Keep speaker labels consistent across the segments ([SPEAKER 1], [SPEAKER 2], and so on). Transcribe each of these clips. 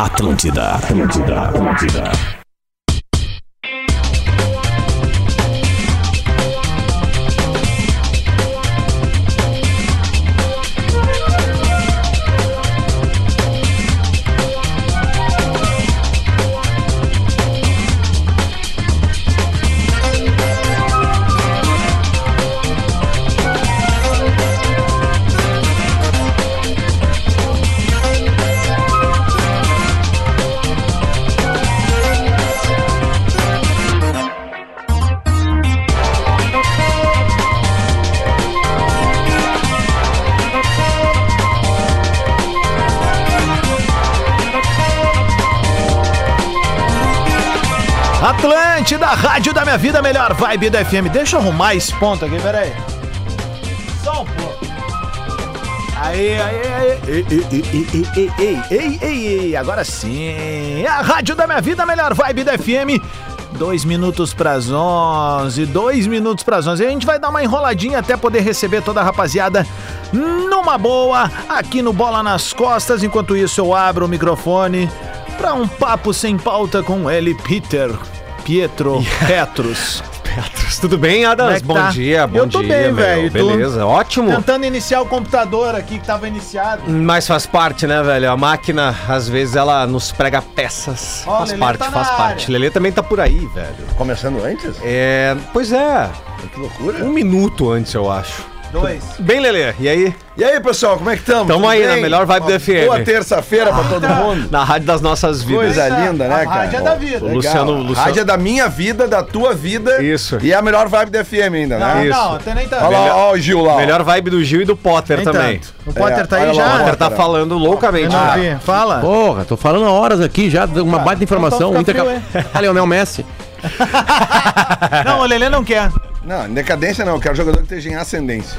[SPEAKER 1] Atlântida, Atlântida, Atlântida.
[SPEAKER 2] Atlântida, rádio da minha vida, melhor vibe da FM. Deixa eu arrumar esse ponto aqui, peraí. Só um pouco. Aí, aí, aí. Ei, ei, ei, ei, ei, ei, ei, ei, ei, agora sim. A rádio da minha vida, melhor vibe da FM. Dois minutos pras onze, dois minutos pras onze. A gente vai dar uma enroladinha até poder receber toda a rapaziada numa boa, aqui no Bola nas Costas. Enquanto isso, eu abro o microfone pra um papo sem pauta com ele, Peter Pietro Petros.
[SPEAKER 3] Petros, tudo bem, Adams?
[SPEAKER 2] Como é que
[SPEAKER 3] bom
[SPEAKER 2] tá?
[SPEAKER 3] dia, bom
[SPEAKER 2] Eu
[SPEAKER 3] dia.
[SPEAKER 2] tô bem,
[SPEAKER 3] meu.
[SPEAKER 2] velho, e tu? Então-
[SPEAKER 3] Beleza, ótimo.
[SPEAKER 2] Tentando iniciar o computador aqui que tava iniciado.
[SPEAKER 3] Mas faz parte, né, velho? A máquina, às vezes, ela nos prega peças.
[SPEAKER 2] Ó,
[SPEAKER 3] faz
[SPEAKER 2] Lelê
[SPEAKER 3] parte,
[SPEAKER 2] tá na
[SPEAKER 3] faz
[SPEAKER 2] área.
[SPEAKER 3] parte. Lelê também tá por aí, velho.
[SPEAKER 4] Começando antes?
[SPEAKER 3] É. Pois é,
[SPEAKER 4] Que loucura.
[SPEAKER 3] um minuto antes, eu acho.
[SPEAKER 2] Dois.
[SPEAKER 3] Bem, Lelê, e aí?
[SPEAKER 4] E aí, pessoal, como é que estamos?
[SPEAKER 3] Tamo aí, na melhor vibe do Ah, FM.
[SPEAKER 4] Boa terça-feira pra todo mundo.
[SPEAKER 3] Na rádio das nossas vidas.
[SPEAKER 4] Coisa
[SPEAKER 2] Essa-
[SPEAKER 4] linda,
[SPEAKER 2] a
[SPEAKER 4] né, cara?
[SPEAKER 2] rádio é da vida.
[SPEAKER 4] Legal.
[SPEAKER 3] Luciano-
[SPEAKER 4] A
[SPEAKER 3] Luciano-
[SPEAKER 4] rádio é da minha vida, da tua vida.
[SPEAKER 3] Isso.
[SPEAKER 4] E é a melhor vibe do FM ainda,
[SPEAKER 2] Não,
[SPEAKER 4] né?
[SPEAKER 3] Isso.
[SPEAKER 2] não, até nem tá.
[SPEAKER 4] Olha lá, ó, o Gil lá. ó.
[SPEAKER 3] Melhor vibe do Gil e do Potter
[SPEAKER 2] Nem
[SPEAKER 3] também.
[SPEAKER 2] tanto. O Potter Ah,
[SPEAKER 4] É,
[SPEAKER 2] tá aí
[SPEAKER 4] olha lá,
[SPEAKER 3] O
[SPEAKER 2] já?
[SPEAKER 3] Potter tá falando
[SPEAKER 2] Eu
[SPEAKER 3] loucamente.
[SPEAKER 2] não
[SPEAKER 3] né?
[SPEAKER 2] vi. Fala.
[SPEAKER 5] Porra, tô falando há horas aqui já, uma baita informação.
[SPEAKER 2] então
[SPEAKER 5] O
[SPEAKER 2] fica
[SPEAKER 5] Inter...
[SPEAKER 2] frio,
[SPEAKER 5] Ah,
[SPEAKER 3] é
[SPEAKER 5] Leonel Messi.
[SPEAKER 2] Não, o Lelê não quer.
[SPEAKER 4] Não, em decadência não, eu quero jogador que esteja em ascendência.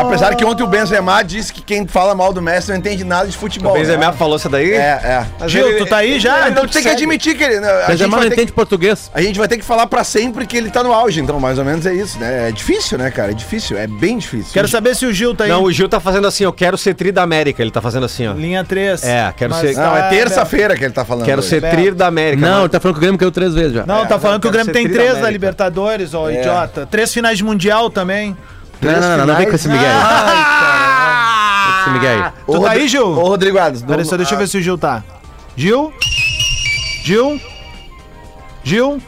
[SPEAKER 4] Apesar que ontem o Benzema disse que quem fala mal do Messi não entende nada de futebol.
[SPEAKER 3] O
[SPEAKER 4] né?
[SPEAKER 3] Benzema falou isso daí?
[SPEAKER 4] É, é.
[SPEAKER 3] Mas
[SPEAKER 2] Gil,
[SPEAKER 3] ele-
[SPEAKER 2] tu tá aí já?
[SPEAKER 4] Então tem que admitir que ele. né, a gente
[SPEAKER 5] Benjamin
[SPEAKER 4] vai
[SPEAKER 5] não
[SPEAKER 4] ter que-
[SPEAKER 5] entende é português.
[SPEAKER 4] A gente vai ter que falar pra sempre que ele tá no auge, então mais ou menos é isso, né? É difícil, né, cara? É difícil, é bem difícil.
[SPEAKER 2] Quero saber se o Gil tá aí.
[SPEAKER 3] Não, o Gil tá fazendo assim, eu quero ser tri da América, ele tá fazendo assim, ó.
[SPEAKER 2] Linha tá 3.
[SPEAKER 3] É, quero ser-
[SPEAKER 4] Não, é terça-feira que ele tá falando.
[SPEAKER 3] Quero
[SPEAKER 4] hoje.
[SPEAKER 3] ser tri da América.
[SPEAKER 5] Não,
[SPEAKER 3] mano.
[SPEAKER 5] ele tá falando que o Grêmio caiu três vezes já.
[SPEAKER 2] Não, tá falando que o
[SPEAKER 3] É, quero
[SPEAKER 2] Grêmio
[SPEAKER 3] ser
[SPEAKER 2] tem
[SPEAKER 3] tri da
[SPEAKER 2] três da
[SPEAKER 3] América. É.
[SPEAKER 2] Libertadores, ó, idiota. Três finais de Mundial também.
[SPEAKER 5] Não, não, não, não, vem com esse Miguel.
[SPEAKER 3] Ah,
[SPEAKER 5] Esse Miguel aí.
[SPEAKER 2] Tu
[SPEAKER 4] Ô,
[SPEAKER 2] tá
[SPEAKER 4] Rodri-
[SPEAKER 2] aí, Gil?
[SPEAKER 4] Ô, Rodrigo Adams, não-
[SPEAKER 2] Peraí, só deixa eu ver se o Gil tá. Gil? Gil? Gil?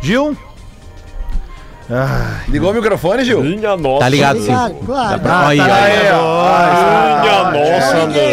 [SPEAKER 2] Gil?
[SPEAKER 4] Ligou o microfone, Gil?
[SPEAKER 5] Tá ligado, sim. Dá pra- Aí,
[SPEAKER 2] tá
[SPEAKER 5] aí.
[SPEAKER 2] aí, ó.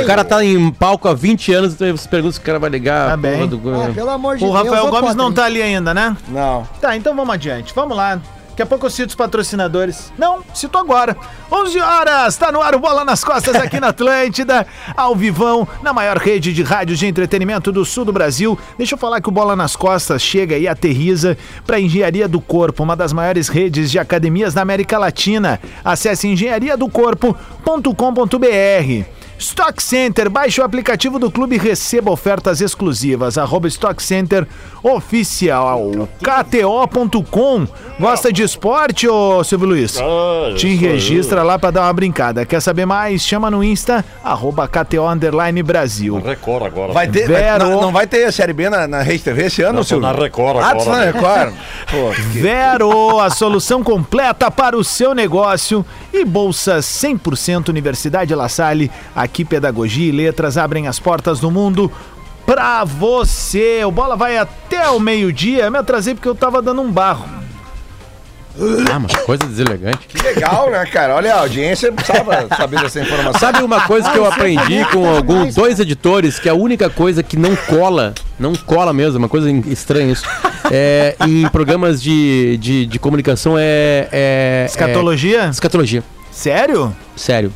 [SPEAKER 5] O cara tá em palco há 20 anos, então você pergunta se o cara vai ligar.
[SPEAKER 2] Tá
[SPEAKER 5] a porra
[SPEAKER 2] bem.
[SPEAKER 5] do Grêmio.
[SPEAKER 6] Pelo amor de
[SPEAKER 2] O
[SPEAKER 6] Deus.
[SPEAKER 2] Rafael
[SPEAKER 6] ô,
[SPEAKER 2] Gomes
[SPEAKER 6] Potter,
[SPEAKER 2] não tá ali ainda, né?
[SPEAKER 4] Não.
[SPEAKER 2] Tá, então vamos adiante. Vamos lá. Daqui a pouco eu cito os patrocinadores. Não, cito agora. 11 horas, tá no ar o Bola nas Costas aqui na Atlântida, ao vivão, na maior rede de rádios de entretenimento do sul do Brasil. Deixa eu falar que o Bola nas Costas chega e aterriza para Engenharia do Corpo, uma das maiores redes de academias da América Latina. Acesse engenhariadocorpo.com.br. Stock Center, baixe o aplicativo do clube e receba ofertas exclusivas. Arroba Stock Center Oficial. KTO.com. Gosta de esporte, ô Silvio Luiz? Te registra lá pra dar uma brincada. Quer saber mais? Chama no Insta, arroba KTO Underline Brasil.
[SPEAKER 7] Record agora.
[SPEAKER 4] Vai ter,
[SPEAKER 2] Vero.
[SPEAKER 4] vai- não, não vai ter a Série B na, na Rede TV esse ano, Silvio?
[SPEAKER 7] na Record
[SPEAKER 4] Ah, tu tá na
[SPEAKER 7] agora. né?
[SPEAKER 4] Record? Pô, que-
[SPEAKER 2] Vero, a solução completa para o seu negócio e bolsas 100% Universidade La Salle. Aqui Pedagogia e Letras abrem as portas do mundo pra você. O bola vai até o meio-dia. Eu Me atrasei porque eu tava dando um barro.
[SPEAKER 5] Ah, mas coisa deselegante.
[SPEAKER 4] que legal, né, cara? Olha, a audiência precisava saber dessa informação.
[SPEAKER 5] Sabe uma coisa que eu aprendi com algum, dois editores, que é a única coisa que não cola, não cola mesmo, é uma coisa in- estranha isso, é, em programas de, de, de comunicação é, é... é-
[SPEAKER 2] Escatologia?
[SPEAKER 5] Escatologia,
[SPEAKER 2] Sério?
[SPEAKER 5] sério.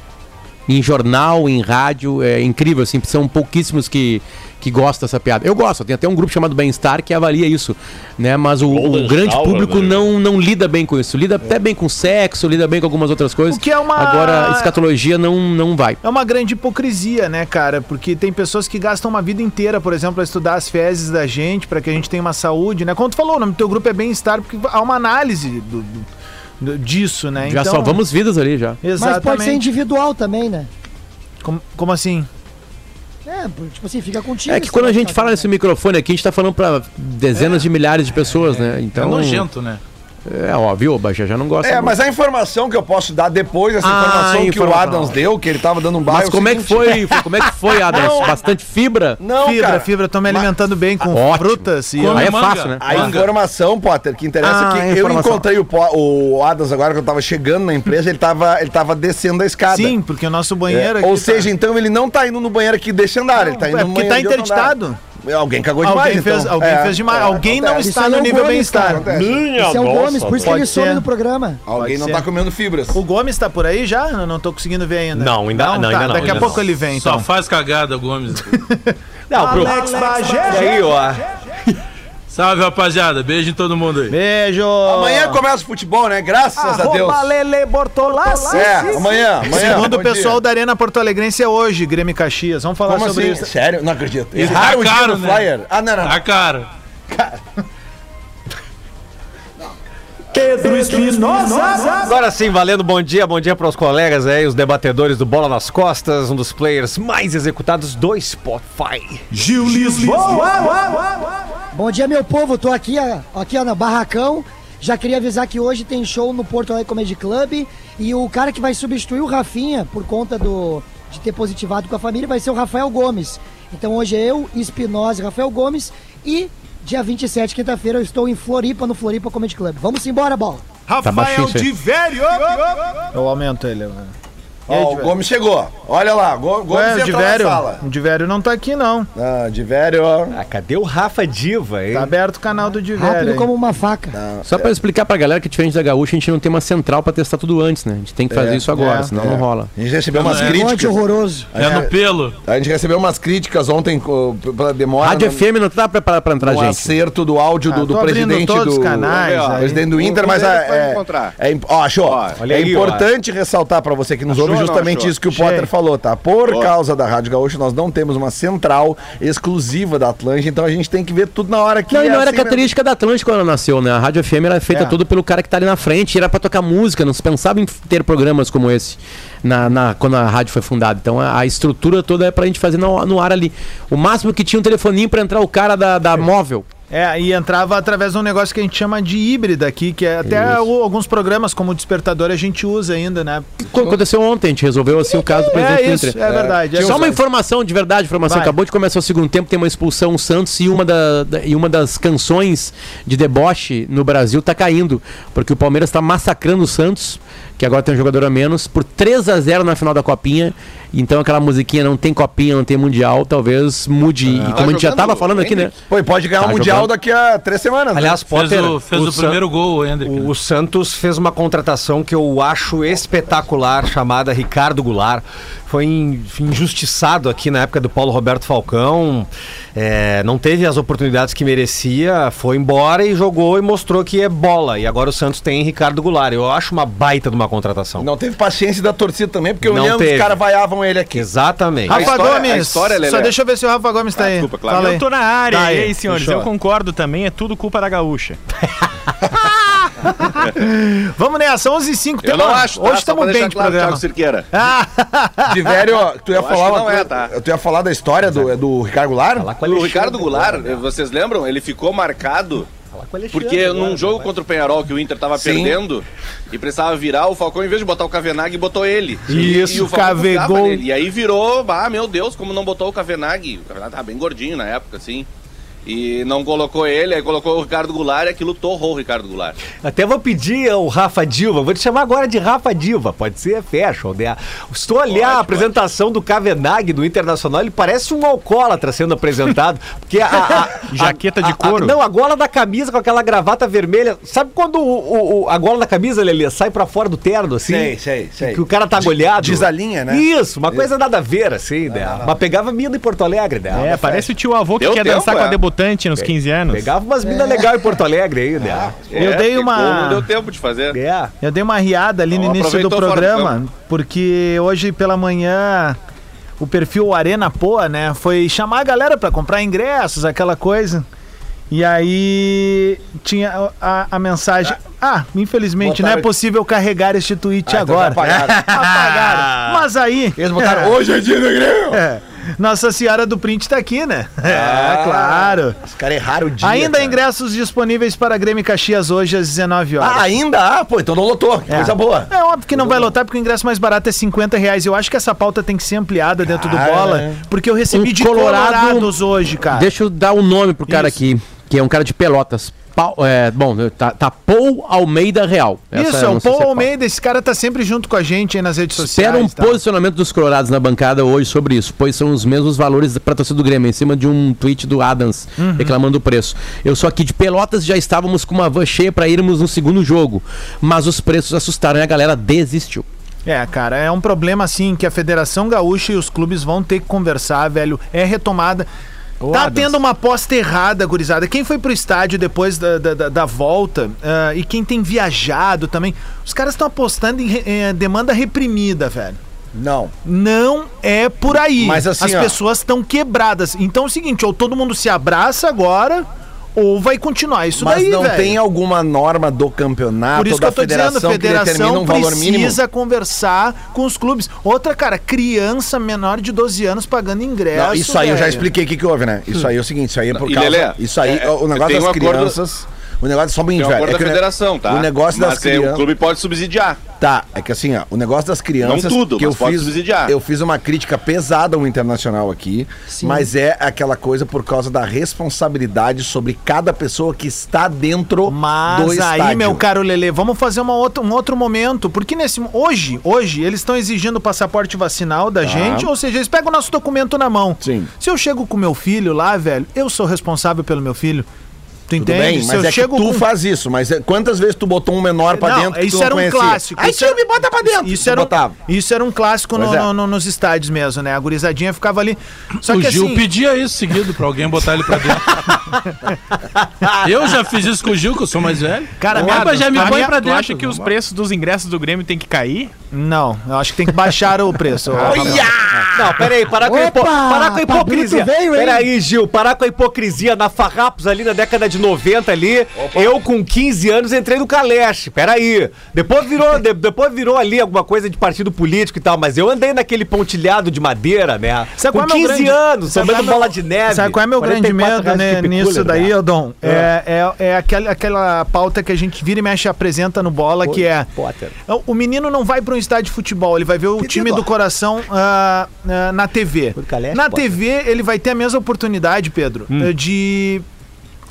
[SPEAKER 5] Em jornal, em rádio, é incrível, assim, são pouquíssimos que, que gostam dessa piada. Eu gosto, tem até um grupo chamado Bem-Estar que avalia isso, né? Mas o, o
[SPEAKER 7] Golden
[SPEAKER 5] grande
[SPEAKER 7] Shower,
[SPEAKER 5] público
[SPEAKER 7] né?
[SPEAKER 5] não, não lida bem com isso. Lida até bem com sexo, lida bem com algumas outras coisas.
[SPEAKER 2] O que é uma-
[SPEAKER 5] Agora, escatologia não, não vai.
[SPEAKER 2] É uma grande hipocrisia, né, cara? Porque tem pessoas que gastam uma vida inteira, por exemplo, a estudar as fezes da gente, pra que a gente tenha uma saúde, né? Como tu falou, o nome do teu grupo é Bem-Estar, porque há uma análise do- do- do- disso, né?
[SPEAKER 5] Já
[SPEAKER 2] Então-
[SPEAKER 5] salvamos vidas ali já.
[SPEAKER 6] Mas pode ser
[SPEAKER 2] Exatamente.
[SPEAKER 6] individual também, né?
[SPEAKER 2] como, como assim?
[SPEAKER 6] É, tipo assim, fica contigo.
[SPEAKER 5] É que quando a
[SPEAKER 6] sabe?
[SPEAKER 5] gente fala nesse microfone aqui, a gente tá falando pra dezenas de milhares de pessoas, né? Então,
[SPEAKER 7] É nojento, né?
[SPEAKER 5] É, ó, viu, Baixa, já não gosta.
[SPEAKER 4] É,
[SPEAKER 5] muito.
[SPEAKER 4] mas a informação que eu posso dar depois dessa
[SPEAKER 5] Ah,
[SPEAKER 4] informação que o
[SPEAKER 5] informação.
[SPEAKER 4] Adams deu, que ele tava dando um baile.
[SPEAKER 5] Mas
[SPEAKER 4] o
[SPEAKER 5] como é que
[SPEAKER 4] seguinte-
[SPEAKER 5] foi? foi- Como é que foi, Adams? Bastante fibra?
[SPEAKER 4] Não,
[SPEAKER 2] fibra,
[SPEAKER 4] cara.
[SPEAKER 2] fibra, tô me alimentando bem com
[SPEAKER 5] Ótimo.
[SPEAKER 2] frutas e.
[SPEAKER 7] Come
[SPEAKER 5] Aí é
[SPEAKER 7] manga.
[SPEAKER 5] fácil, né?
[SPEAKER 4] A informação, Potter, que interessa
[SPEAKER 5] Ah,
[SPEAKER 4] é
[SPEAKER 5] a
[SPEAKER 4] que eu
[SPEAKER 5] informação.
[SPEAKER 4] encontrei o, Po- o Adams agora que eu tava chegando na empresa, ele tava, ele tava descendo a escada.
[SPEAKER 2] Sim, porque o nosso banheiro
[SPEAKER 4] É,
[SPEAKER 2] aqui.
[SPEAKER 4] Ou
[SPEAKER 2] tá-
[SPEAKER 4] seja, então ele não tá indo no banheiro aqui desse andar, ele tá indo
[SPEAKER 2] é
[SPEAKER 4] no
[SPEAKER 2] porque
[SPEAKER 4] banheiro
[SPEAKER 2] tá
[SPEAKER 4] de outro
[SPEAKER 2] interditado.
[SPEAKER 4] andar. É, Alguém cagou demais,
[SPEAKER 2] Alguém, fez,
[SPEAKER 4] então.
[SPEAKER 2] alguém
[SPEAKER 4] É,
[SPEAKER 2] fez demais.
[SPEAKER 4] é,
[SPEAKER 2] alguém não
[SPEAKER 4] acontece.
[SPEAKER 6] Isso
[SPEAKER 2] está
[SPEAKER 6] aí
[SPEAKER 2] no
[SPEAKER 6] é o
[SPEAKER 2] nível
[SPEAKER 6] Gomes,
[SPEAKER 2] bem-estar.
[SPEAKER 6] cara.
[SPEAKER 1] Minha
[SPEAKER 6] Esse é o Gomes, por isso que
[SPEAKER 2] pode
[SPEAKER 6] ele some
[SPEAKER 2] ser.
[SPEAKER 6] do programa.
[SPEAKER 4] Alguém
[SPEAKER 2] Pode
[SPEAKER 4] não
[SPEAKER 2] ser.
[SPEAKER 4] tá comendo fibras.
[SPEAKER 2] O Gomes tá por aí já? Eu não tô conseguindo ver ainda. tá,
[SPEAKER 3] Não, ainda- não, ainda não,
[SPEAKER 2] Daqui a
[SPEAKER 3] ainda
[SPEAKER 2] pouco
[SPEAKER 3] não.
[SPEAKER 2] ele vem,
[SPEAKER 7] Só
[SPEAKER 2] então.
[SPEAKER 7] faz cagada, Gomes.
[SPEAKER 3] Não, pro... E
[SPEAKER 2] Bagé.
[SPEAKER 3] aí, ó.
[SPEAKER 7] Salve, rapaziada. Beijo em todo mundo aí.
[SPEAKER 2] Beijo. é
[SPEAKER 4] Amanhã começa o futebol, né? Graças a Deus.
[SPEAKER 2] Arroba Lele Bortolassi.
[SPEAKER 4] É, amanhã, amanhã.
[SPEAKER 2] Segundo
[SPEAKER 4] Bom
[SPEAKER 2] o pessoal
[SPEAKER 4] dia.
[SPEAKER 2] da Arena Porto Alegrense é hoje, Grêmio e Caxias. Vamos falar
[SPEAKER 4] Como
[SPEAKER 2] sobre
[SPEAKER 4] assim?
[SPEAKER 2] isso.
[SPEAKER 4] Sério? Não acredito.
[SPEAKER 7] Isso
[SPEAKER 4] Erraram
[SPEAKER 7] tá
[SPEAKER 4] o dia
[SPEAKER 7] caro,
[SPEAKER 4] do
[SPEAKER 7] né?
[SPEAKER 4] Flyer. Ah, não, não.
[SPEAKER 7] Tá cara.
[SPEAKER 2] Pedro Espinosa.
[SPEAKER 3] Agora sim, valendo bom dia, bom dia para os colegas aí, os debatedores do Bola nas Costas, um dos players mais executados do Spotify.
[SPEAKER 1] Gil Lisboa.
[SPEAKER 6] Bom dia, meu povo. Tô aqui, ó, aqui ó, no Barracão. Já queria avisar que hoje tem show no Porto Alegre Comedy Club. E o cara que vai substituir o Rafinha por conta do, de ter positivado com a família vai ser o Rafael Gomes. Então hoje é eu, Espinosa e Rafael Gomes. E dia 27, quinta-feira, eu estou em Floripa, no Floripa Comedy Club. Vamos embora, bola.
[SPEAKER 5] Tá
[SPEAKER 1] Rafael
[SPEAKER 5] baixinho isso aí.
[SPEAKER 1] de Velho.
[SPEAKER 2] Eu aumento ele. mano.
[SPEAKER 4] Ó, o Gomes chegou. Olha lá, Go- Gomes
[SPEAKER 2] Ué, É, o
[SPEAKER 4] entrou
[SPEAKER 2] Divério,
[SPEAKER 4] na sala.
[SPEAKER 2] o Divério não tá aqui, não.
[SPEAKER 4] Ah, de velho, ó.
[SPEAKER 3] Ah, cadê o Rafa Diva, hein?
[SPEAKER 2] Tá aberto o canal do
[SPEAKER 6] Rápido
[SPEAKER 2] Divério. hein?
[SPEAKER 6] como uma faca.
[SPEAKER 5] Só pra explicar pra galera que é diferente da gaúcha, a gente não tem uma central pra testar tudo antes, né? A gente tem que fazer
[SPEAKER 4] É,
[SPEAKER 5] isso agora,
[SPEAKER 2] é,
[SPEAKER 5] senão não rola.
[SPEAKER 4] A gente recebeu umas
[SPEAKER 7] é.
[SPEAKER 6] Monte
[SPEAKER 4] críticas.
[SPEAKER 6] Um horroroso.
[SPEAKER 7] É no pelo.
[SPEAKER 4] A gente recebeu umas críticas ontem co- pela demora.
[SPEAKER 5] Rádio
[SPEAKER 4] no-
[SPEAKER 5] FM não tá preparada pra entrar,
[SPEAKER 4] no
[SPEAKER 5] gente.
[SPEAKER 4] acerto do áudio
[SPEAKER 2] Ah,
[SPEAKER 4] do, do
[SPEAKER 2] tô abrindo
[SPEAKER 4] presidente
[SPEAKER 2] todos os
[SPEAKER 4] do
[SPEAKER 2] canais
[SPEAKER 4] Vamos ver, ó,
[SPEAKER 2] aí.
[SPEAKER 4] presidente do Inter, mas
[SPEAKER 8] primeiro que vai
[SPEAKER 4] é,
[SPEAKER 8] encontrar.
[SPEAKER 4] é, é imp- ó, achou.
[SPEAKER 3] olha
[SPEAKER 4] é
[SPEAKER 3] aí, ó.
[SPEAKER 4] importante ressaltar pra você que nos
[SPEAKER 8] Achou
[SPEAKER 4] ouve
[SPEAKER 8] ou não
[SPEAKER 4] justamente
[SPEAKER 8] achou?
[SPEAKER 4] isso que o
[SPEAKER 2] Achei.
[SPEAKER 4] Potter falou, tá? Por
[SPEAKER 8] Boa.
[SPEAKER 4] causa da Rádio Gaúcha nós não temos uma central exclusiva da Atlântica, então a gente tem que ver tudo na hora que
[SPEAKER 5] Não, e não
[SPEAKER 4] é
[SPEAKER 5] era
[SPEAKER 4] assim mesmo.
[SPEAKER 5] característica da Atlântica quando ela nasceu, né? A Rádio FM era feita
[SPEAKER 2] É.
[SPEAKER 5] toda pelo cara que tá ali na frente, e era pra tocar música, não se pensava em ter programas como esse na, na- quando a rádio foi fundada. Então a, a estrutura toda é pra gente fazer no, no ar ali. O máximo que tinha um telefoninho pra entrar o cara da, da móvel.
[SPEAKER 2] É, e entrava através de um negócio que a gente chama de híbrida aqui, que é até o- alguns programas como o Despertador a gente usa ainda, né?
[SPEAKER 5] Co- Aconteceu ontem, a gente resolveu assim o caso do presidente
[SPEAKER 2] É
[SPEAKER 5] do
[SPEAKER 2] isso,
[SPEAKER 5] Inter.
[SPEAKER 2] é verdade.
[SPEAKER 8] um
[SPEAKER 2] é
[SPEAKER 5] Só uma
[SPEAKER 2] isso.
[SPEAKER 5] informação de verdade, informação.
[SPEAKER 2] Vai.
[SPEAKER 5] Acabou de começar o segundo tempo, tem uma expulsão o Santos e uma, da- da- e uma das canções de deboche no Brasil tá caindo. Porque o Palmeiras tá massacrando o Santos, que agora tem um jogador a menos, por 3 a 0 na final da copinha. Então aquela musiquinha não tem copinha, não tem mundial, talvez mude. e como a gente já
[SPEAKER 8] jogando
[SPEAKER 5] tava falando aqui, né?
[SPEAKER 4] Pô, e pode ganhar
[SPEAKER 5] Tá
[SPEAKER 4] o Mundial
[SPEAKER 5] jogando.
[SPEAKER 4] daqui a três semanas. né?
[SPEAKER 3] Aliás,
[SPEAKER 7] Fez
[SPEAKER 3] Potter,
[SPEAKER 7] o, fez o,
[SPEAKER 3] San-
[SPEAKER 7] primeiro gol, Hendrick.
[SPEAKER 3] o- o Santos fez uma contratação que eu acho espetacular, chamada Ricardo Goulart. Foi in- injustiçado aqui na época do Paulo Roberto Falcão. É, não teve as oportunidades que merecia, foi embora e jogou e mostrou que é bola. E agora o Santos tem Ricardo Goulart. Eu acho uma baita de uma contratação.
[SPEAKER 4] não teve paciência da torcida também, porque eu
[SPEAKER 3] Não
[SPEAKER 4] lembro que os
[SPEAKER 3] teve.
[SPEAKER 4] caras vaiavam ele aqui.
[SPEAKER 3] Exatamente.
[SPEAKER 2] Rafa
[SPEAKER 8] história- a
[SPEAKER 2] Gomes,
[SPEAKER 8] história, Lelé. Ah,
[SPEAKER 2] só deixa eu ver se o Rafa Gomes tá aí.
[SPEAKER 8] desculpa, claro.
[SPEAKER 2] Fala aí.
[SPEAKER 9] Eu tô na área.
[SPEAKER 2] Tá aí,
[SPEAKER 9] e aí, senhores,
[SPEAKER 2] fechou.
[SPEAKER 9] eu concordo também, é tudo culpa da gaúcha.
[SPEAKER 2] Vamos nessa, 11 h 05
[SPEAKER 8] Eu não acho,
[SPEAKER 2] Hoje
[SPEAKER 8] tá? Só pra
[SPEAKER 2] estamos bem
[SPEAKER 8] deixar
[SPEAKER 2] de
[SPEAKER 8] claro,
[SPEAKER 2] programa.
[SPEAKER 8] Thiago Cirqueira.
[SPEAKER 4] De velho, ó, tu ia
[SPEAKER 8] Eu acho
[SPEAKER 4] falar
[SPEAKER 8] que
[SPEAKER 4] uma
[SPEAKER 8] não
[SPEAKER 4] coisa-
[SPEAKER 8] é, tá?
[SPEAKER 4] Tu ia falar da história
[SPEAKER 2] é.
[SPEAKER 4] do, do Ricardo Goulart?
[SPEAKER 8] O Ricardo Goulart, vocês lembram? Ele ficou marcado porque num jogo contra o Penharol que o Inter tava
[SPEAKER 4] Sim.
[SPEAKER 8] perdendo e precisava virar, o Falcão, em vez de botar o Cavenaghi, botou ele.
[SPEAKER 2] Isso,
[SPEAKER 8] e o Falcão
[SPEAKER 2] cavegou.
[SPEAKER 8] ficava nele. E aí virou, ah, meu Deus, como não botou o Cavenaghi. O Cavenaghi tava bem gordinho na época, assim. E não colocou ele, aí colocou o Ricardo Goulart e aquilo torrou o Ricardo Goulart.
[SPEAKER 3] Até vou pedir ao Rafa Diva, vou te chamar agora de Rafa Diva, pode ser, fecha. Né? Estou a olhar a apresentação do Kavenag do Internacional, ele parece um alcoólatra sendo apresentado, porque a, a- a-
[SPEAKER 9] Jaqueta de
[SPEAKER 3] a- a-
[SPEAKER 9] couro.
[SPEAKER 3] não, a gola da camisa com aquela gravata vermelha. Sabe quando o- o- o- a gola da camisa, Lelê, sai pra fora do terno, assim?
[SPEAKER 4] Sei, sei, sei.
[SPEAKER 3] Que o cara tá agolhado.
[SPEAKER 4] desalinha, né? Ah,
[SPEAKER 3] Isso, uma coisa nada a ver, assim, né? Mas pegava mina em Porto Alegre, né?
[SPEAKER 9] É, parece o tio avô que
[SPEAKER 8] Deu
[SPEAKER 9] quer
[SPEAKER 8] tempo,
[SPEAKER 9] dançar com
[SPEAKER 8] é.
[SPEAKER 9] a debutante nos 15 anos.
[SPEAKER 3] Pegava umas
[SPEAKER 4] É.
[SPEAKER 3] minas legais em Porto Alegre aí, né?
[SPEAKER 4] Ah.
[SPEAKER 2] Eu dei
[SPEAKER 8] porque
[SPEAKER 2] uma-
[SPEAKER 8] gol É, Não deu tempo de fazer.
[SPEAKER 3] É.
[SPEAKER 2] Eu dei uma riada ali no
[SPEAKER 4] Então,
[SPEAKER 8] Não,
[SPEAKER 2] início do
[SPEAKER 8] aproveitou fora do
[SPEAKER 2] programa, porque hoje pela manhã o perfil Arena Poa, né, foi chamar a galera pra comprar ingressos, aquela coisa. E aí tinha a, a mensagem. Ah, infelizmente não é
[SPEAKER 4] Botaram-
[SPEAKER 2] possível carregar este tweet
[SPEAKER 4] É. Ah, então já
[SPEAKER 2] agora. né?
[SPEAKER 4] apagaram.
[SPEAKER 2] Apagaram. Mas aí.
[SPEAKER 4] Eles botaram hoje é dia do Grêmio!
[SPEAKER 2] É. Nossa Senhora do Print tá aqui, né? é, claro.
[SPEAKER 4] Os caras erraram o Ah, dia.
[SPEAKER 2] Ainda
[SPEAKER 4] cara.
[SPEAKER 2] ingressos disponíveis para Grêmio e Caxias hoje às 19 horas.
[SPEAKER 4] Ah, ainda? Ah, pô, então não lotou. Que
[SPEAKER 2] É.
[SPEAKER 4] Coisa boa.
[SPEAKER 2] É óbvio que não vai lotar porque o ingresso mais barato é 50 reais. Eu acho que essa pauta tem que ser ampliada dentro
[SPEAKER 4] Cara.
[SPEAKER 2] do bola, porque eu recebi
[SPEAKER 5] Ah, Um
[SPEAKER 2] de
[SPEAKER 5] colorado-
[SPEAKER 2] colorados hoje, cara.
[SPEAKER 5] Deixa eu dar um nome pro cara
[SPEAKER 2] Isso.
[SPEAKER 5] aqui, que é um cara de Pelotas. Pau- é, bom, tá, tá Paul Almeida Real. Essa
[SPEAKER 2] Isso,
[SPEAKER 5] eu
[SPEAKER 2] é
[SPEAKER 5] não
[SPEAKER 2] o
[SPEAKER 5] sei se
[SPEAKER 2] Paul
[SPEAKER 5] Paul.
[SPEAKER 2] Almeida, esse cara tá sempre junto com a gente aí nas redes sociais.
[SPEAKER 5] Espera um
[SPEAKER 2] tá?
[SPEAKER 5] posicionamento dos colorados na bancada hoje sobre isso, pois são os mesmos valores para torcida do Grêmio, em cima de um tweet do Adams
[SPEAKER 2] Uhum.
[SPEAKER 5] reclamando o preço. Eu sou aqui de Pelotas, já estávamos com uma van cheia para irmos no segundo jogo, mas os preços assustaram e a galera desistiu.
[SPEAKER 2] É, cara, é um problema assim que a Federação Gaúcha e os clubes vão ter que conversar, velho. É retomada. tá
[SPEAKER 9] Adams.
[SPEAKER 2] tendo uma aposta errada, gurizada. Quem foi pro estádio depois da, da, da- da volta ah, e quem tem viajado também, os caras estão apostando em, re- em demanda reprimida, velho.
[SPEAKER 4] Não.
[SPEAKER 2] Não é por aí.
[SPEAKER 4] Mas assim,
[SPEAKER 2] As
[SPEAKER 4] ó.
[SPEAKER 2] pessoas estão quebradas. Então é o seguinte, ou todo mundo se abraça agora, ou vai continuar isso
[SPEAKER 4] Mas
[SPEAKER 2] daí,
[SPEAKER 4] não
[SPEAKER 2] velho.
[SPEAKER 4] tem alguma norma do campeonato
[SPEAKER 2] Por isso que
[SPEAKER 4] da
[SPEAKER 2] eu tô dizendo, a
[SPEAKER 4] federação que determina
[SPEAKER 2] federação
[SPEAKER 4] um valor mínimo?
[SPEAKER 2] precisa conversar com os clubes. Outra, cara, criança menor de 12 anos pagando ingresso.
[SPEAKER 4] Não, isso aí eu já
[SPEAKER 2] velho.
[SPEAKER 4] expliquei o que, que houve, né? Isso aí é o seguinte, isso aí é por
[SPEAKER 8] E,
[SPEAKER 4] causa...
[SPEAKER 8] Lelê,
[SPEAKER 4] isso aí,
[SPEAKER 8] é,
[SPEAKER 4] o negócio
[SPEAKER 8] tem um
[SPEAKER 4] das
[SPEAKER 8] acordo-
[SPEAKER 4] crianças... O negócio, só um
[SPEAKER 8] Tem
[SPEAKER 4] pouquinho,
[SPEAKER 8] um
[SPEAKER 4] velho.
[SPEAKER 8] acordo
[SPEAKER 4] é
[SPEAKER 8] da
[SPEAKER 4] que o ne-
[SPEAKER 8] federação, tá?
[SPEAKER 4] O negócio das
[SPEAKER 8] Mas é,
[SPEAKER 4] crianças...
[SPEAKER 8] o clube pode subsidiar.
[SPEAKER 4] Tá, é que assim, ó, o negócio das crianças.
[SPEAKER 8] Não tudo,
[SPEAKER 4] que
[SPEAKER 8] mas
[SPEAKER 4] eu
[SPEAKER 8] pode
[SPEAKER 4] fiz,
[SPEAKER 8] subsidiar.
[SPEAKER 4] Eu fiz uma crítica pesada ao internacional aqui, mas é aquela coisa por causa da responsabilidade sobre cada pessoa que está dentro do
[SPEAKER 2] Mas aí,
[SPEAKER 4] estádio.
[SPEAKER 2] meu caro Lele, vamos fazer uma outra, um outro momento. Porque nesse hoje, hoje, eles estão exigindo o passaporte vacinal da gente, ou seja, eles pegam o nosso documento na mão.
[SPEAKER 4] Tá. Sim.
[SPEAKER 2] Se eu chego com meu filho lá, velho, eu sou responsável pelo meu filho. Tu
[SPEAKER 4] Tudo
[SPEAKER 2] entende?
[SPEAKER 4] bem,
[SPEAKER 2] Se
[SPEAKER 4] mas
[SPEAKER 2] eu
[SPEAKER 4] é que
[SPEAKER 2] chego
[SPEAKER 4] tu
[SPEAKER 2] com- um
[SPEAKER 4] faz isso, mas é- quantas vezes tu botou um menor pra
[SPEAKER 2] Não,
[SPEAKER 4] dentro que
[SPEAKER 2] isso
[SPEAKER 4] tu não
[SPEAKER 2] era um
[SPEAKER 4] conhecia?
[SPEAKER 2] clássico.
[SPEAKER 4] Aí
[SPEAKER 2] Isso era-
[SPEAKER 4] tio, me bota pra dentro.
[SPEAKER 2] Isso
[SPEAKER 4] Tu
[SPEAKER 2] era, um,
[SPEAKER 4] botava.
[SPEAKER 2] isso era um clássico no-
[SPEAKER 4] Pois é.
[SPEAKER 2] no- no- nos estádios mesmo, né? A gurizadinha ficava ali. Só
[SPEAKER 7] o
[SPEAKER 2] que
[SPEAKER 7] Gil
[SPEAKER 2] assim,
[SPEAKER 7] pedia isso seguido pra alguém botar ele pra dentro. eu já fiz isso com o Gil, que eu sou mais velho.
[SPEAKER 2] Cara,
[SPEAKER 7] Ô,
[SPEAKER 2] minha-
[SPEAKER 7] rapaz, já me
[SPEAKER 2] a
[SPEAKER 7] põe
[SPEAKER 2] minha-
[SPEAKER 7] pra
[SPEAKER 2] tu
[SPEAKER 7] dentro.
[SPEAKER 9] Acha que os preços dos ingressos do Grêmio tem que cair?
[SPEAKER 2] não, eu acho que tem que baixar o preço. Olha! Ah!
[SPEAKER 3] Não, peraí, parar com, a hipo...
[SPEAKER 6] Opa,
[SPEAKER 3] parar com a
[SPEAKER 6] Pablito
[SPEAKER 3] hipocrisia.
[SPEAKER 6] veio, hein?
[SPEAKER 3] Peraí, Gil, parar com a hipocrisia na Farrapos ali na década de 90 ali. Eu com 15 anos entrei no Caleche, peraí. Depois virou, de- depois virou ali alguma coisa de partido político e tal, mas eu andei naquele pontilhado de madeira, né?
[SPEAKER 2] Sabe
[SPEAKER 3] com
[SPEAKER 2] qual é meu
[SPEAKER 3] 15
[SPEAKER 2] grande-
[SPEAKER 3] anos,
[SPEAKER 2] sabe
[SPEAKER 3] tomando
[SPEAKER 2] qual é meu-
[SPEAKER 3] bola de neve.
[SPEAKER 2] Sabe qual é meu grande
[SPEAKER 3] 44
[SPEAKER 2] medo
[SPEAKER 3] reais
[SPEAKER 2] né,
[SPEAKER 3] de Ah. picolho,
[SPEAKER 2] nisso daí,
[SPEAKER 3] né?
[SPEAKER 2] Odon? É, é, é aquela, aquela pauta que a gente vira e mexe apresenta no bola, que é...
[SPEAKER 3] Potter.
[SPEAKER 2] O menino não vai para um estádio de futebol, ele vai ver o time
[SPEAKER 3] dó.
[SPEAKER 2] do coração ah, ah, na TV.
[SPEAKER 3] Por Caleste,
[SPEAKER 2] na
[SPEAKER 3] Potter.
[SPEAKER 2] TV, ele vai ter a mesma oportunidade, Pedro,
[SPEAKER 3] Hum.
[SPEAKER 2] eh, de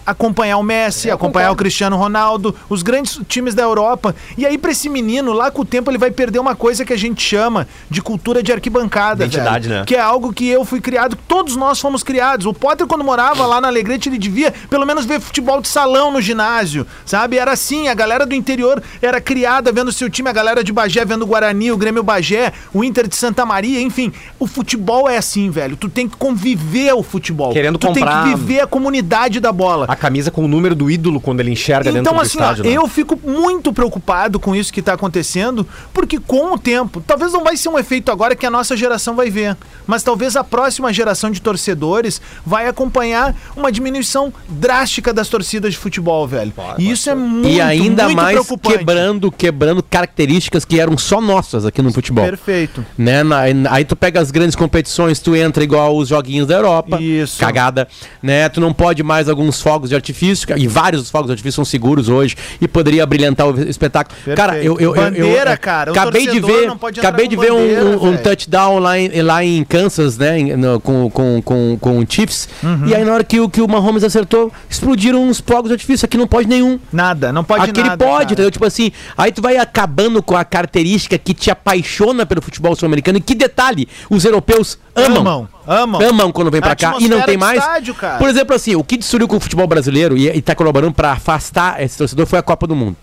[SPEAKER 2] acompanhar o Messi, acompanhar o Cristiano Ronaldo, os grandes times da Europa. E aí, pra esse menino, lá com o tempo, ele vai perder uma coisa que a gente chama de cultura de arquibancada.
[SPEAKER 3] Identidade,
[SPEAKER 2] velho.
[SPEAKER 3] né?
[SPEAKER 2] Que é algo que eu fui criado, que todos nós fomos criados. O Potter, quando morava lá na Alegrete, ele devia pelo menos ver futebol de salão no ginásio, sabe? Era assim, a galera do interior era criada vendo seu time, a galera de Bagé vendo o Guarani, o Grêmio Bagé, o Inter de Santa Maria, enfim. O futebol é assim, velho. Tu tem que conviver o futebol.
[SPEAKER 3] Querendo
[SPEAKER 2] tu
[SPEAKER 3] comprar-
[SPEAKER 2] tem que viver a comunidade da bola.
[SPEAKER 3] A camisa com o número do ídolo quando ele enxerga dentro
[SPEAKER 2] Então,
[SPEAKER 3] do
[SPEAKER 2] assim, ó,
[SPEAKER 3] estádio. né?
[SPEAKER 2] eu fico muito preocupado com isso que tá acontecendo, porque com o tempo, talvez não vai ser um efeito agora que a nossa geração vai ver, mas talvez a próxima geração de torcedores vai acompanhar uma diminuição drástica das torcidas de futebol, velho. e isso é muito,
[SPEAKER 5] e ainda
[SPEAKER 2] muito
[SPEAKER 5] mais
[SPEAKER 2] preocupante.
[SPEAKER 5] quebrando, quebrando características que eram só nossas aqui no futebol.
[SPEAKER 2] Perfeito.
[SPEAKER 5] Né? Na- aí tu pega as grandes competições, tu entra igual os joguinhos da Europa.
[SPEAKER 2] Isso.
[SPEAKER 5] Cagada. Né? Tu não pode mais alguns fogos de artifício, e vários dos fogos de artifício são seguros hoje, e poderia brilhantar o espetáculo.
[SPEAKER 2] Perfeito.
[SPEAKER 5] Cara, eu, eu, eu-
[SPEAKER 2] Bandeira,
[SPEAKER 5] eu-
[SPEAKER 2] cara, o
[SPEAKER 5] Acabei de
[SPEAKER 2] torcedor
[SPEAKER 5] ver,
[SPEAKER 2] não pode entrar
[SPEAKER 5] acabei de
[SPEAKER 2] com
[SPEAKER 5] ver um-
[SPEAKER 2] bandeira,
[SPEAKER 5] um, um
[SPEAKER 2] velho.
[SPEAKER 5] touchdown lá em, lá em Kansas, né? em- no- com, com, com, com o Chiefs.
[SPEAKER 2] Uhum.
[SPEAKER 5] E aí, na hora que, o- que o Mahomes acertou, explodiram uns fogos de artifício. Aqui não pode nenhum.
[SPEAKER 2] Nada, não pode
[SPEAKER 5] Aquele
[SPEAKER 2] nada,
[SPEAKER 5] pode,
[SPEAKER 2] cara.
[SPEAKER 5] entendeu? Tipo assim, aí tu vai acabando com a característica que te apaixona pelo futebol sul-americano. E que detalhe, os europeus amam.
[SPEAKER 2] Amam,
[SPEAKER 5] Amam.
[SPEAKER 2] amam.
[SPEAKER 5] quando vem
[SPEAKER 2] A
[SPEAKER 5] pra cá e não
[SPEAKER 2] atmosfera
[SPEAKER 5] tem
[SPEAKER 2] do
[SPEAKER 5] mais.
[SPEAKER 2] estádio, cara.
[SPEAKER 5] Por exemplo, assim, o que destruiu com o futebol brasileiro e, e tá colaborando pra afastar esse torcedor foi a Copa do Mundo.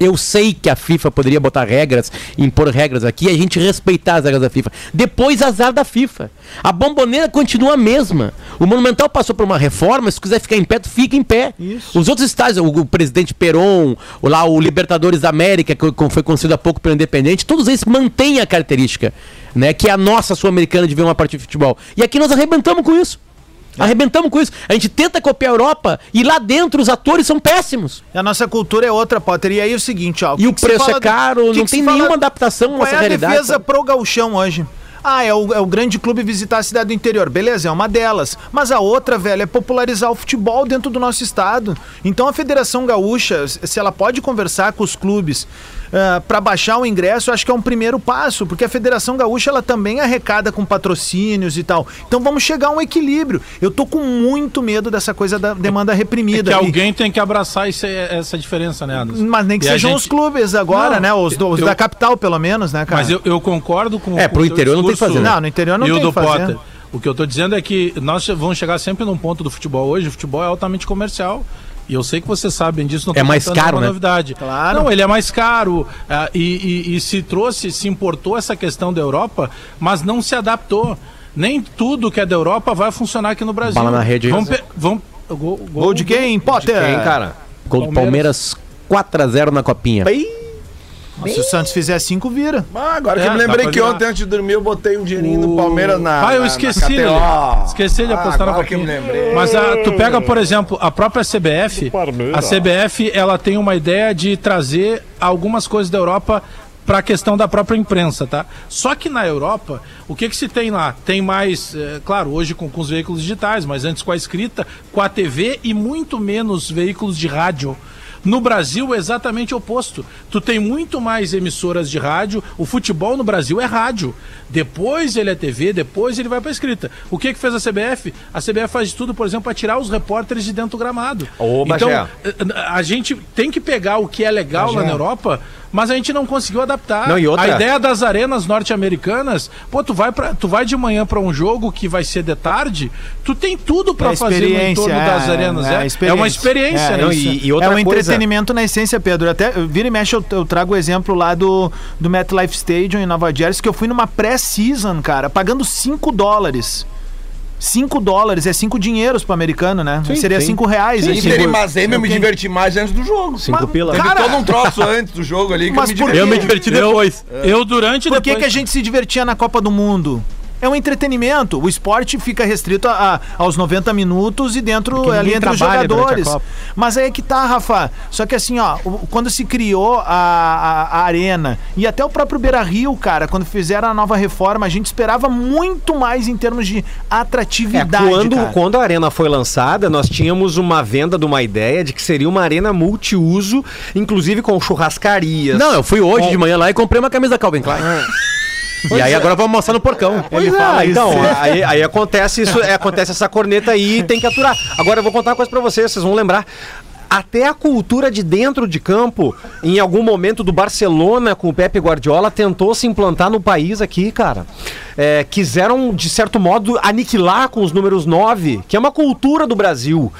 [SPEAKER 5] Eu sei que a FIFA poderia botar regras, impor regras aqui e a gente respeitar as regras da FIFA. Depois, azar da FIFA. A bomboneira continua a mesma. O Monumental passou por uma reforma, se quiser ficar em pé, tu fica em pé. Os outros estádios, o, o presidente Peron, o, lá o Libertadores da América, que co- foi construído há pouco pelo Independente, todos eles mantêm a característica, né? Que é a nossa sul-americana de ver uma partida de futebol. E aqui nós arrebentamos com isso. Arrebentamos com isso. A gente tenta copiar a Europa e lá dentro os atores são péssimos.
[SPEAKER 2] E A nossa cultura é outra, Potter. E aí é o seguinte, ó.
[SPEAKER 5] E o preço é caro, não tem nenhuma adaptação à
[SPEAKER 2] Qual é
[SPEAKER 5] nossa
[SPEAKER 2] a
[SPEAKER 5] realidade.
[SPEAKER 2] defesa
[SPEAKER 5] sabe?
[SPEAKER 2] pro gauchão hoje? Ah, é o, é o grande clube visitar a cidade do interior. Beleza, é uma delas. Mas a outra, velho, é popularizar o futebol dentro do nosso estado. Então a Federação Gaúcha, se ela pode conversar com os clubes para baixar o ingresso, eu acho que é um primeiro passo, porque a Federação Gaúcha ela também arrecada com patrocínios e tal. Então vamos chegar a um equilíbrio. Eu tô com muito medo dessa coisa da demanda reprimida.
[SPEAKER 7] É Que
[SPEAKER 2] E-
[SPEAKER 7] alguém tem que abraçar esse- essa diferença, né, Anderson?
[SPEAKER 2] Mas nem que
[SPEAKER 7] E a
[SPEAKER 2] sejam
[SPEAKER 7] gente-
[SPEAKER 2] os clubes agora,
[SPEAKER 7] Não,
[SPEAKER 2] né? Os, do- os
[SPEAKER 7] eu-
[SPEAKER 2] da capital, pelo menos, né, cara?
[SPEAKER 7] Mas eu, eu concordo com
[SPEAKER 5] É,
[SPEAKER 7] com
[SPEAKER 5] pro
[SPEAKER 7] o teu
[SPEAKER 5] interior não tem que
[SPEAKER 7] discurso
[SPEAKER 5] fazer, né?
[SPEAKER 2] Não, no interior não
[SPEAKER 7] e o
[SPEAKER 2] tem
[SPEAKER 7] do
[SPEAKER 2] que fazer.
[SPEAKER 7] Potter. O que eu tô dizendo é que nós che- vamos chegar sempre num ponto do futebol hoje. O futebol é altamente comercial. E eu sei que vocês sabem disso. Não tô
[SPEAKER 5] É mais
[SPEAKER 7] contando
[SPEAKER 5] caro,
[SPEAKER 7] nenhuma
[SPEAKER 5] né?
[SPEAKER 7] novidade.
[SPEAKER 2] Claro.
[SPEAKER 7] Não, ele é mais caro. ah, e, e- e se trouxe, se importou essa questão da Europa, mas não se adaptou. Nem tudo que é da Europa vai funcionar aqui no Brasil.
[SPEAKER 5] Bala na rede.
[SPEAKER 7] Vamos, pe- vamos- gol, gol
[SPEAKER 2] Gol de
[SPEAKER 7] do-
[SPEAKER 2] quem, Potter?
[SPEAKER 3] Quem, cara?
[SPEAKER 5] Gol do Palmeiras 4x0 na copinha.
[SPEAKER 2] Se o Santos fizer cinco, vira.
[SPEAKER 4] Ah, agora
[SPEAKER 7] É,
[SPEAKER 4] que eu me
[SPEAKER 7] dá
[SPEAKER 4] lembrei
[SPEAKER 7] pra
[SPEAKER 4] que
[SPEAKER 7] virar.
[SPEAKER 4] ontem antes de dormir eu botei um dinheirinho no Palmeiras na.
[SPEAKER 7] Ah, eu
[SPEAKER 4] na- na
[SPEAKER 7] esqueci.
[SPEAKER 4] KTO.
[SPEAKER 7] ele. Esqueci de
[SPEAKER 4] Ah,
[SPEAKER 7] apostar na
[SPEAKER 4] agora que eu
[SPEAKER 7] Copinha.
[SPEAKER 4] me lembrei.
[SPEAKER 7] Mas ah, tu pega, por exemplo, a própria CBF. A CBF, ela tem uma ideia de trazer algumas coisas da Europa para a questão da própria imprensa, tá? Só que na Europa, o que que se tem lá? Tem mais, eh, claro, hoje com, com os veículos digitais, mas antes com a escrita, com a TV e muito menos veículos de rádio. No Brasil é exatamente o oposto. Tu tem muito mais emissoras de rádio. O futebol no Brasil é rádio. Depois ele é TV, depois ele vai pra escrita. O que que fez a CBF? A CBF faz de tudo, por exemplo, para tirar os repórteres de dentro do gramado.
[SPEAKER 3] Ô,
[SPEAKER 7] então,
[SPEAKER 3] Bagé.
[SPEAKER 7] a a gente tem que pegar o que é legal lá na Europa, mas a gente não conseguiu adaptar.
[SPEAKER 3] Não, e outra?
[SPEAKER 7] A ideia das arenas norte-americanas, pô, tu vai para, tu vai de manhã pra um jogo que vai ser de tarde, tu tem tudo pra
[SPEAKER 2] É
[SPEAKER 7] fazer no entorno
[SPEAKER 2] é,
[SPEAKER 7] das arenas, é,
[SPEAKER 2] a
[SPEAKER 7] é uma experiência,
[SPEAKER 2] É,
[SPEAKER 7] né?
[SPEAKER 3] não,
[SPEAKER 2] isso.
[SPEAKER 3] e- e outra
[SPEAKER 2] é um
[SPEAKER 3] coisa-
[SPEAKER 2] entretenimento na essência, Pedro. Até eu- vira e mexe, eu, eu trago o exemplo lá do, do MetLife Stadium em Nova Jersey, que eu fui numa pré-season, cara, pagando 5 dólares. 5 dólares, é 5 dinheiros pro americano, né? Seria
[SPEAKER 5] sim.
[SPEAKER 2] 5 reais. é cinco-
[SPEAKER 4] Inter e Mazembe eu me diverti mais antes do jogo.
[SPEAKER 3] Cinco pila.
[SPEAKER 4] Teve
[SPEAKER 2] Cara-
[SPEAKER 4] todo um troço antes do jogo ali que
[SPEAKER 2] Mas
[SPEAKER 4] eu me
[SPEAKER 2] por
[SPEAKER 4] diverti.
[SPEAKER 2] Eu me
[SPEAKER 5] diverti depois.
[SPEAKER 7] Eu durante e
[SPEAKER 2] Por que,
[SPEAKER 7] depois-
[SPEAKER 2] que a gente se divertia na Copa do Mundo? É um entretenimento. O esporte fica restrito a- a- aos 90 minutos e dentro é
[SPEAKER 9] Porque
[SPEAKER 2] ali
[SPEAKER 9] ninguém
[SPEAKER 2] entre os
[SPEAKER 9] trabalha durante a
[SPEAKER 2] jogadores.
[SPEAKER 9] Copa.
[SPEAKER 2] Mas aí é que tá, Rafa. Só que assim, ó, o- quando se criou a, a- a arena e até o próprio Beira Rio, cara, quando fizeram a nova reforma, a gente esperava muito mais em termos de
[SPEAKER 3] É,
[SPEAKER 2] atratividade.
[SPEAKER 3] quando,
[SPEAKER 2] cara.
[SPEAKER 3] quando a arena foi lançada, nós tínhamos uma venda de uma ideia de que seria uma arena multiuso, inclusive com churrascarias.
[SPEAKER 5] Não, eu fui hoje de manhã lá e comprei uma camisa da Calvin Klein.
[SPEAKER 8] Ah.
[SPEAKER 5] E
[SPEAKER 8] é.
[SPEAKER 5] aí agora vamos mostrar no porcão.
[SPEAKER 3] Ele fala então, aí, aí acontece isso, é, acontece essa corneta aí e tem que aturar. Agora eu vou contar uma coisa pra vocês, vocês vão lembrar. Até a cultura de dentro de campo, em algum momento do Barcelona com o Pepe Guardiola, tentou se implantar no país aqui, cara. É, quiseram, de certo modo, aniquilar com os números 9, que é uma cultura do Brasil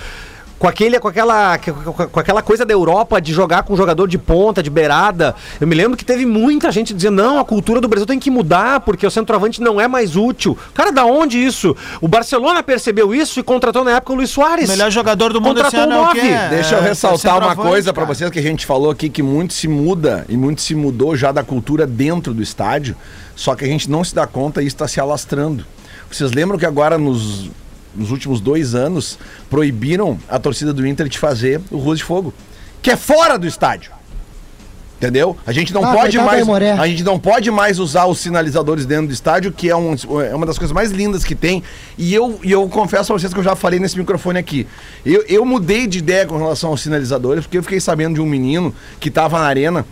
[SPEAKER 3] com, aquele, com, aquela, com com aquela coisa da Europa de jogar com jogador de ponta, de beirada. Eu me lembro que teve muita gente dizendo: não, a cultura do Brasil tem que mudar porque o centroavante não é mais útil. Cara, da onde isso? O Barcelona percebeu isso e contratou na época o Luiz Soares.
[SPEAKER 2] O melhor jogador do mundo
[SPEAKER 3] Contratou
[SPEAKER 2] esse ano
[SPEAKER 3] um
[SPEAKER 2] é o quê?
[SPEAKER 3] nove.
[SPEAKER 2] É,
[SPEAKER 4] Deixa
[SPEAKER 2] é
[SPEAKER 4] eu
[SPEAKER 2] o
[SPEAKER 4] ressaltar uma
[SPEAKER 2] centroavante,
[SPEAKER 4] coisa pra
[SPEAKER 2] cara.
[SPEAKER 4] vocês que a gente falou aqui que muito se muda e muito se mudou já da cultura dentro do estádio, só que a gente não se dá conta e está se alastrando. Vocês lembram que agora nos, nos últimos dois anos proibiram a torcida do Inter de fazer o Rua de Fogo, que é fora do estádio. Entendeu? A gente não
[SPEAKER 6] Ah,
[SPEAKER 4] pode
[SPEAKER 6] coitado do
[SPEAKER 4] mais,
[SPEAKER 6] Aimoré.
[SPEAKER 4] a gente não pode mais usar os sinalizadores dentro do estádio, que é, um- é uma das coisas mais lindas que tem. E eu, e eu confesso a vocês que eu já falei nesse microfone aqui. Eu, eu mudei de ideia com relação aos sinalizadores, porque eu fiquei sabendo de um menino que estava na arena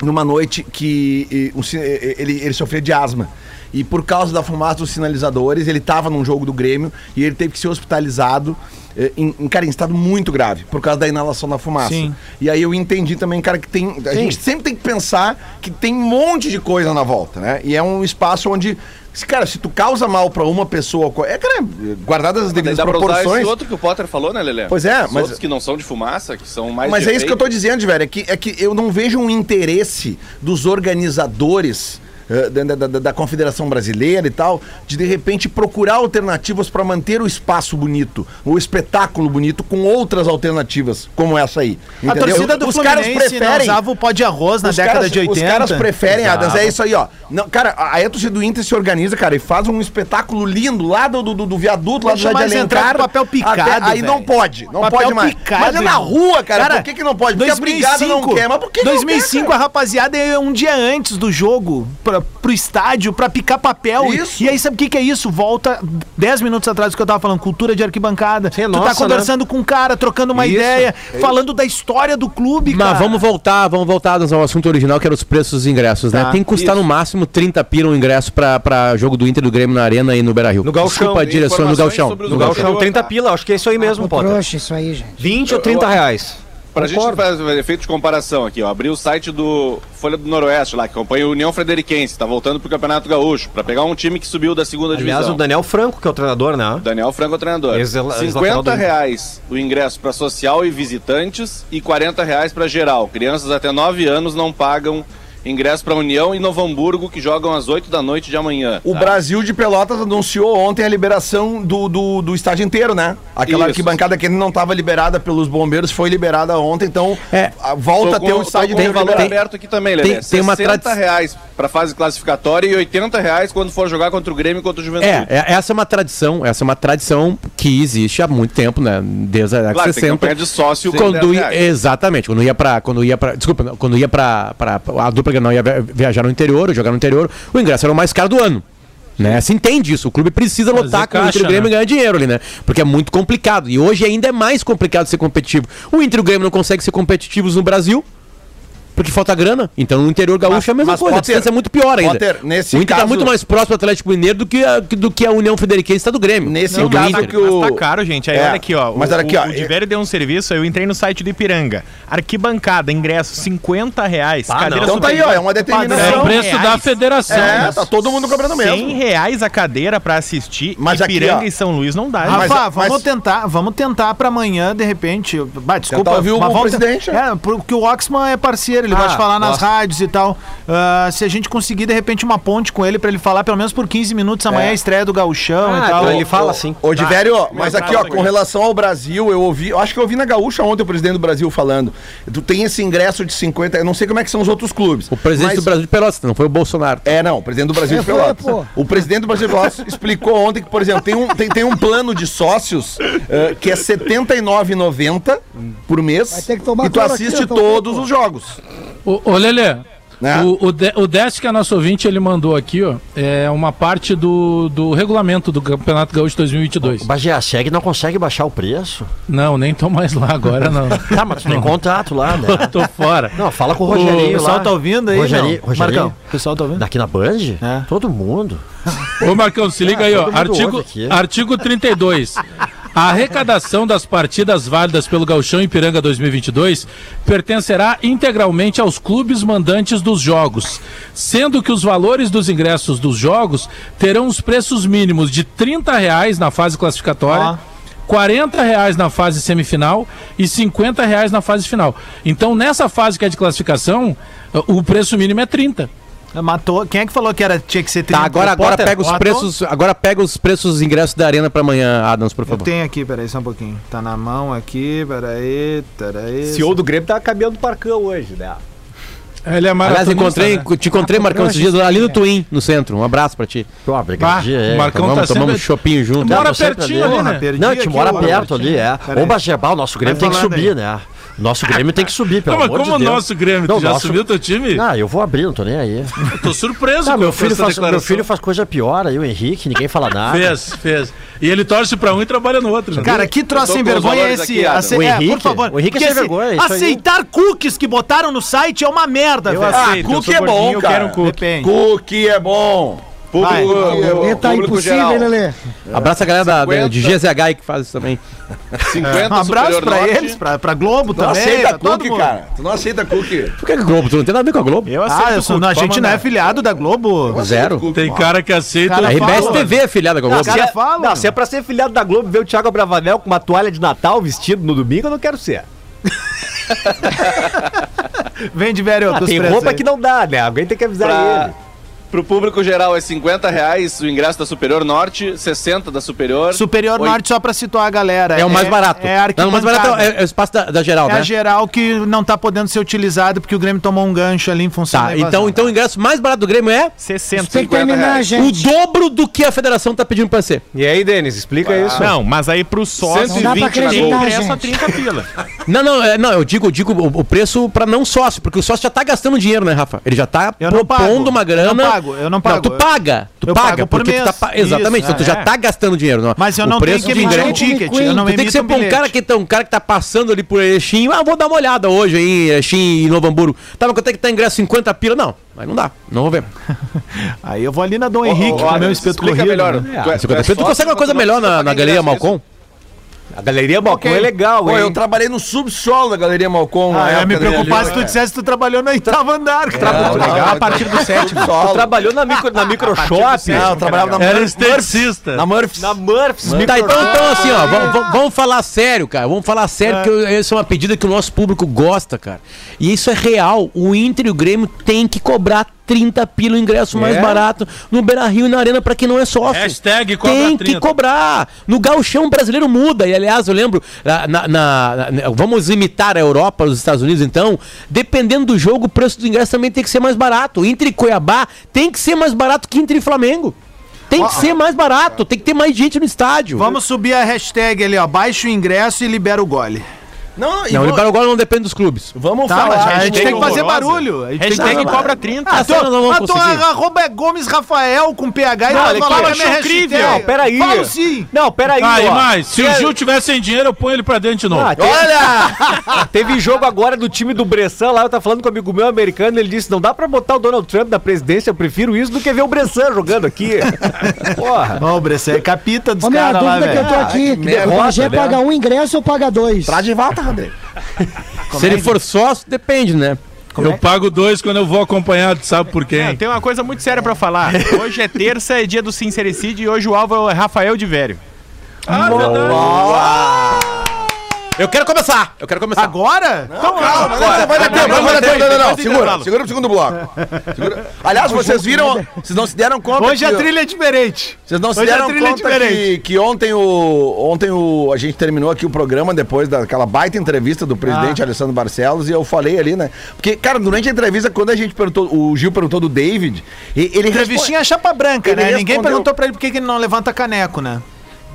[SPEAKER 4] numa noite que e, o si- e- ele, ele sofria de asma. E por causa da fumaça dos sinalizadores, ele estava num jogo do Grêmio e ele teve que ser hospitalizado eh, em, em, cara, em estado muito grave, por causa da inalação da fumaça.
[SPEAKER 2] Sim.
[SPEAKER 4] E aí eu entendi também, cara, que tem. A gente sempre tem que pensar que tem um monte de coisa na volta, né? E é um espaço onde. se, Cara, se tu causa mal pra uma pessoa. co- É, cara, guardadas as
[SPEAKER 8] Daí
[SPEAKER 4] devidas
[SPEAKER 8] dá pra usar esse
[SPEAKER 4] proporções.
[SPEAKER 8] outro que o Potter falou, né, Lelê?
[SPEAKER 4] Pois é,
[SPEAKER 8] Os
[SPEAKER 4] mas-
[SPEAKER 8] outros que não são de fumaça, que são mais
[SPEAKER 4] Mas
[SPEAKER 8] de
[SPEAKER 4] é isso que eu
[SPEAKER 8] efeito.
[SPEAKER 4] tô dizendo, velho. É que, é que eu não vejo um interesse dos organizadores. eh, Da, da- da- da Confederação Brasileira e tal, de de repente procurar alternativas para manter o espaço bonito, o espetáculo bonito, com outras alternativas, como essa aí.
[SPEAKER 2] A torcida do
[SPEAKER 4] Os caras
[SPEAKER 2] Fluminense né,
[SPEAKER 4] preferem.
[SPEAKER 2] usava o pó de arroz na
[SPEAKER 4] Os
[SPEAKER 2] década
[SPEAKER 4] caras-
[SPEAKER 2] de 80.
[SPEAKER 4] Os caras preferem, Adams, é isso aí, ó. Não, cara, aí a torcida do Inter se organiza, cara, e faz um espetáculo lindo lá do, do, do viaduto, lá do
[SPEAKER 2] Deixa
[SPEAKER 4] Jardim
[SPEAKER 2] mais entrar
[SPEAKER 4] Alencar.
[SPEAKER 2] com papel picado,
[SPEAKER 4] até- aí
[SPEAKER 2] velho.
[SPEAKER 4] não pode, não
[SPEAKER 2] Papel
[SPEAKER 4] pode mais.
[SPEAKER 2] picado,
[SPEAKER 4] mas é na
[SPEAKER 2] irmão.
[SPEAKER 4] rua, cara, por que que não pode? Porque a brigada não quer, mas por que que não quer,
[SPEAKER 2] 2005
[SPEAKER 4] cara?
[SPEAKER 2] a rapaziada é um dia antes do jogo pra, ômega pro estádio pra picar papel. E-
[SPEAKER 4] Isso.
[SPEAKER 2] E aí, sabe o que, que é isso? Volta 10 minutos atrás do que eu tava falando, cultura de arquibancada.
[SPEAKER 3] Sim,
[SPEAKER 2] tu
[SPEAKER 3] nossa,
[SPEAKER 2] tá
[SPEAKER 3] né?
[SPEAKER 2] conversando com um cara, trocando uma
[SPEAKER 3] Isso.
[SPEAKER 2] ideia,
[SPEAKER 4] É
[SPEAKER 2] falando da história do
[SPEAKER 8] é.
[SPEAKER 2] clube, cara.
[SPEAKER 5] Mas vamos voltar, vamos voltar ao assunto original, que era os preços dos ingressos,
[SPEAKER 8] Tá,
[SPEAKER 5] né? Tem que custar no máximo 30 pila o ingresso pra, pra jogo do Inter e do Grêmio na Arena e no Beira Rio.
[SPEAKER 3] No Gauchão,
[SPEAKER 5] Desculpa a
[SPEAKER 3] tem
[SPEAKER 5] direção, no
[SPEAKER 8] informações
[SPEAKER 5] Galchão.
[SPEAKER 8] sobre os
[SPEAKER 3] No Galchão,
[SPEAKER 8] Anterior,
[SPEAKER 3] 30
[SPEAKER 8] tá.
[SPEAKER 3] pila, acho que é isso aí mesmo, Potter.
[SPEAKER 6] Trouxa, isso aí, gente.
[SPEAKER 3] 20 ou 30
[SPEAKER 8] Eu-
[SPEAKER 3] reais.
[SPEAKER 8] Pra gente fazer efeito de comparação aqui, ó, abri o site do Folha do Noroeste lá, que acompanha o União Frederiquense, tá voltando pro Campeonato Gaúcho, pra pegar um time que subiu da segunda
[SPEAKER 3] Aliás, o
[SPEAKER 8] divisão.
[SPEAKER 3] Daniel Franco, que é o treinador, né?
[SPEAKER 8] Daniel Franco é o treinador.
[SPEAKER 3] Ex- ex-lateral
[SPEAKER 8] 50
[SPEAKER 3] do-
[SPEAKER 8] reais o ingresso para social e visitantes e 40 reais para geral. Crianças até 9 anos não pagam ingresso para União e Novo Hamburgo, que jogam às 8 da noite de amanhã.
[SPEAKER 4] O Brasil de Pelotas anunciou ontem a liberação do, do, do estádio inteiro, né? Aquela
[SPEAKER 8] Isso.
[SPEAKER 4] arquibancada que não estava liberada pelos bombeiros foi liberada ontem, então
[SPEAKER 5] É.
[SPEAKER 4] a- volta a ter o estádio
[SPEAKER 8] tem
[SPEAKER 4] inteiro
[SPEAKER 8] valor
[SPEAKER 4] liberado.
[SPEAKER 8] aberto aqui também,
[SPEAKER 5] tem-
[SPEAKER 8] Lelé.
[SPEAKER 5] tem uma tradi-
[SPEAKER 8] reais para fase classificatória e 80 reais quando for jogar contra o Grêmio e contra o Juventude.
[SPEAKER 5] É, é- essa é uma tradição, essa é uma tradição que existe há muito tempo, né? Desde a década
[SPEAKER 8] Claro,
[SPEAKER 5] de
[SPEAKER 8] tem
[SPEAKER 5] 60.
[SPEAKER 8] campanha de sócio com
[SPEAKER 5] Quando
[SPEAKER 8] 10
[SPEAKER 5] ia-
[SPEAKER 8] reais.
[SPEAKER 5] exatamente, quando ia pra. quando ia para, desculpa, não, quando ia pra, pra a dupla Grenal ia via- viajar no interior, jogar no interior, o ingresso era o mais caro do ano. Né? Se entende isso, o clube precisa lotar com o Inter e
[SPEAKER 7] caixa,
[SPEAKER 5] o Grêmio
[SPEAKER 7] né?
[SPEAKER 5] e ganhar dinheiro ali, né? Porque é muito complicado. E hoje ainda é mais complicado ser competitivo. O Inter e o Grêmio não conseguem ser competitivos no Brasil. Porque falta grana. Então no interior gaúcho
[SPEAKER 4] Mas-
[SPEAKER 5] é a mesma
[SPEAKER 4] mas,
[SPEAKER 5] coisa.
[SPEAKER 4] Potter,
[SPEAKER 5] a distância é muito pior ainda.
[SPEAKER 4] Potter, nesse
[SPEAKER 5] o Inter tá
[SPEAKER 4] caso-
[SPEAKER 5] muito mais próximo do Atlético Mineiro do que a, do que a União Frederiquense está do Grêmio.
[SPEAKER 4] Nesse
[SPEAKER 5] do
[SPEAKER 4] caso
[SPEAKER 5] Inter.
[SPEAKER 4] que o-
[SPEAKER 9] Mas tá caro, gente. Aí
[SPEAKER 4] É,
[SPEAKER 9] olha aqui, ó.
[SPEAKER 4] mas
[SPEAKER 9] o,
[SPEAKER 4] olha aqui, ó,
[SPEAKER 9] O,
[SPEAKER 4] é-
[SPEAKER 9] o Diverio deu um serviço, eu entrei no site do Ipiranga. Arquibancada, ingresso, 50 reais.
[SPEAKER 3] não.
[SPEAKER 4] Então tá aí, ó, é uma
[SPEAKER 7] É o
[SPEAKER 2] um
[SPEAKER 4] determinação.
[SPEAKER 9] Padrão.
[SPEAKER 7] preço
[SPEAKER 9] reais.
[SPEAKER 7] da federação.
[SPEAKER 4] É, tá todo mundo cobrando
[SPEAKER 9] 100
[SPEAKER 4] mesmo.
[SPEAKER 9] reais a cadeira pra assistir.
[SPEAKER 4] Mas aqui,
[SPEAKER 9] Ipiranga
[SPEAKER 4] ó.
[SPEAKER 9] e São Luís não dá. gente.
[SPEAKER 4] mas-
[SPEAKER 2] Rafa, vamos
[SPEAKER 4] mas-
[SPEAKER 2] tentar, vamos tentar pra amanhã, de repente. Bah, desculpa,
[SPEAKER 4] Tentar ouvir o
[SPEAKER 2] mas vamos te-
[SPEAKER 4] presidente.
[SPEAKER 2] É, porque o Oxman é parceiro, ele vai te falar nas
[SPEAKER 3] nossa.
[SPEAKER 2] rádios e tal. Ah, se a gente conseguir, de repente, uma ponte com ele pra ele falar pelo menos por 15 minutos amanhã é a estreia Ah, do Gauchão e tal.
[SPEAKER 3] ele fala assim.
[SPEAKER 4] Ô, Diverio, ó, mas
[SPEAKER 9] Meu
[SPEAKER 4] aqui, ó,
[SPEAKER 9] bravo,
[SPEAKER 4] com relação ao Brasil, eu ouvi, eu acho que eu ouvi na Gaúcha ontem o presidente do Brasil falando. Tu tem esse ingresso de 50, eu não sei como é que são os outros clubes.
[SPEAKER 5] O presidente
[SPEAKER 4] mas-
[SPEAKER 5] do Brasil de Pelotas, não foi o Bolsonaro.
[SPEAKER 4] É, não, o presidente do Brasil
[SPEAKER 6] É,
[SPEAKER 4] de Pelotas.
[SPEAKER 6] foi, pô.
[SPEAKER 4] O presidente do Brasil de Pelotas explicou ontem que, por exemplo, tem um, tem, tem um plano de sócios eh, que é R$ 79,90 por mês.
[SPEAKER 6] Vai ter que tomar
[SPEAKER 4] e tu
[SPEAKER 6] cloro
[SPEAKER 4] assiste
[SPEAKER 6] aqui, eu tô
[SPEAKER 4] todos
[SPEAKER 6] louco.
[SPEAKER 4] os jogos.
[SPEAKER 7] Ô, ô Lelê,
[SPEAKER 4] Né?
[SPEAKER 7] o, o, de, o Décio, que é nosso ouvinte, ele mandou aqui, ó, é uma parte do, do regulamento do Campeonato Gaúcho 2022.
[SPEAKER 10] Bagé, segue não consegue baixar o preço?
[SPEAKER 7] Não, nem tô mais lá agora, não.
[SPEAKER 10] Tá, mas tu tem contrato lá, né?
[SPEAKER 7] tô fora.
[SPEAKER 10] Não, fala com o
[SPEAKER 2] O
[SPEAKER 10] Rogerinho
[SPEAKER 2] pessoal
[SPEAKER 10] lá.
[SPEAKER 2] tá ouvindo aí,
[SPEAKER 10] Rogerinho,
[SPEAKER 2] não?
[SPEAKER 10] Rogerinho.
[SPEAKER 2] Marcão, o pessoal tá ouvindo?
[SPEAKER 10] Daqui na Band? Todo mundo.
[SPEAKER 7] Ô Marcão, se liga aí, ó.
[SPEAKER 10] Ah, todo mundo
[SPEAKER 7] Artigo,
[SPEAKER 10] ouve aqui.
[SPEAKER 7] artigo 32. A arrecadação das partidas válidas pelo Gauchão Ipiranga 2022 pertencerá integralmente aos clubes mandantes dos jogos, sendo que os valores dos ingressos dos jogos terão os preços mínimos de R$ 30 reais na fase classificatória.
[SPEAKER 2] Ó.
[SPEAKER 7] R$ 40 reais na fase semifinal e R$ 50 reais na fase final. Então, nessa fase que é de classificação, o preço mínimo é 30.
[SPEAKER 2] Matou. Quem é que falou que era, tinha que ser 30?
[SPEAKER 5] Tá, agora,
[SPEAKER 2] O
[SPEAKER 5] agora
[SPEAKER 2] Potter?
[SPEAKER 5] pega os
[SPEAKER 2] Matou?
[SPEAKER 5] preços. Agora pega os preços dos ingressos da arena pra amanhã, Adams, por
[SPEAKER 2] Eu
[SPEAKER 5] favor.
[SPEAKER 2] tenho aqui, peraí, só um pouquinho. Tá na mão aqui, peraí, peraí.
[SPEAKER 3] O CEO do Grêmio tá caminhando do Parcão hoje, né?
[SPEAKER 7] Ele é
[SPEAKER 5] Aliás,
[SPEAKER 7] maratonista,
[SPEAKER 5] encontrei,
[SPEAKER 7] né?
[SPEAKER 5] te encontrei, Marcão, esses dias ali no Twin, no centro. Um abraço pra ti.
[SPEAKER 10] Pô,
[SPEAKER 7] Bah,
[SPEAKER 10] brigadinho, é.
[SPEAKER 7] o Marcão
[SPEAKER 5] Tomamos,
[SPEAKER 7] tá
[SPEAKER 5] tomamos um
[SPEAKER 7] sempre...
[SPEAKER 5] shoppinho junto.
[SPEAKER 7] Mora
[SPEAKER 10] eu sempre ali,
[SPEAKER 7] pertinho ali,
[SPEAKER 2] Porra,
[SPEAKER 7] né?
[SPEAKER 2] perdi
[SPEAKER 10] Não, a gente
[SPEAKER 2] aqui
[SPEAKER 10] mora
[SPEAKER 2] o-
[SPEAKER 10] perto ali, é.
[SPEAKER 2] Pera aí.
[SPEAKER 10] Ô, Bagébal, o nosso Grêmio tem que
[SPEAKER 2] falando
[SPEAKER 10] subir, né? Nosso Grêmio tem que subir, pelo
[SPEAKER 7] Não, mas
[SPEAKER 10] amor
[SPEAKER 7] como o
[SPEAKER 10] de Deus.
[SPEAKER 7] nosso Grêmio, tu
[SPEAKER 10] Não,
[SPEAKER 7] já
[SPEAKER 10] nosso-
[SPEAKER 7] subiu teu time?
[SPEAKER 10] Ah, eu vou abrir, não tô nem aí.
[SPEAKER 7] Eu tô surpreso
[SPEAKER 10] Tá,
[SPEAKER 7] com
[SPEAKER 10] meu
[SPEAKER 7] essa
[SPEAKER 10] filho, faz, meu
[SPEAKER 7] declaração.
[SPEAKER 10] filho faz coisa pior aí, o Henrique, ninguém fala nada.
[SPEAKER 7] Fez, fez. E ele torce pra um e trabalha no outro. né?
[SPEAKER 2] Cara, que troço
[SPEAKER 8] Eu tô
[SPEAKER 2] sem
[SPEAKER 8] com os
[SPEAKER 2] vergonha é
[SPEAKER 8] valores
[SPEAKER 2] esse?
[SPEAKER 8] aqui, Adam.
[SPEAKER 2] Ace-
[SPEAKER 10] O
[SPEAKER 2] é, por
[SPEAKER 10] Henrique-
[SPEAKER 2] favor.
[SPEAKER 10] o Henrique é
[SPEAKER 2] Porque
[SPEAKER 10] sem
[SPEAKER 2] esse-
[SPEAKER 10] vergonha, é isso aí.
[SPEAKER 2] Aceitar cookies que botaram no site é uma merda,
[SPEAKER 9] Eu
[SPEAKER 2] velho.
[SPEAKER 9] aceito, eu sou gordinho, eu quero um cookie.
[SPEAKER 2] Depende.
[SPEAKER 4] Cookie é bom.
[SPEAKER 2] Vai.
[SPEAKER 8] Público,
[SPEAKER 6] Lelê
[SPEAKER 8] público
[SPEAKER 6] tá impossível,
[SPEAKER 8] geral.
[SPEAKER 6] hein,
[SPEAKER 2] um
[SPEAKER 6] Lelê?
[SPEAKER 5] Abraça a galera da- da, de GZH aí que faz isso também.
[SPEAKER 8] 50
[SPEAKER 2] Um abraço
[SPEAKER 8] Superior
[SPEAKER 2] pra
[SPEAKER 8] Norte.
[SPEAKER 2] eles, pra, pra Globo
[SPEAKER 4] Tu não
[SPEAKER 2] também.
[SPEAKER 4] Então aceita
[SPEAKER 2] pra
[SPEAKER 6] tá
[SPEAKER 2] todo
[SPEAKER 4] cookie,
[SPEAKER 2] mundo.
[SPEAKER 4] cara. Tu não aceita cookie.
[SPEAKER 5] Por que que Globo? Tu não tem nada a ver com a Globo?
[SPEAKER 9] Eu aceito
[SPEAKER 2] Ah, eu sou,
[SPEAKER 9] o
[SPEAKER 2] não, a
[SPEAKER 9] cookie,
[SPEAKER 2] gente
[SPEAKER 9] pode
[SPEAKER 2] não é
[SPEAKER 9] mandar.
[SPEAKER 2] filiado da Globo.
[SPEAKER 5] Zero.
[SPEAKER 7] Tem cara que aceita.
[SPEAKER 2] Cara,
[SPEAKER 5] A RBS
[SPEAKER 2] fala.
[SPEAKER 5] TV é afiliada com a
[SPEAKER 2] Não,
[SPEAKER 5] Globo.
[SPEAKER 2] cara
[SPEAKER 3] é-
[SPEAKER 2] fala.
[SPEAKER 3] Não, se é pra ser filiado da Globo e ver o Thiago Bravanel com uma toalha de Natal vestido no domingo, eu não quero ser.
[SPEAKER 2] Vem de velho,
[SPEAKER 3] Ah,
[SPEAKER 2] dos
[SPEAKER 3] tem
[SPEAKER 2] preços
[SPEAKER 3] roupa
[SPEAKER 2] aí.
[SPEAKER 3] que não dá, né? Alguém tem que avisar
[SPEAKER 8] Pra...
[SPEAKER 3] ele.
[SPEAKER 8] Pro público geral é 50 reais o ingresso da Superior Norte, 60 da Superior.
[SPEAKER 2] Superior
[SPEAKER 8] Oi.
[SPEAKER 2] Norte, só pra situar a galera.
[SPEAKER 5] É o mais barato.
[SPEAKER 2] É,
[SPEAKER 5] não, o mais barato é, é o espaço da, da geral,
[SPEAKER 2] É
[SPEAKER 5] né?
[SPEAKER 2] a geral que não tá podendo ser utilizada porque o Grêmio tomou um gancho ali em função
[SPEAKER 5] Tá,
[SPEAKER 2] da
[SPEAKER 5] então,
[SPEAKER 2] invasão.
[SPEAKER 5] então o ingresso mais barato do Grêmio é
[SPEAKER 9] 60.
[SPEAKER 6] Tem que
[SPEAKER 8] 50
[SPEAKER 6] terminar,
[SPEAKER 8] reais.
[SPEAKER 5] o
[SPEAKER 6] gente.
[SPEAKER 5] dobro do que a federação tá pedindo pra ser.
[SPEAKER 3] E aí, Denis, explica isso.
[SPEAKER 9] Não, mas aí pro sócio
[SPEAKER 6] Não dá pra
[SPEAKER 9] tem
[SPEAKER 6] acreditar,
[SPEAKER 9] ingresso
[SPEAKER 6] gente.
[SPEAKER 9] a 30 pila.
[SPEAKER 5] Não, não, é, não, eu digo, eu digo o, o preço pra não sócio, porque o sócio já tá gastando dinheiro, né, Rafa? Ele já tá
[SPEAKER 2] Eu não
[SPEAKER 5] propondo
[SPEAKER 2] pago,
[SPEAKER 5] uma grana.
[SPEAKER 2] eu não pago, eu não pago,
[SPEAKER 5] tu
[SPEAKER 2] eu-
[SPEAKER 5] paga, tu
[SPEAKER 2] eu
[SPEAKER 5] paga,
[SPEAKER 2] pago por
[SPEAKER 5] porque tu tá
[SPEAKER 2] mês,
[SPEAKER 5] pa- Exatamente,
[SPEAKER 2] isso,
[SPEAKER 5] então tu
[SPEAKER 2] é.
[SPEAKER 5] já tá gastando dinheiro. Não.
[SPEAKER 2] Mas eu não
[SPEAKER 5] O
[SPEAKER 2] tenho
[SPEAKER 5] preço
[SPEAKER 2] que
[SPEAKER 5] de
[SPEAKER 2] emitir um
[SPEAKER 5] ingresso-
[SPEAKER 2] ticket. Eu não
[SPEAKER 5] tu tem que
[SPEAKER 2] emito
[SPEAKER 5] ser
[SPEAKER 2] um
[SPEAKER 5] pra um
[SPEAKER 2] bilhete.
[SPEAKER 5] cara que, tá, um cara que tá passando ali por Erechim. Ah, vou dar uma olhada hoje aí, em Erechim e Novo Hamburgo. Tá, mas quanto é que tá ingresso? 50 pila? Não, mas não dá. Não vou ver.
[SPEAKER 2] Aí eu vou ali na Dom Henrique comer um espeto
[SPEAKER 8] explica
[SPEAKER 2] corrido.
[SPEAKER 8] melhor.
[SPEAKER 2] né?
[SPEAKER 8] Tu, é- tu,
[SPEAKER 5] 50 pila.
[SPEAKER 8] é
[SPEAKER 5] Tu
[SPEAKER 8] sócio,
[SPEAKER 5] consegue uma coisa
[SPEAKER 8] não-
[SPEAKER 5] melhor
[SPEAKER 8] tu não
[SPEAKER 5] na, na
[SPEAKER 8] paga
[SPEAKER 5] Galeria
[SPEAKER 8] ingresso,
[SPEAKER 5] Malcom?
[SPEAKER 3] A galeria Balcão é legal,
[SPEAKER 4] Pô,
[SPEAKER 3] hein?
[SPEAKER 4] eu trabalhei no subsolo da Galeria Malcom.
[SPEAKER 2] Ah, eu ia me preocupar
[SPEAKER 4] preocupar
[SPEAKER 2] se tu dissesse que tu trabalhou no oitavo andar. cara.
[SPEAKER 4] Legal, a partir do sétimo.
[SPEAKER 3] Tu trabalhou na, micro, na microshop?
[SPEAKER 4] Não, eu trabalhava na
[SPEAKER 7] Era
[SPEAKER 4] Murphys.
[SPEAKER 7] esteticista.
[SPEAKER 4] Na Murphys.
[SPEAKER 3] Na Murphys,
[SPEAKER 5] Tá, então, então assim, ó, vamos- vamos, vamos falar sério, cara. Vamos falar sério, que eu- essa é uma pedida que o nosso público gosta, cara. E isso é real. O Inter e o Grêmio tem que cobrar 30 pila o ingresso mais barato no Beira Rio e na Arena pra quem não é sócio.
[SPEAKER 7] É. Hashtag cobra
[SPEAKER 5] tem
[SPEAKER 7] 30.
[SPEAKER 5] que cobrar. No gauchão o brasileiro muda. E aliás, eu lembro, na, na- na- na- vamos imitar a Europa, os Estados Unidos, então. Dependendo do jogo, o preço do ingresso também tem que ser mais barato. Inter e Cuiabá tem que ser mais barato que Inter e Flamengo. Tem que ser mais barato, tem que ter mais gente no estádio.
[SPEAKER 2] Vamos subir a hashtag ali, ó. Baixa o ingresso e libera o gole.
[SPEAKER 4] Não, e
[SPEAKER 5] Não,
[SPEAKER 4] vamos-
[SPEAKER 5] liberar o gol não depende dos clubes.
[SPEAKER 4] Vamos
[SPEAKER 2] Tá,
[SPEAKER 4] falar.
[SPEAKER 2] mas a gente tem que fazer
[SPEAKER 9] horrorosa.
[SPEAKER 2] barulho. A gente tem que
[SPEAKER 9] Hashtag
[SPEAKER 2] fazer barulho.
[SPEAKER 9] cobra 30.
[SPEAKER 2] Ah,
[SPEAKER 5] Essa
[SPEAKER 2] tu,
[SPEAKER 5] nós não vamos
[SPEAKER 2] ah, tu
[SPEAKER 5] conseguir.
[SPEAKER 2] arroba é Gomes Rafael com PH e
[SPEAKER 3] Não,
[SPEAKER 2] tu
[SPEAKER 3] ele
[SPEAKER 2] arroba
[SPEAKER 3] fala
[SPEAKER 9] é
[SPEAKER 2] a é minha hashtag.
[SPEAKER 3] chocrível. Não, peraí.
[SPEAKER 2] Falo sim.
[SPEAKER 3] Não, peraí,
[SPEAKER 7] Tá, e
[SPEAKER 3] ó.
[SPEAKER 7] mais, se o Gil tivesse sem dinheiro, eu ponho ele pra dentro de novo.
[SPEAKER 3] Ah, teve, Olha! teve jogo agora do time do Bressan lá, eu tava falando com um amigo meu americano, ele disse, não dá pra botar o Donald Trump na presidência, eu prefiro isso do que ver o Bressan jogando aqui. Porra.
[SPEAKER 2] Ó, o Bressé é capita dos
[SPEAKER 6] Ô, minha
[SPEAKER 2] caras lá,
[SPEAKER 6] dúvida é que eu
[SPEAKER 2] velho.
[SPEAKER 6] tô aqui. O
[SPEAKER 3] derrota,
[SPEAKER 6] Bagé
[SPEAKER 3] né?
[SPEAKER 6] paga um ingresso ou paga dois?
[SPEAKER 4] Traz de volta, Rodrigo.
[SPEAKER 5] Se ele for sócio, depende, né?
[SPEAKER 7] eu pago dois quando eu vou acompanhado, sabe por
[SPEAKER 9] É,
[SPEAKER 7] quem?
[SPEAKER 9] tem uma coisa muito séria pra falar. Hoje é terça, é dia do Sincericídio e hoje o alvo é Rafael de Vério.
[SPEAKER 7] Ah, verdade.
[SPEAKER 5] Eu quero começar. Eu quero começar.
[SPEAKER 2] Agora? então calma.
[SPEAKER 4] Vai Ah, vai dar tempo,
[SPEAKER 9] não, não,
[SPEAKER 4] vai dar tempo. Não,
[SPEAKER 9] não,
[SPEAKER 4] não, não.
[SPEAKER 9] não,
[SPEAKER 4] Segura,
[SPEAKER 9] não.
[SPEAKER 4] segura pro segundo bloco. Segura. Aliás, vocês viram, vocês não se deram conta.
[SPEAKER 2] Hoje a
[SPEAKER 4] que-
[SPEAKER 2] trilha é diferente.
[SPEAKER 4] Vocês não se
[SPEAKER 2] Hoje a
[SPEAKER 4] deram
[SPEAKER 2] trilha é
[SPEAKER 4] conta
[SPEAKER 2] diferente.
[SPEAKER 4] que, que ontem, o, ontem o, a gente terminou aqui o programa depois daquela baita entrevista do
[SPEAKER 2] Ah.
[SPEAKER 4] presidente Alessandro Barcelos e eu falei ali, né? Porque, cara, durante a entrevista, quando a gente perguntou, o Gil perguntou do David, e- ele
[SPEAKER 2] Entrevistinha chapa branca,
[SPEAKER 4] Ele
[SPEAKER 2] né? Ninguém
[SPEAKER 4] respondeu-
[SPEAKER 2] perguntou pra ele por que que ele não levanta caneco, né?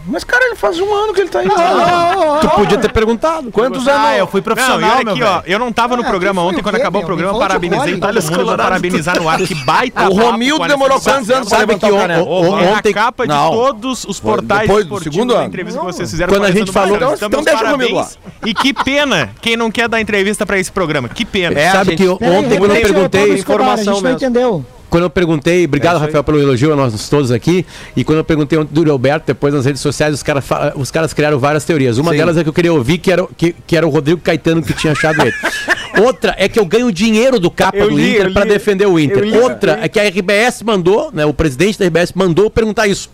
[SPEAKER 4] responde, Mas, cara, ele faz um ano que ele tá aí.
[SPEAKER 5] Ah, Tu podia ter perguntado.
[SPEAKER 2] Quantos anos? Ah, eu
[SPEAKER 9] Não,
[SPEAKER 2] fui
[SPEAKER 9] e
[SPEAKER 2] profissional,
[SPEAKER 9] olha
[SPEAKER 2] meu
[SPEAKER 9] aqui,
[SPEAKER 2] velho.
[SPEAKER 9] ó. Eu não tava no
[SPEAKER 6] Ah,
[SPEAKER 9] programa
[SPEAKER 6] quem foi
[SPEAKER 9] ontem,
[SPEAKER 6] o
[SPEAKER 9] quando
[SPEAKER 6] quê,
[SPEAKER 9] acabou o
[SPEAKER 6] meu? Me
[SPEAKER 9] programa,
[SPEAKER 6] fala de
[SPEAKER 9] parabenizei
[SPEAKER 6] Rony.
[SPEAKER 9] todo
[SPEAKER 2] Olha os
[SPEAKER 9] mundo. Vou
[SPEAKER 2] colorados.
[SPEAKER 9] parabenizar no ar. Que
[SPEAKER 5] ah.
[SPEAKER 9] baita
[SPEAKER 4] O
[SPEAKER 9] papo
[SPEAKER 4] Romildo
[SPEAKER 9] com o
[SPEAKER 4] demorou
[SPEAKER 9] Alessandro
[SPEAKER 4] quantos anos pra
[SPEAKER 5] Sabe
[SPEAKER 4] levantar
[SPEAKER 5] que
[SPEAKER 4] o
[SPEAKER 5] on-
[SPEAKER 4] caneco?
[SPEAKER 5] on-
[SPEAKER 9] É a
[SPEAKER 5] ontem.
[SPEAKER 9] capa de
[SPEAKER 5] Não.
[SPEAKER 9] todos os portais
[SPEAKER 4] Depois do
[SPEAKER 9] esportivos
[SPEAKER 4] segundo
[SPEAKER 9] da
[SPEAKER 4] ano.
[SPEAKER 9] entrevista que vocês fizeram
[SPEAKER 5] Quando
[SPEAKER 9] com
[SPEAKER 5] a
[SPEAKER 9] o
[SPEAKER 5] gente
[SPEAKER 9] Alessandro
[SPEAKER 5] falou-
[SPEAKER 9] Barcelos.
[SPEAKER 4] Então-
[SPEAKER 9] Estamos
[SPEAKER 4] então deixa comigo
[SPEAKER 9] parabéns. E que pena quem não quer dar entrevista pra esse programa. Que pena.
[SPEAKER 5] É,
[SPEAKER 9] É,
[SPEAKER 5] Sabe
[SPEAKER 3] É,
[SPEAKER 5] que eu-
[SPEAKER 6] Peraí,
[SPEAKER 5] ontem, quando eu
[SPEAKER 6] repete, Paulo
[SPEAKER 5] perguntei.
[SPEAKER 6] Escobar, A
[SPEAKER 5] Informação
[SPEAKER 6] gente não
[SPEAKER 5] mesmo.
[SPEAKER 6] entendeu.
[SPEAKER 5] Quando eu perguntei,
[SPEAKER 9] É
[SPEAKER 5] obrigado Rafael pelo elogio a nós todos aqui. E quando eu perguntei ontem do Roberto, depois nas redes sociais, os, cara fala- os caras criaram várias teorias. Uma delas é que eu queria ouvir que era, o- que, que era o Rodrigo Caetano que tinha achado ele. Outra é que eu ganho dinheiro do capa
[SPEAKER 3] Eu
[SPEAKER 5] do
[SPEAKER 3] li, eu
[SPEAKER 5] Inter pra
[SPEAKER 3] li.
[SPEAKER 5] defender
[SPEAKER 3] Eu
[SPEAKER 5] o Inter.
[SPEAKER 3] li.
[SPEAKER 5] Outra é que a RBS mandou, né? O presidente da RBS mandou perguntar isso.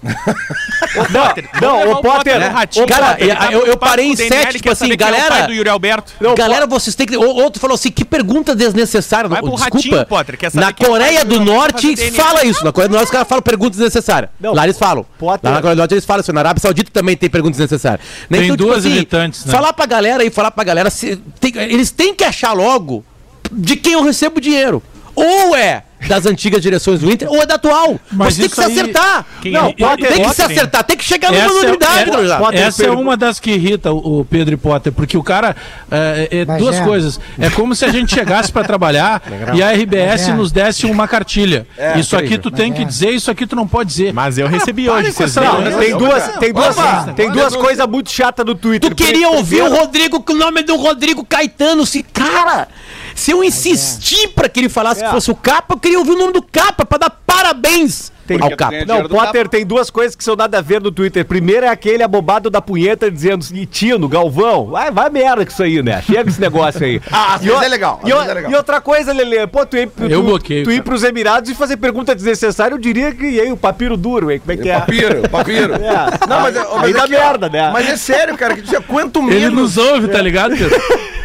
[SPEAKER 9] Levar né?
[SPEAKER 3] Não, o Potter, o
[SPEAKER 9] Ô,
[SPEAKER 5] cara,
[SPEAKER 9] Potter, ele tá
[SPEAKER 5] eu- eu
[SPEAKER 9] preocupado
[SPEAKER 5] parei
[SPEAKER 9] com
[SPEAKER 5] em
[SPEAKER 9] o DNL,
[SPEAKER 5] sete, tipo
[SPEAKER 9] quer saber
[SPEAKER 5] assim,
[SPEAKER 9] quem é o
[SPEAKER 5] galera-
[SPEAKER 9] pai do Yuri Alberto.
[SPEAKER 5] Galera, vocês têm que. o- Outro falou assim: que pergunta desnecessária.
[SPEAKER 9] Vai pro
[SPEAKER 5] Desculpa.
[SPEAKER 9] ratinho, Potter, quer saber
[SPEAKER 5] na
[SPEAKER 9] quem é o
[SPEAKER 5] Coreia
[SPEAKER 9] pai do
[SPEAKER 5] do
[SPEAKER 9] Yuri Alberto,
[SPEAKER 5] Norte
[SPEAKER 9] fazer DNA.
[SPEAKER 5] fala isso. Na Coreia do Norte os caras falam pergunta desnecessária.
[SPEAKER 3] Não,
[SPEAKER 5] Lá eles falam.
[SPEAKER 3] Potter-
[SPEAKER 5] Lá na Coreia do Norte eles falam isso. Na Arábia Saudita também tem perguntas desnecessárias. Né?
[SPEAKER 7] Tem duas irritantes, né?
[SPEAKER 5] Falar pra galera aí, falar pra galera. se- tem- eles têm que achar logo de quem eu recebo dinheiro. Ou é das antigas direções do Inter, ou é da atual.
[SPEAKER 7] Mas
[SPEAKER 5] Você tem que se
[SPEAKER 7] isso aí-
[SPEAKER 5] acertar.
[SPEAKER 7] Quem-
[SPEAKER 5] Não,
[SPEAKER 7] eu- eu-
[SPEAKER 5] tem que se
[SPEAKER 7] Potter, hein?
[SPEAKER 5] acertar. Tem que chegar numa
[SPEAKER 7] Essa,
[SPEAKER 5] unidade,
[SPEAKER 7] é,
[SPEAKER 5] Drojá.
[SPEAKER 7] essa é uma das que irrita o, o Pedro e Potter, porque o cara. é, é,
[SPEAKER 6] Mas
[SPEAKER 7] duas
[SPEAKER 6] é.
[SPEAKER 7] coisas. É como se a gente chegasse pra trabalhar e a RBS
[SPEAKER 6] Mas é.
[SPEAKER 7] nos desse uma cartilha. isso aqui tu tem
[SPEAKER 6] Mas
[SPEAKER 7] que
[SPEAKER 6] é.
[SPEAKER 7] dizer, isso aqui tu não pode dizer. Ah,
[SPEAKER 9] Mas eu recebi hoje, vocês
[SPEAKER 7] essa-
[SPEAKER 9] viram, né?
[SPEAKER 3] Tem duas, tem duas,
[SPEAKER 4] Opa!
[SPEAKER 3] tem duas coisas muito chatas do Twitter.
[SPEAKER 5] Tu queria ouvir o Rodrigo, que o nome do Rodrigo Caetano, se cara, se eu insistir pra que ele falasse
[SPEAKER 3] É.
[SPEAKER 5] que fosse o Capa, eu queria ouvir o nome do Capa pra dar parabéns
[SPEAKER 3] Tem-
[SPEAKER 5] ao
[SPEAKER 3] Porque
[SPEAKER 5] Capa.
[SPEAKER 3] Não, Potter, tem duas coisas que são nada a ver no Twitter. Primeiro é aquele abobado da punheta dizendo, e Tino, Galvão, vai, vai merda com isso aí, né? Chega esse negócio aí.
[SPEAKER 4] Ah, às
[SPEAKER 3] E
[SPEAKER 4] vezes
[SPEAKER 3] o-
[SPEAKER 4] é legal, às
[SPEAKER 3] E, o-
[SPEAKER 4] vezes é legal.
[SPEAKER 3] e outra coisa, Lelê, pô, tu ir, tu,
[SPEAKER 7] Eu
[SPEAKER 3] tu-
[SPEAKER 7] bloqueio,
[SPEAKER 3] tu ir
[SPEAKER 7] cara.
[SPEAKER 3] pros Emirados e fazer pergunta desnecessária, eu diria que, e aí, o papiro duro, hein? Como é que é?
[SPEAKER 4] Papiro, papiro.
[SPEAKER 3] É.
[SPEAKER 4] Não, mas, é- mas
[SPEAKER 3] Aí
[SPEAKER 4] é
[SPEAKER 3] dá
[SPEAKER 4] que, ó,
[SPEAKER 3] merda, né?
[SPEAKER 4] Mas é sério, cara, que tinha quanto menos.
[SPEAKER 7] Ele nos ouve, tá ligado, Pedro?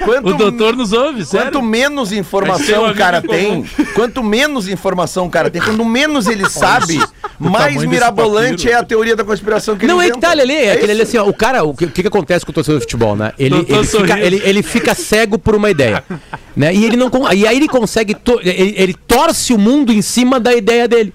[SPEAKER 4] quanto
[SPEAKER 7] O doutor nos ouve, sério?
[SPEAKER 4] Quanto menos
[SPEAKER 7] Mas tem um
[SPEAKER 4] informação o
[SPEAKER 7] amigo
[SPEAKER 4] cara
[SPEAKER 7] em
[SPEAKER 4] tem,
[SPEAKER 7] comum.
[SPEAKER 4] quanto menos informação o cara tem, quando menos ele sabe, mais
[SPEAKER 7] desse
[SPEAKER 4] mirabolante é a teoria da conspiração que
[SPEAKER 5] Não,
[SPEAKER 4] ele
[SPEAKER 5] é que tá, Lelê. É aquele ali assim, ó. O cara, o que, o que que acontece com o torcedor de futebol, né? Ele,
[SPEAKER 7] Doutor
[SPEAKER 5] ele, fica,
[SPEAKER 7] Sorriso.
[SPEAKER 5] ele, ele fica cego por uma ideia. Né? E ele não. con- E aí ele consegue. to- ele, ele torce o mundo em cima da ideia dele.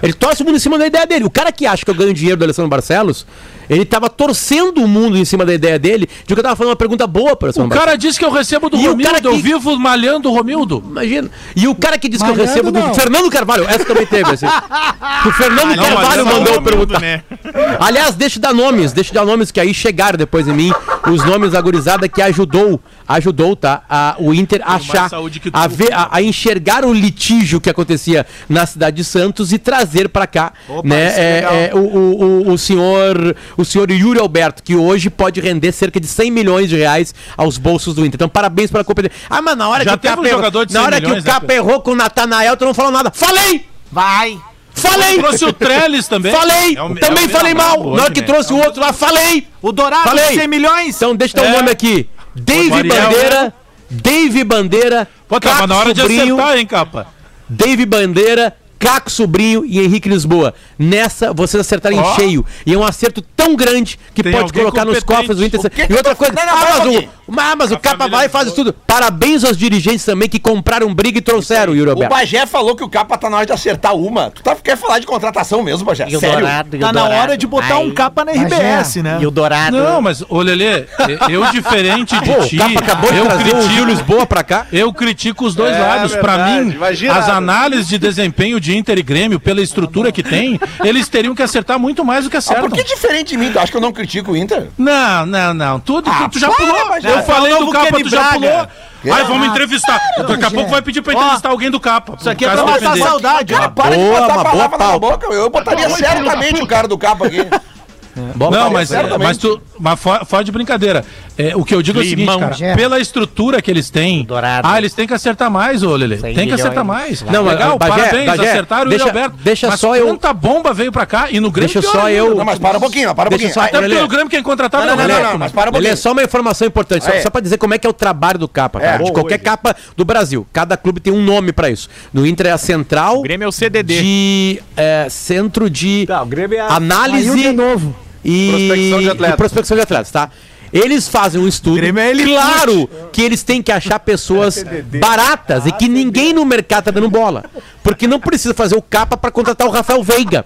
[SPEAKER 5] Ele torce o mundo em cima da ideia dele. O cara que acha que eu ganho dinheiro do Alessandro Barcelos, ele tava torcendo o mundo em cima da ideia dele, de que eu tava fazendo uma pergunta boa para
[SPEAKER 7] O cara disse que eu recebo do
[SPEAKER 5] E o
[SPEAKER 7] Romildo,
[SPEAKER 5] cara que-
[SPEAKER 7] eu vivo malhando o Romildo.
[SPEAKER 5] Imagina. E o cara que diz que eu
[SPEAKER 6] Malhando,
[SPEAKER 5] recebo do
[SPEAKER 6] não.
[SPEAKER 5] Fernando Carvalho, essa também teve, assim. O Fernando
[SPEAKER 9] Ah, Não,
[SPEAKER 5] Carvalho
[SPEAKER 9] olha só,
[SPEAKER 5] mandou eu
[SPEAKER 9] todo
[SPEAKER 5] perguntar.
[SPEAKER 9] mundo, né?
[SPEAKER 2] Tá
[SPEAKER 5] Aliás, deixa eu dar nomes, deixa eu dar nomes que aí chegaram depois em mim. Os nomes da gurizada que ajudou, ajudou, tá? A, o Inter a
[SPEAKER 7] mais
[SPEAKER 5] achar,
[SPEAKER 7] saúde que
[SPEAKER 5] a,
[SPEAKER 7] tu.
[SPEAKER 5] ver, a, a enxergar o litígio que acontecia na cidade de Santos e trazer pra cá,
[SPEAKER 2] Opa,
[SPEAKER 5] né?
[SPEAKER 2] isso é
[SPEAKER 5] é,
[SPEAKER 2] legal.
[SPEAKER 5] é, o, o, o, o senhor, o senhor Yuri Alberto, que hoje pode render cerca de 100 milhões de reais aos bolsos do Inter. Então, parabéns pela competência. Ah, mas na hora
[SPEAKER 7] Já
[SPEAKER 5] que o
[SPEAKER 7] teve um
[SPEAKER 5] Capa errou-
[SPEAKER 7] jogador de
[SPEAKER 5] na
[SPEAKER 7] 100
[SPEAKER 5] hora
[SPEAKER 7] milhões,
[SPEAKER 5] que o
[SPEAKER 7] né,
[SPEAKER 5] Capa errou com o Natanael, tu não falou nada. Falei!
[SPEAKER 2] Vai!
[SPEAKER 5] Falei!
[SPEAKER 7] Trouxe o Trellis também.
[SPEAKER 5] Falei!
[SPEAKER 7] É o-
[SPEAKER 5] também
[SPEAKER 7] é o-
[SPEAKER 5] falei
[SPEAKER 7] é o-
[SPEAKER 5] mal.
[SPEAKER 7] hoje,
[SPEAKER 5] Na hora que
[SPEAKER 7] né?
[SPEAKER 5] trouxe o outro lá, falei!
[SPEAKER 2] O Dourado
[SPEAKER 5] Falei.
[SPEAKER 2] de 100 milhões?
[SPEAKER 5] Então deixa eu dar um
[SPEAKER 7] É.
[SPEAKER 5] nome aqui. Dave
[SPEAKER 7] Ariel,
[SPEAKER 5] Bandeira, Dave Bandeira,
[SPEAKER 7] Pô, tava
[SPEAKER 5] Caco
[SPEAKER 7] na hora de
[SPEAKER 5] Sobrinho,
[SPEAKER 7] acertar, hein, capa?
[SPEAKER 5] Dave Bandeira, Caco Sobrinho e Henrique Lisboa. Nessa, vocês acertaram
[SPEAKER 7] Ó.
[SPEAKER 5] em cheio. E é um acerto tão grande que
[SPEAKER 7] Tem
[SPEAKER 5] pode
[SPEAKER 7] alguém
[SPEAKER 5] colocar nos
[SPEAKER 7] competente.
[SPEAKER 5] cofres do Inter.
[SPEAKER 2] que
[SPEAKER 5] E
[SPEAKER 2] que
[SPEAKER 5] outra
[SPEAKER 2] eu tô
[SPEAKER 5] coisa,
[SPEAKER 2] fazendo
[SPEAKER 5] ah, mas
[SPEAKER 2] agora
[SPEAKER 5] o,
[SPEAKER 2] aqui?
[SPEAKER 5] ah, mas o
[SPEAKER 7] A
[SPEAKER 5] Capa
[SPEAKER 7] família
[SPEAKER 5] vai e faz isso
[SPEAKER 7] Lisboa.
[SPEAKER 5] tudo. Parabéns aos dirigentes também que compraram briga e trouxeram, Yuri
[SPEAKER 4] O
[SPEAKER 5] Alberto.
[SPEAKER 4] Bagé falou que o capa tá na hora de acertar uma. Tu tá, quer falar de contratação mesmo, Bagé?
[SPEAKER 10] E o
[SPEAKER 4] Sério?
[SPEAKER 10] Dourado, e o
[SPEAKER 2] Tá na
[SPEAKER 10] Dourado.
[SPEAKER 2] hora de botar
[SPEAKER 10] Ai.
[SPEAKER 2] um capa na RBS, né?
[SPEAKER 10] E o Dourado.
[SPEAKER 7] Não, mas, ô Lelê, eu diferente de
[SPEAKER 5] Pô,
[SPEAKER 7] ti,
[SPEAKER 5] o Capa acabou de
[SPEAKER 7] eu
[SPEAKER 5] trazer o
[SPEAKER 7] critico
[SPEAKER 5] Gil Lisboa pra cá.
[SPEAKER 7] Eu critico os dois
[SPEAKER 8] É,
[SPEAKER 7] lados. Pra
[SPEAKER 8] verdade.
[SPEAKER 7] mim,
[SPEAKER 8] Vai girado.
[SPEAKER 7] as análises de desempenho de Inter e Grêmio, pela estrutura que tem, eles teriam que acertar muito mais do que
[SPEAKER 4] Ah,
[SPEAKER 7] acertam.
[SPEAKER 4] por que diferente de mim? Tu acha que eu não critico o Inter?
[SPEAKER 7] Não, não, não. Tudo
[SPEAKER 4] Ah,
[SPEAKER 7] tu, tu já
[SPEAKER 4] para,
[SPEAKER 7] pulou.
[SPEAKER 4] Bagé.
[SPEAKER 7] Eu
[SPEAKER 4] Não,
[SPEAKER 7] falei
[SPEAKER 2] não,
[SPEAKER 7] do
[SPEAKER 2] o
[SPEAKER 7] capa,
[SPEAKER 2] Kenny
[SPEAKER 7] tu já pulou.
[SPEAKER 2] Braga.
[SPEAKER 7] Aí vamos entrevistar. Daqui a pouco vai pedir pra entrevistar alguém do capa.
[SPEAKER 2] Isso aqui é
[SPEAKER 7] Caso
[SPEAKER 2] pra matar
[SPEAKER 7] defender.
[SPEAKER 2] saudade, ó.
[SPEAKER 4] Para de
[SPEAKER 5] boa,
[SPEAKER 4] botar
[SPEAKER 5] uma boa
[SPEAKER 4] palavra na
[SPEAKER 5] pauta.
[SPEAKER 4] boca. Eu botaria certamente o cara do capa aqui.
[SPEAKER 7] Não, mas,
[SPEAKER 4] certamente.
[SPEAKER 7] mas tu. Mas fo- fora de brincadeira. É, o que eu digo é o
[SPEAKER 9] Limão.
[SPEAKER 7] seguinte, cara, pela estrutura que eles têm.
[SPEAKER 10] Dourado.
[SPEAKER 7] Ah, eles têm que acertar mais, ô Lelê. Tem que
[SPEAKER 10] milhões.
[SPEAKER 7] acertar mais.
[SPEAKER 5] Não, mas,
[SPEAKER 7] legal,
[SPEAKER 5] Bagé,
[SPEAKER 7] parabéns.
[SPEAKER 5] Bagé,
[SPEAKER 7] acertaram
[SPEAKER 5] deixa-
[SPEAKER 7] o Roberto.
[SPEAKER 5] deixa
[SPEAKER 7] mas
[SPEAKER 5] só eu-
[SPEAKER 7] Quanta bomba veio pra cá e no Grêmio.
[SPEAKER 5] Deixa
[SPEAKER 7] pior
[SPEAKER 5] só
[SPEAKER 7] ainda.
[SPEAKER 5] eu-
[SPEAKER 4] Não, mas para um pouquinho, para um
[SPEAKER 5] Deixa
[SPEAKER 4] pouquinho.
[SPEAKER 5] só-
[SPEAKER 4] Aí-
[SPEAKER 7] Até porque
[SPEAKER 5] Lelê.
[SPEAKER 7] no Grêmio quem contratava
[SPEAKER 4] Não, não,
[SPEAKER 7] era o
[SPEAKER 4] não,
[SPEAKER 7] Renato,
[SPEAKER 4] não, mas
[SPEAKER 7] mas-
[SPEAKER 4] para um
[SPEAKER 5] Ele
[SPEAKER 4] pouquinho.
[SPEAKER 5] é né, só uma informação importante, só,
[SPEAKER 4] É.
[SPEAKER 5] só pra dizer como é que é o trabalho do capa, cara.
[SPEAKER 4] É.
[SPEAKER 5] De qualquer capa do Brasil. Cada clube tem um nome pra isso. No Inter é a Central
[SPEAKER 9] O Grêmio é o CDD.
[SPEAKER 5] de é, Centro de
[SPEAKER 3] Tá, o Grêmio é a-
[SPEAKER 5] Análise
[SPEAKER 6] Saiu de novo.
[SPEAKER 5] e
[SPEAKER 8] Prospecção de atletas.
[SPEAKER 5] e prospecção de atletas, tá? Eles fazem um estudo.
[SPEAKER 2] Grêmio é elite.
[SPEAKER 5] claro que eles têm que achar pessoas baratas e que ninguém no mercado tá dando bola. Porque não precisa fazer o capa pra contratar o Rafael Veiga.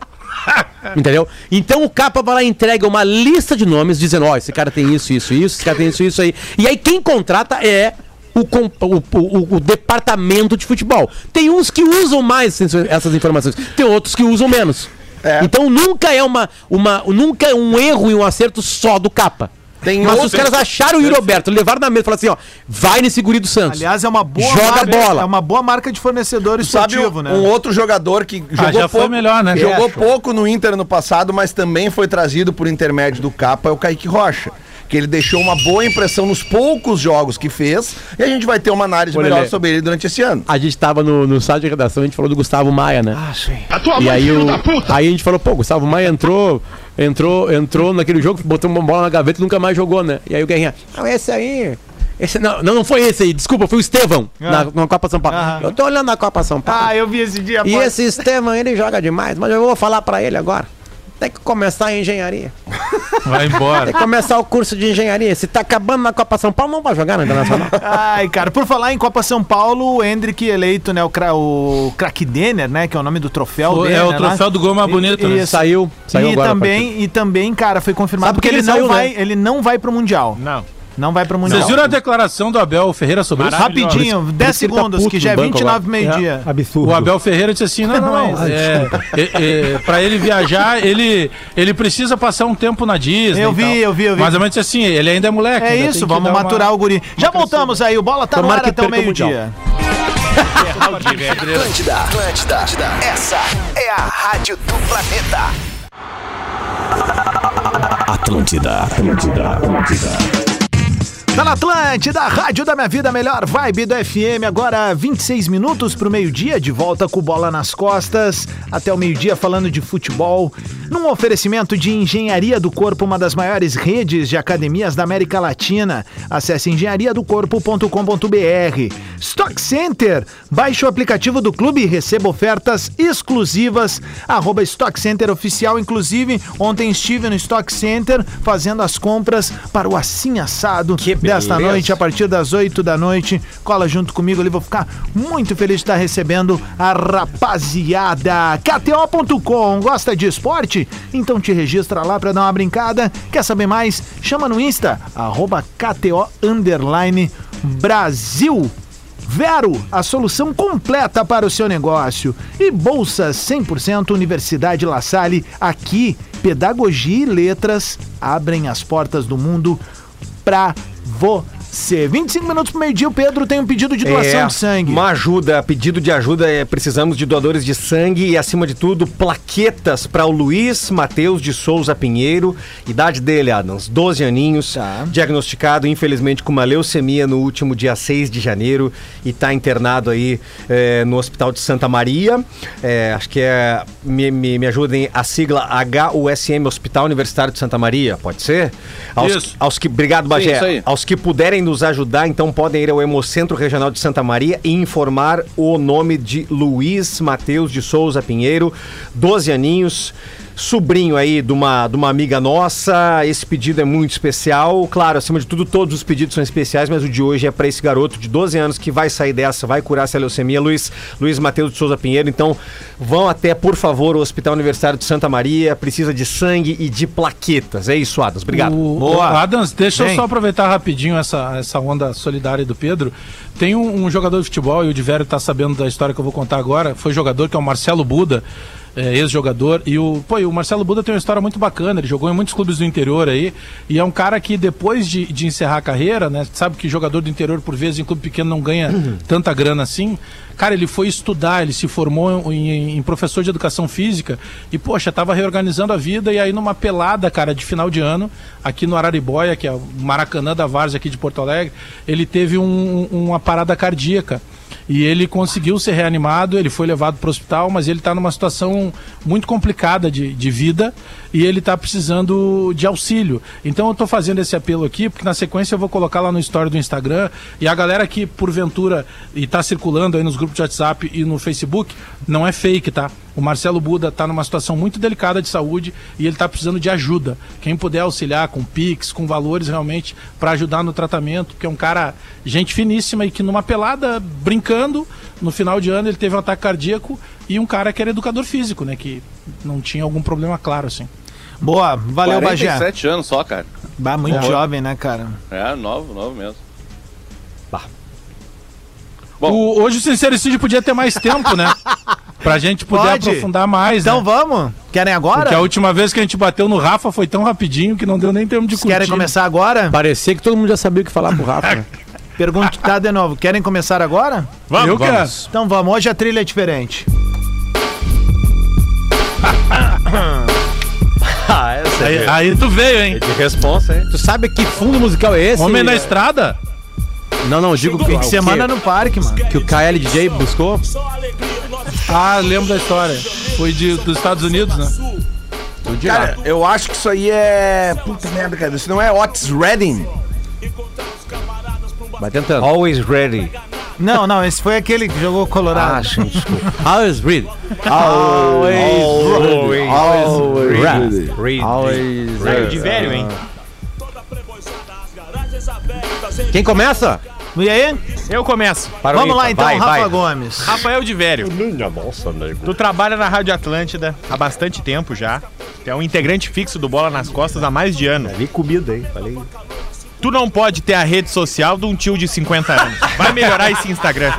[SPEAKER 5] Entendeu? Então o capa vai lá e entrega uma lista de nomes dizendo: ó, esse cara tem isso, isso, isso, esse cara tem isso, isso aí. E aí quem contrata é o, com- o- o- o departamento de futebol. Tem uns que usam mais essas- essas informações, tem outros que usam menos.
[SPEAKER 4] É.
[SPEAKER 5] Então nunca é uma, uma. Nunca é um erro e um acerto só do capa.
[SPEAKER 4] Tem
[SPEAKER 5] Mas
[SPEAKER 4] outro-
[SPEAKER 5] os caras acharam o Yuri Alberto, levaram na mesa e falaram assim: ó, vai nesse guri do Santos.
[SPEAKER 2] Aliás, é uma boa
[SPEAKER 5] Joga bola.
[SPEAKER 2] É uma boa marca de fornecedor
[SPEAKER 4] Sabe
[SPEAKER 2] esportivo,
[SPEAKER 4] um,
[SPEAKER 2] né?
[SPEAKER 4] um outro jogador que
[SPEAKER 5] Ah,
[SPEAKER 4] jogou
[SPEAKER 7] já foi melhor, né?
[SPEAKER 4] Jogou
[SPEAKER 7] Acho.
[SPEAKER 4] pouco no Inter no passado, mas também foi trazido por intermédio do Capa, é o Kaique Rocha. Que ele deixou uma boa impressão nos poucos jogos que fez. E a gente vai ter uma análise
[SPEAKER 5] Ô,
[SPEAKER 4] melhor
[SPEAKER 5] Lelê.
[SPEAKER 4] sobre ele durante esse ano.
[SPEAKER 5] A gente tava no, no site de redação, a gente falou do Gustavo Maia, né? Ah, sim. e aí, o, aí a gente falou, pô, Gustavo Maia entrou, entrou, entrou naquele jogo, botou uma bola na gaveta e nunca mais jogou, né? E aí o Guerrinha, não, esse aí. Esse, não, não, não foi esse aí, desculpa, foi o Estevão na, na Copa São Paulo. Eu tô olhando a Copa São Paulo.
[SPEAKER 2] Ah, eu vi esse dia.
[SPEAKER 5] E
[SPEAKER 2] pô.
[SPEAKER 5] esse Estevam, ele joga demais, mas eu vou falar pra ele agora. Tem que começar a engenharia.
[SPEAKER 7] Vai embora.
[SPEAKER 5] Tem que começar o curso de engenharia. Se tá acabando na Copa São Paulo, não vai jogar na Internacional.
[SPEAKER 2] Ai, cara, por falar em Copa São Paulo, o Hendrick eleito, né, o, cra o craque Denner, né, que é o nome do troféu
[SPEAKER 7] Pô,
[SPEAKER 2] dele,
[SPEAKER 7] É o
[SPEAKER 2] né,
[SPEAKER 7] troféu
[SPEAKER 2] lá.
[SPEAKER 7] do gol mais bonito, né?
[SPEAKER 2] Isso.
[SPEAKER 5] Saiu, saiu
[SPEAKER 2] e
[SPEAKER 5] agora. a partida.
[SPEAKER 2] também, e também, cara, foi confirmado
[SPEAKER 5] Sabe
[SPEAKER 2] que
[SPEAKER 5] que
[SPEAKER 2] ele,
[SPEAKER 5] ele
[SPEAKER 2] não
[SPEAKER 5] saiu,
[SPEAKER 2] vai,
[SPEAKER 5] né?
[SPEAKER 2] ele não vai pro Mundial.
[SPEAKER 9] Não.
[SPEAKER 2] Não vai pro Mundial.
[SPEAKER 7] Vocês viram a declaração do Abel Ferreira sobre isso?
[SPEAKER 2] Rapidinho,
[SPEAKER 5] Por isso- por
[SPEAKER 2] 10
[SPEAKER 5] isso que ele tá
[SPEAKER 2] segundos,
[SPEAKER 5] puto
[SPEAKER 2] que já é
[SPEAKER 5] no banco É,
[SPEAKER 2] 29 meio-dia.
[SPEAKER 3] Absurdo.
[SPEAKER 7] O Abel Ferreira disse assim: não, não, não. é, é, é, pra ele viajar, ele, ele precisa passar um tempo na Disney.
[SPEAKER 2] Eu
[SPEAKER 7] e
[SPEAKER 2] vi,
[SPEAKER 7] tal.
[SPEAKER 2] eu vi, eu vi.
[SPEAKER 7] Mas ou menos assim, ele ainda é moleque.
[SPEAKER 2] É
[SPEAKER 7] ainda tem
[SPEAKER 2] isso,
[SPEAKER 7] que
[SPEAKER 2] vamos
[SPEAKER 7] dar uma-
[SPEAKER 2] maturar o guri. Já voltamos aí, o bola tá no
[SPEAKER 5] Tomara
[SPEAKER 2] ar
[SPEAKER 5] que
[SPEAKER 2] até o
[SPEAKER 5] perca o Mundial.
[SPEAKER 2] meio-dia. Tá na Atlântida, Rádio da Minha Vida, melhor vibe do FM. Agora 26 minutos pro meio-dia, de volta com bola nas costas. Até o meio-dia falando de futebol. Num oferecimento de Engenharia do Corpo, uma das maiores redes de academias da América Latina. Acesse engenhariadocorpo.com.br. Stock Center, baixe o aplicativo do clube e receba ofertas exclusivas. Arroba Stock Center Oficial, inclusive, ontem estive no Stock Center fazendo as compras para o assim assado
[SPEAKER 10] Que
[SPEAKER 2] desta noite, a partir das 8 da noite. Cola junto comigo ali, vou ficar muito feliz de estar recebendo a rapaziada. KTO.com, gosta de esporte? Então te registra lá pra dar uma brincada. Quer saber mais? Chama no Insta, arroba KTO Underline Brasil. Vero, a solução completa para o seu negócio. E Bolsa 100% Universidade La Salle, aqui, pedagogia e letras abrem as portas do mundo pra você. 25 minutos pro meio-dia, o Pedro tem um pedido de doação
[SPEAKER 3] É,
[SPEAKER 2] de sangue.
[SPEAKER 3] Uma ajuda, pedido de ajuda, é, precisamos de doadores de sangue e, acima de tudo, plaquetas para o Luiz Matheus de Souza Pinheiro. Idade dele, Adams, 12 aninhos.
[SPEAKER 2] Tá.
[SPEAKER 3] Diagnosticado, infelizmente, com uma leucemia no último dia 6 de janeiro e está internado aí é, no Hospital de Santa Maria. É, acho que é. Me, me, me ajudem a sigla HUSM, Hospital Universitário de Santa Maria, pode ser? Aos,
[SPEAKER 7] Isso.
[SPEAKER 3] aos que. Obrigado, Bagé.
[SPEAKER 8] isso aí.
[SPEAKER 3] Aos que puderem nos ajudar, então podem ir ao Hemocentro Regional de Santa Maria e informar o nome de Luiz Matheus de Souza Pinheiro, 12 aninhos, sobrinho aí de uma, de uma amiga nossa. Esse pedido é muito especial. Claro, acima de tudo, todos os pedidos são especiais, mas o de hoje é para esse garoto de 12 anos que vai sair dessa, vai curar essa leucemia, Luiz, Luiz Matheus de Souza Pinheiro. Então, vão até, por favor, o Hospital Universitário de Santa Maria. Precisa de sangue e de plaquetas. É isso, Adas. Obrigado.
[SPEAKER 7] O, o Adams, deixa eu só aproveitar rapidinho essa, essa onda solidária do Pedro. Tem um, um jogador de futebol, e o Diverio tá sabendo da história que eu vou contar agora. Foi jogador que é o Marcelo Buda, é, ex-jogador. E o, pô, e o Marcelo Buda tem uma história muito bacana. Ele jogou em muitos clubes do interior aí. E é um cara que depois de, de encerrar a carreira, né? Sabe que jogador do interior, por vezes, em clube pequeno, não ganha tanta grana assim. Cara, ele foi estudar, ele se formou em, em- em professor de educação física e, poxa, tava reorganizando a vida e aí numa pelada, cara, de final de ano, aqui no Araribóia, que é o Maracanã da Várzea aqui de Porto Alegre, ele teve um- uma parada cardíaca. E ele conseguiu ser reanimado, ele foi levado para o hospital, mas ele está numa situação muito complicada de, de vida e ele está precisando de auxílio. Então eu estou fazendo esse apelo aqui, porque na sequência eu vou colocar lá no story do Instagram e a galera que porventura e está circulando aí nos grupos de WhatsApp e no Facebook, não é fake, tá? O Marcelo Buda está numa situação muito delicada de saúde e ele está precisando de ajuda. Quem puder auxiliar com Pix, com valores realmente para ajudar no tratamento, porque é um cara, gente finíssima e que numa pelada, brincando, no final de ano ele teve um ataque cardíaco e um cara que era educador físico, né? Que não tinha algum problema claro, assim.
[SPEAKER 2] Boa, valeu, Bagé.
[SPEAKER 8] 47 anos só, cara.
[SPEAKER 2] Bah, muito jovem, né, cara?
[SPEAKER 8] É, novo, novo mesmo. Bom.
[SPEAKER 7] O- hoje o Sincericídio podia ter mais tempo, né? Pra gente poder
[SPEAKER 2] Pode.
[SPEAKER 7] aprofundar mais,
[SPEAKER 2] Então
[SPEAKER 7] né?
[SPEAKER 2] vamos? Querem agora?
[SPEAKER 7] Porque é a última vez que a gente bateu no Rafa foi tão rapidinho que não deu nem tempo de
[SPEAKER 2] Vocês Querem
[SPEAKER 7] curtir.
[SPEAKER 2] começar agora?
[SPEAKER 5] Parecia que todo mundo já sabia o que falar pro Rafa. né?
[SPEAKER 2] Pergunto tá de novo. Querem começar agora?
[SPEAKER 7] Vamos, Eu quero.
[SPEAKER 2] Então vamos, hoje a trilha é diferente.
[SPEAKER 3] Ah,
[SPEAKER 5] é
[SPEAKER 3] essa
[SPEAKER 7] Aí, aí tu veio, hein?
[SPEAKER 3] Que resposta, hein?
[SPEAKER 5] Tu sabe que fundo musical é esse?
[SPEAKER 7] Homem na estrada?
[SPEAKER 5] Não, não, digo que,
[SPEAKER 2] Fim de semana
[SPEAKER 5] que,
[SPEAKER 2] no parque, mano.
[SPEAKER 5] que o KLDJ buscou.
[SPEAKER 7] Ah, lembro da história. Foi de, dos Estados Unidos, né?
[SPEAKER 4] Cara, eu acho que isso aí é. Puta merda, cara. Isso não é Otis Redding.
[SPEAKER 5] Vai tentando.
[SPEAKER 3] Always ready.
[SPEAKER 2] Não, não, esse foi aquele que jogou Colorado.
[SPEAKER 5] Always read.
[SPEAKER 3] Always,
[SPEAKER 4] Always
[SPEAKER 3] ready.
[SPEAKER 9] Saiu de velho, hein?
[SPEAKER 5] Quem começa?
[SPEAKER 2] E aí?
[SPEAKER 9] Eu começo.
[SPEAKER 5] Para o
[SPEAKER 2] Vamos lá então,
[SPEAKER 5] Inter. Vai,
[SPEAKER 2] Rafa
[SPEAKER 5] vai.
[SPEAKER 2] Gomes.
[SPEAKER 9] Rafael de Velho. Tu trabalha na Rádio Atlântida há bastante tempo já. Tu é um integrante fixo do Bola nas Costas há mais de ano.
[SPEAKER 3] Ali comida, hein? Falei.
[SPEAKER 9] Tu não pode ter a rede social de um tio de 50 anos. Vai melhorar esse Instagram.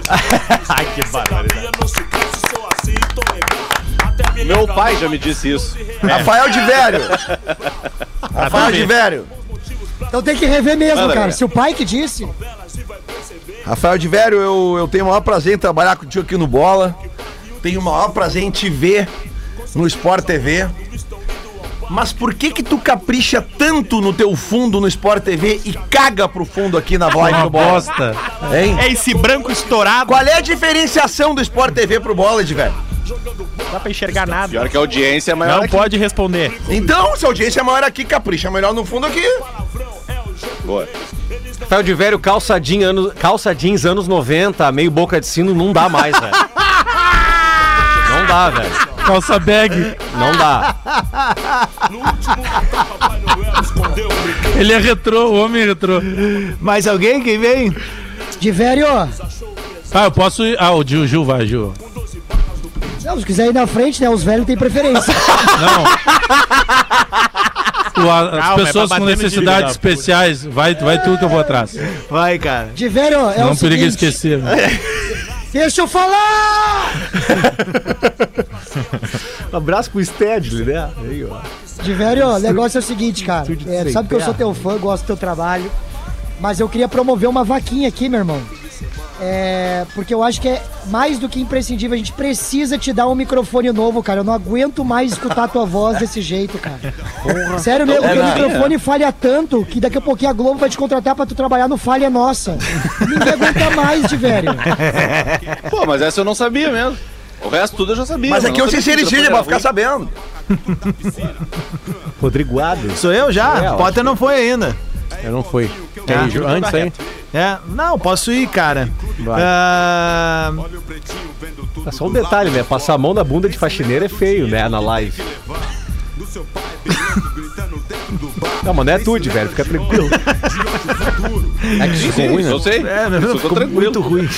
[SPEAKER 8] Meu pai já me disse isso.
[SPEAKER 4] Rafael de Velho. Rafael
[SPEAKER 9] bem.
[SPEAKER 4] de Velho.
[SPEAKER 6] Então tem que rever mesmo,
[SPEAKER 8] Manda,
[SPEAKER 6] cara.
[SPEAKER 8] Gabriel.
[SPEAKER 6] Se o pai que disse,
[SPEAKER 4] Rafael de Velho, eu, eu tenho o maior prazer em trabalhar contigo aqui no Bola. Tenho o maior prazer em te ver no Sport TV. Mas por que que tu capricha tanto no teu fundo no Sport TV e caga pro fundo aqui na voz do Bola?
[SPEAKER 7] Bosta.
[SPEAKER 4] Hein?
[SPEAKER 9] É esse branco estourado.
[SPEAKER 4] Qual é a diferenciação do Sport TV pro Bola, de Velho?
[SPEAKER 9] Não dá pra enxergar nada.
[SPEAKER 8] Pior que a audiência é maior.
[SPEAKER 9] Não
[SPEAKER 8] aqui.
[SPEAKER 9] pode responder.
[SPEAKER 4] Então, se a audiência é maior aqui, capricha melhor no fundo aqui.
[SPEAKER 8] Boa.
[SPEAKER 3] Rafael de velho, calça jeans, anos, calça jeans anos 90, meio boca de sino, não dá mais, velho. Não dá, velho.
[SPEAKER 7] Calça bag.
[SPEAKER 3] Não dá.
[SPEAKER 7] Ele é retrô, o homem é retrô.
[SPEAKER 2] Mais alguém que vem?
[SPEAKER 6] De velho,
[SPEAKER 7] Ah, eu posso ir. Ah, o Gil, Gil vai, Gil.
[SPEAKER 6] não, se quiser ir na frente, né? Os velhos têm preferência.
[SPEAKER 7] O- a- as
[SPEAKER 9] Calma, é
[SPEAKER 7] pessoas
[SPEAKER 9] pra bater
[SPEAKER 7] com
[SPEAKER 9] no Gil,
[SPEAKER 7] necessidades
[SPEAKER 9] da
[SPEAKER 7] especiais, vai, vai tudo que eu vou atrás.
[SPEAKER 2] É Vai, cara.
[SPEAKER 6] De velho, é
[SPEAKER 7] não
[SPEAKER 6] o
[SPEAKER 7] perigo
[SPEAKER 6] seguinte,
[SPEAKER 7] esquecer. né?
[SPEAKER 2] é,
[SPEAKER 6] Deixa eu falar!
[SPEAKER 2] Um abraço pro Stedley, né? Aí, ó.
[SPEAKER 6] De velho, o negócio é o seguinte, cara. É, sabe que eu sou teu fã, gosto do teu trabalho. Mas eu queria promover uma vaquinha aqui, meu irmão. É, porque eu acho que é mais do que imprescindível. A gente precisa te dar um microfone novo, cara. Eu não aguento mais escutar a tua voz desse jeito, cara. Sério
[SPEAKER 2] É
[SPEAKER 6] mesmo, porque o microfone falha tanto que daqui a pouquinho a Globo vai te contratar pra tu trabalhar no Falha Nossa. Ninguém aguenta mais, de velho.
[SPEAKER 8] Pô, mas essa eu não sabia mesmo. O resto tudo eu já sabia.
[SPEAKER 4] Mas
[SPEAKER 8] eu
[SPEAKER 4] aqui
[SPEAKER 8] não
[SPEAKER 4] eu
[SPEAKER 8] sabia que o
[SPEAKER 4] sincericídio,
[SPEAKER 8] microfone
[SPEAKER 4] pra
[SPEAKER 8] era
[SPEAKER 4] ficar sabendo.
[SPEAKER 10] Rodrigo Adams.
[SPEAKER 2] Sou eu já? Potter não foi ainda.
[SPEAKER 5] É, Eu não fui. Tem
[SPEAKER 2] Ah.
[SPEAKER 5] Ju- antes aí?
[SPEAKER 2] É, não, posso ir, cara.
[SPEAKER 5] Vai.
[SPEAKER 2] Ah,
[SPEAKER 3] É só um detalhe, né? Passar a mão na bunda de faxineira é feio, né? Na live. Não, mano, é tudo, velho. Fica tranquilo.
[SPEAKER 5] É que ficou ruim,
[SPEAKER 8] ruim.
[SPEAKER 5] né?
[SPEAKER 8] Eu sei.
[SPEAKER 2] é,
[SPEAKER 8] Isso eu
[SPEAKER 2] meu,
[SPEAKER 8] tô
[SPEAKER 2] ficou muito ruim.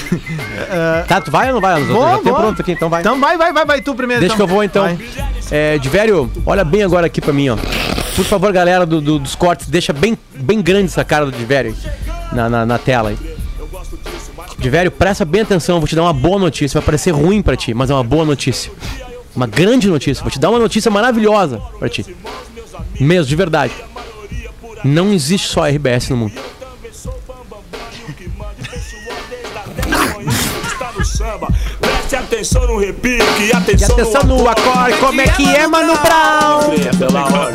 [SPEAKER 5] Tá, tu vai ou não vai, Anderson?
[SPEAKER 2] Vou,
[SPEAKER 5] Já tem
[SPEAKER 2] vou.
[SPEAKER 5] pronto aqui, então vai.
[SPEAKER 2] Então vai, vai, vai, vai tu primeiro.
[SPEAKER 5] Deixa que eu vou então.
[SPEAKER 2] Vai.
[SPEAKER 5] É, de velho, olha bem agora aqui pra mim, ó. Por favor, galera do, do- dos cortes, deixa bem, bem grande essa cara do de velho aí, na, na, na tela aí. De velho, presta bem atenção, vou te dar uma boa notícia. Vai parecer ruim pra ti, mas é uma boa notícia. Uma grande notícia. Vou te dar uma notícia maravilhosa pra ti. Mesmo, de verdade. Não existe só RBS no mundo.
[SPEAKER 1] Preste atenção no repique,
[SPEAKER 5] E
[SPEAKER 1] atenção,
[SPEAKER 5] atenção no acorde, como é que é, Mano Brown?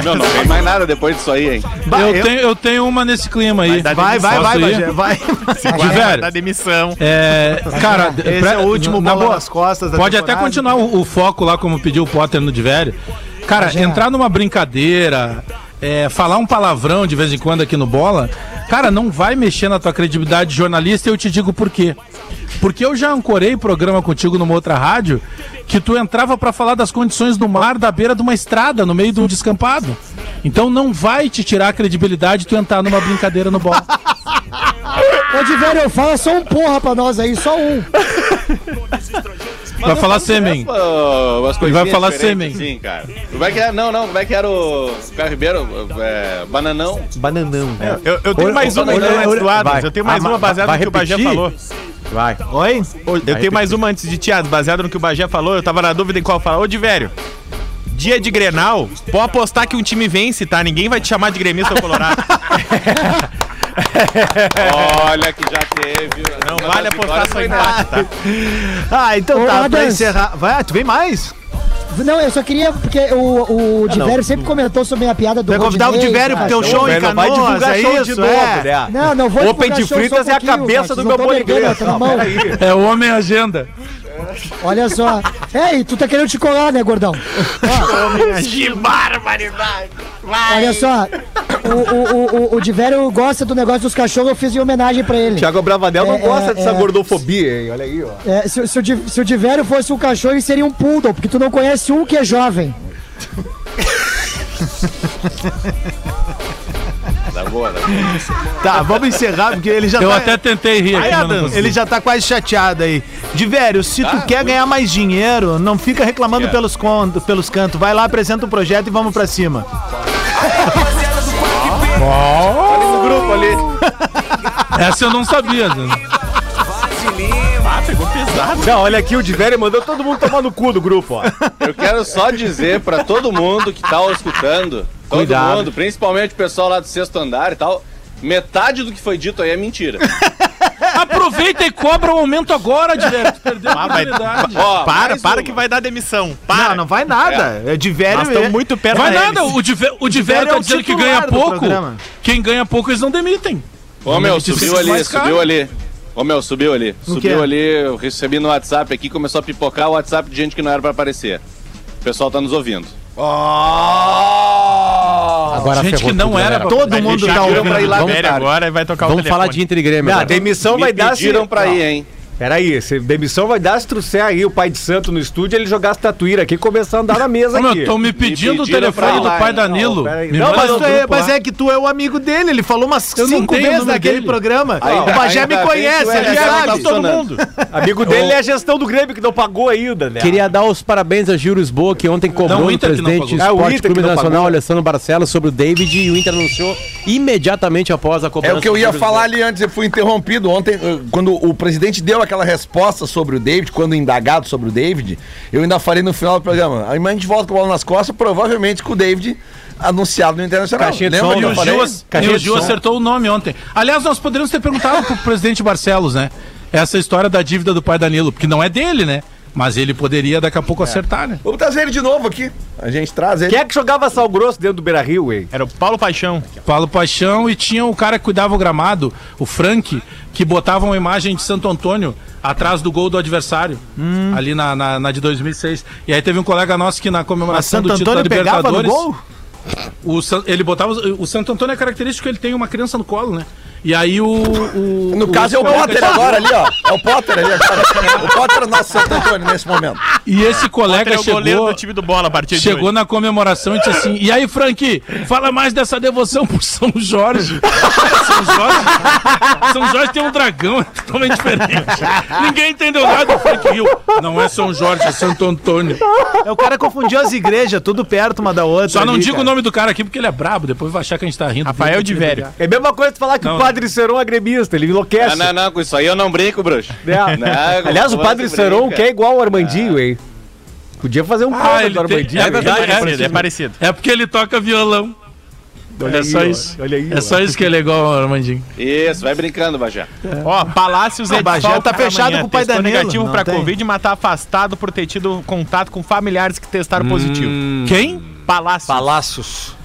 [SPEAKER 8] Não, não tem mais nada depois disso aí, hein?
[SPEAKER 2] Bah,
[SPEAKER 7] eu,
[SPEAKER 2] eu-
[SPEAKER 7] Tenho, eu tenho uma nesse clima aí.
[SPEAKER 2] Vai, vai, vai,
[SPEAKER 7] Posso
[SPEAKER 2] Bagé,
[SPEAKER 7] ir?
[SPEAKER 2] vai. Tá
[SPEAKER 7] De velho,
[SPEAKER 9] Da demissão.
[SPEAKER 7] é, cara,
[SPEAKER 2] Esse
[SPEAKER 7] pre-
[SPEAKER 2] é o último
[SPEAKER 7] na
[SPEAKER 2] bola
[SPEAKER 7] boa,
[SPEAKER 2] nas costas da
[SPEAKER 7] Pode até
[SPEAKER 2] temporada.
[SPEAKER 7] continuar o, o foco lá, como pediu o Potter no de velho. Cara, entrar numa brincadeira, é, falar um palavrão de vez em quando aqui no Bola, cara, não vai mexer na tua credibilidade de jornalista e eu te digo por quê. Porque eu já ancorei programa contigo numa outra rádio que tu entrava pra falar das condições do mar da beira de uma estrada, no meio de um descampado. Então não vai te tirar a credibilidade tu entrar numa brincadeira no Bola.
[SPEAKER 6] Ô, de velho, fala só um porra pra nós aí, só um.
[SPEAKER 7] Vai falar sêmen.
[SPEAKER 8] Pô, umas coisinhas
[SPEAKER 7] vai falar
[SPEAKER 8] diferentes,
[SPEAKER 7] sêmen.
[SPEAKER 8] Sim, cara. Como é que era? Não, não. Como é que era o Caio Ribeiro? É, bananão.
[SPEAKER 3] Bananão. né?
[SPEAKER 9] Eu, eu tenho
[SPEAKER 5] Olha-
[SPEAKER 9] mais uma
[SPEAKER 5] olha-
[SPEAKER 9] ainda antes
[SPEAKER 5] olha-
[SPEAKER 9] do Adams.
[SPEAKER 5] vai.
[SPEAKER 9] Eu tenho mais
[SPEAKER 5] Ah,
[SPEAKER 9] uma
[SPEAKER 5] ma-
[SPEAKER 9] baseada
[SPEAKER 5] vai
[SPEAKER 9] no que o Bagé
[SPEAKER 5] repetir?
[SPEAKER 9] falou.
[SPEAKER 5] Vai.
[SPEAKER 2] Oi?
[SPEAKER 9] Eu tenho mais uma antes de ti, Adams, baseada no que o Bagé falou. Eu tava na dúvida em qual falar. Ô, de velho. Dia de Grenal, pode apostar que um time vence, tá? Ninguém vai te chamar de gremista ou colorado.
[SPEAKER 8] Olha que já teve. né?
[SPEAKER 9] Não um vale apostar só em empate, tá?
[SPEAKER 2] Ah, então
[SPEAKER 6] Ô,
[SPEAKER 2] tá, pra
[SPEAKER 6] Adams.
[SPEAKER 2] encerrar. Vai, tu vem mais?
[SPEAKER 6] Não, eu só queria, porque o, o Diverio sempre comentou sobre a piada do
[SPEAKER 2] Tu vai convidar o
[SPEAKER 6] Rodinei,
[SPEAKER 2] Diverio
[SPEAKER 6] cara.
[SPEAKER 2] pro teu show em
[SPEAKER 3] Velho, não vai
[SPEAKER 2] Canoas,
[SPEAKER 3] divulgar
[SPEAKER 2] é
[SPEAKER 3] show de
[SPEAKER 2] isso?
[SPEAKER 3] novo,
[SPEAKER 2] É.
[SPEAKER 3] né?
[SPEAKER 6] Não, não vou
[SPEAKER 3] Open
[SPEAKER 6] divulgar
[SPEAKER 3] de
[SPEAKER 6] show só um
[SPEAKER 3] Fritas é a
[SPEAKER 6] pouquinho,
[SPEAKER 3] cabeça
[SPEAKER 6] cara,
[SPEAKER 3] do
[SPEAKER 6] vocês não
[SPEAKER 3] meu
[SPEAKER 6] tão
[SPEAKER 3] Boni
[SPEAKER 6] pegando,
[SPEAKER 3] Igreja.
[SPEAKER 6] tá na mão.
[SPEAKER 7] É o homem agenda.
[SPEAKER 6] Olha só. Ei, tu tá querendo te colar, né, gordão?
[SPEAKER 9] Que barbaridade!
[SPEAKER 6] Olha só. O, o, o, o, o Diverio gosta do negócio dos cachorros, eu fiz em homenagem pra ele.
[SPEAKER 3] Thiago Bravadel não
[SPEAKER 6] É,
[SPEAKER 3] gosta
[SPEAKER 6] é,
[SPEAKER 3] dessa
[SPEAKER 6] é.
[SPEAKER 3] gordofobia, hein? Olha aí, ó.
[SPEAKER 6] É, se, se o Di- se o Diverio fosse um cachorro, ele seria um poodle, porque tu não conhece um que é jovem.
[SPEAKER 8] Tá boa, tá boa.
[SPEAKER 2] Tá, vamos encerrar, porque ele já
[SPEAKER 7] Eu
[SPEAKER 2] tá.
[SPEAKER 7] até tentei rir
[SPEAKER 2] Aí,
[SPEAKER 7] aqui, mas não
[SPEAKER 2] Adams,
[SPEAKER 7] consegui.
[SPEAKER 2] ele já tá quase chateado aí. De velho, se
[SPEAKER 5] Ah,
[SPEAKER 2] tu quer ganhar mais dinheiro, não fica reclamando
[SPEAKER 8] Quero.
[SPEAKER 2] pelos, conto, pelos cantos. Vai lá, apresenta o projeto e vamos pra cima.
[SPEAKER 8] O grupo ali.
[SPEAKER 7] Essa eu não sabia. né?
[SPEAKER 3] Não, olha aqui, o Diverio mandou todo mundo tomar no cu do grupo, ó.
[SPEAKER 8] Eu quero só dizer pra todo mundo que tá escutando, todo
[SPEAKER 3] Cuidado.
[SPEAKER 8] mundo, principalmente o pessoal lá do sexto andar e tal, metade do que foi dito aí é mentira.
[SPEAKER 7] Aproveita e cobra o aumento agora, direto. Perdeu a
[SPEAKER 9] Ah, vai-
[SPEAKER 7] oportunidade.
[SPEAKER 8] Ó,
[SPEAKER 9] Para,
[SPEAKER 8] mais
[SPEAKER 9] para
[SPEAKER 8] uma.
[SPEAKER 9] que vai dar demissão. Para.
[SPEAKER 2] Não, não vai nada. É, de velho.
[SPEAKER 9] Nós estamos
[SPEAKER 2] é-
[SPEAKER 9] muito perto
[SPEAKER 7] Vai
[SPEAKER 9] da
[SPEAKER 7] nada,
[SPEAKER 9] hélice.
[SPEAKER 7] o Diver- o Diverio
[SPEAKER 2] é
[SPEAKER 7] tá
[SPEAKER 2] o
[SPEAKER 7] dizendo que
[SPEAKER 2] titular
[SPEAKER 7] ganha
[SPEAKER 2] do
[SPEAKER 7] pouco.
[SPEAKER 2] programa.
[SPEAKER 7] Quem ganha pouco, eles não demitem.
[SPEAKER 8] Ô meu,
[SPEAKER 7] Disse
[SPEAKER 8] subiu
[SPEAKER 7] que
[SPEAKER 8] ali,
[SPEAKER 7] mais
[SPEAKER 8] subiu
[SPEAKER 7] caro.
[SPEAKER 8] ali. Ô meu, subiu ali.
[SPEAKER 2] quê?
[SPEAKER 8] Subiu ali, eu recebi no WhatsApp aqui, começou a pipocar o WhatsApp de gente que não era pra aparecer. O pessoal tá nos ouvindo.
[SPEAKER 5] Agora
[SPEAKER 7] Gente
[SPEAKER 5] ferrou
[SPEAKER 7] que não
[SPEAKER 5] tudo,
[SPEAKER 7] era
[SPEAKER 5] galera.
[SPEAKER 7] pra-
[SPEAKER 2] Todo
[SPEAKER 9] Vai
[SPEAKER 2] mundo
[SPEAKER 9] deixar
[SPEAKER 2] tá
[SPEAKER 9] eu
[SPEAKER 2] ouvindo.
[SPEAKER 9] pra ir lá
[SPEAKER 5] Vamos-
[SPEAKER 9] velho agora e vai tocar o
[SPEAKER 5] Vamos
[SPEAKER 9] telefone.
[SPEAKER 5] falar de Inter e Grêmio.
[SPEAKER 3] Não, a
[SPEAKER 5] agora.
[SPEAKER 3] demissão
[SPEAKER 8] Me
[SPEAKER 3] vai dar se-
[SPEAKER 8] pediram pra ir, hein?
[SPEAKER 3] Peraí, se demissão vai dar se trouxer aí o pai de santo no estúdio ele jogar as tatuíra aqui e começar a andar na mesa
[SPEAKER 7] Ô, meu,
[SPEAKER 3] aqui.
[SPEAKER 7] estão me pedindo o
[SPEAKER 8] pediram pra
[SPEAKER 7] telefone do
[SPEAKER 8] lá,
[SPEAKER 7] pai
[SPEAKER 8] hein?
[SPEAKER 7] Danilo.
[SPEAKER 3] Não, peraí.
[SPEAKER 7] Me
[SPEAKER 3] Não,
[SPEAKER 7] manda
[SPEAKER 3] mas
[SPEAKER 7] no
[SPEAKER 3] tu
[SPEAKER 7] grupo
[SPEAKER 3] é- mas
[SPEAKER 7] lá.
[SPEAKER 11] é que tu é o amigo dele, ele falou umas
[SPEAKER 7] Eu não
[SPEAKER 11] cinco
[SPEAKER 7] tenho o
[SPEAKER 11] vezes
[SPEAKER 7] número
[SPEAKER 11] naquele
[SPEAKER 7] dele.
[SPEAKER 11] programa.
[SPEAKER 8] Ainda-
[SPEAKER 11] o Bagé
[SPEAKER 8] ainda
[SPEAKER 11] me
[SPEAKER 8] bem que
[SPEAKER 11] conhece,
[SPEAKER 8] tu é
[SPEAKER 11] ele
[SPEAKER 8] legal,
[SPEAKER 11] sabe
[SPEAKER 8] tá
[SPEAKER 11] de todo
[SPEAKER 8] funcionando.
[SPEAKER 11] mundo.
[SPEAKER 3] Amigo dele é a gestão do Grêmio que não pagou ainda, né?
[SPEAKER 5] Queria dar os parabéns a Giro Lisboa, que ontem cobrou
[SPEAKER 7] Não, o
[SPEAKER 5] o
[SPEAKER 7] Inter que não
[SPEAKER 5] presidente do
[SPEAKER 3] É,
[SPEAKER 7] pagou.
[SPEAKER 3] o
[SPEAKER 5] Esporte
[SPEAKER 3] Inter que
[SPEAKER 5] Clube
[SPEAKER 3] não
[SPEAKER 5] Nacional,
[SPEAKER 3] pagou.
[SPEAKER 5] Alessandro Barcelos, sobre o David, e o Inter anunciou imediatamente após a
[SPEAKER 4] É
[SPEAKER 5] cobrança.
[SPEAKER 4] o que eu
[SPEAKER 5] do
[SPEAKER 4] ia
[SPEAKER 5] Giro
[SPEAKER 4] falar ali antes, eu fui interrompido ontem, eh, quando o presidente deu aquela resposta sobre o David, quando indagado sobre o David, eu ainda falei no final do programa, aí a gente volta com o bola nas costas, provavelmente com o David anunciado no Internacional.
[SPEAKER 3] Caixinha de
[SPEAKER 4] Lembra
[SPEAKER 3] som,
[SPEAKER 4] que eu
[SPEAKER 7] E o
[SPEAKER 4] falei?
[SPEAKER 7] Gil, e
[SPEAKER 3] Caixinha
[SPEAKER 7] o
[SPEAKER 3] de
[SPEAKER 7] Gil
[SPEAKER 3] som.
[SPEAKER 7] acertou o nome ontem. Aliás, nós poderíamos ter perguntado pro presidente Barcelos, né? Essa história da dívida do pai Danilo, porque não é dele, né? Mas ele poderia daqui a pouco acertar, né?
[SPEAKER 4] Vamos trazer ele de novo aqui. A gente traz ele.
[SPEAKER 3] Quem é que jogava sal grosso dentro do Beira Rio, hein?
[SPEAKER 9] Era o Paulo Paixão.
[SPEAKER 7] Paulo Paixão e tinha o cara que cuidava o gramado, o Frank, que botava uma imagem de Santo Antônio atrás do gol do adversário, ali na, na, na de 2006. E aí teve um colega nosso que na
[SPEAKER 11] Hum. Mas
[SPEAKER 7] comemoração
[SPEAKER 11] Santo
[SPEAKER 7] do título
[SPEAKER 11] Antônio
[SPEAKER 7] da
[SPEAKER 11] pegava no gol?
[SPEAKER 7] Libertadores, o San- ele botava os- o Santo Antônio é característico que ele tem uma criança no colo, né? E aí o, o-
[SPEAKER 4] No caso é o
[SPEAKER 7] colega-
[SPEAKER 4] Potter agora ali, ó. É o Potter ali agora. O Potter é o nosso Santo Antônio nesse momento.
[SPEAKER 7] E esse
[SPEAKER 9] Potter
[SPEAKER 7] colega
[SPEAKER 9] é o goleiro
[SPEAKER 7] chegou
[SPEAKER 9] do time do bola a partir de
[SPEAKER 7] Chegou
[SPEAKER 9] hoje.
[SPEAKER 7] na comemoração e disse assim: E aí, Frank, fala mais dessa devoção por São Jorge. São Jorge, São Jorge tem um dragão, é totalmente diferente. Ninguém entendeu nada do Frank Rio. Não é São Jorge, é Santo Antônio.
[SPEAKER 11] É o cara confundiu as igrejas, tudo perto uma da outra.
[SPEAKER 7] Só não
[SPEAKER 11] ali,
[SPEAKER 7] digo
[SPEAKER 11] cara.
[SPEAKER 7] o nome do cara aqui porque ele é brabo, depois vai achar que a gente tá rindo.
[SPEAKER 9] Rafael de Vério.
[SPEAKER 3] É a mesma coisa de falar que
[SPEAKER 7] Não.
[SPEAKER 3] o Padre Seron é gremista, ele enlouquece.
[SPEAKER 8] Não, não, não, com isso aí eu não brinco, bruxo.
[SPEAKER 3] né?
[SPEAKER 8] Não,
[SPEAKER 3] Aliás, o
[SPEAKER 8] não
[SPEAKER 3] Padre
[SPEAKER 8] se
[SPEAKER 3] Seron
[SPEAKER 8] brinca.
[SPEAKER 3] quer igual o Armandinho, hein? Podia fazer um
[SPEAKER 7] Ah,
[SPEAKER 3] cover
[SPEAKER 7] ele
[SPEAKER 3] do
[SPEAKER 7] tem-
[SPEAKER 3] Armandinho.
[SPEAKER 7] é verdade,
[SPEAKER 9] tá É parecido, é parecido.
[SPEAKER 7] É porque ele toca violão. é só isso.
[SPEAKER 3] Olha aí.
[SPEAKER 7] É só isso que é legal, Armandinho.
[SPEAKER 8] Isso, vai brincando, Bajé.
[SPEAKER 9] Ó, Palácios é
[SPEAKER 11] O Bagé
[SPEAKER 9] desfalque
[SPEAKER 11] tá
[SPEAKER 9] pra
[SPEAKER 11] fechado
[SPEAKER 9] amanhã.
[SPEAKER 11] com o pai
[SPEAKER 9] Testou
[SPEAKER 11] Danilo,
[SPEAKER 9] negativo
[SPEAKER 11] não
[SPEAKER 9] pra
[SPEAKER 11] tem.
[SPEAKER 9] Covid, mas tá afastado por ter tido contato com familiares que testaram
[SPEAKER 11] Hum.
[SPEAKER 9] positivo.
[SPEAKER 7] Quem?
[SPEAKER 9] Palácios.
[SPEAKER 3] Palácios.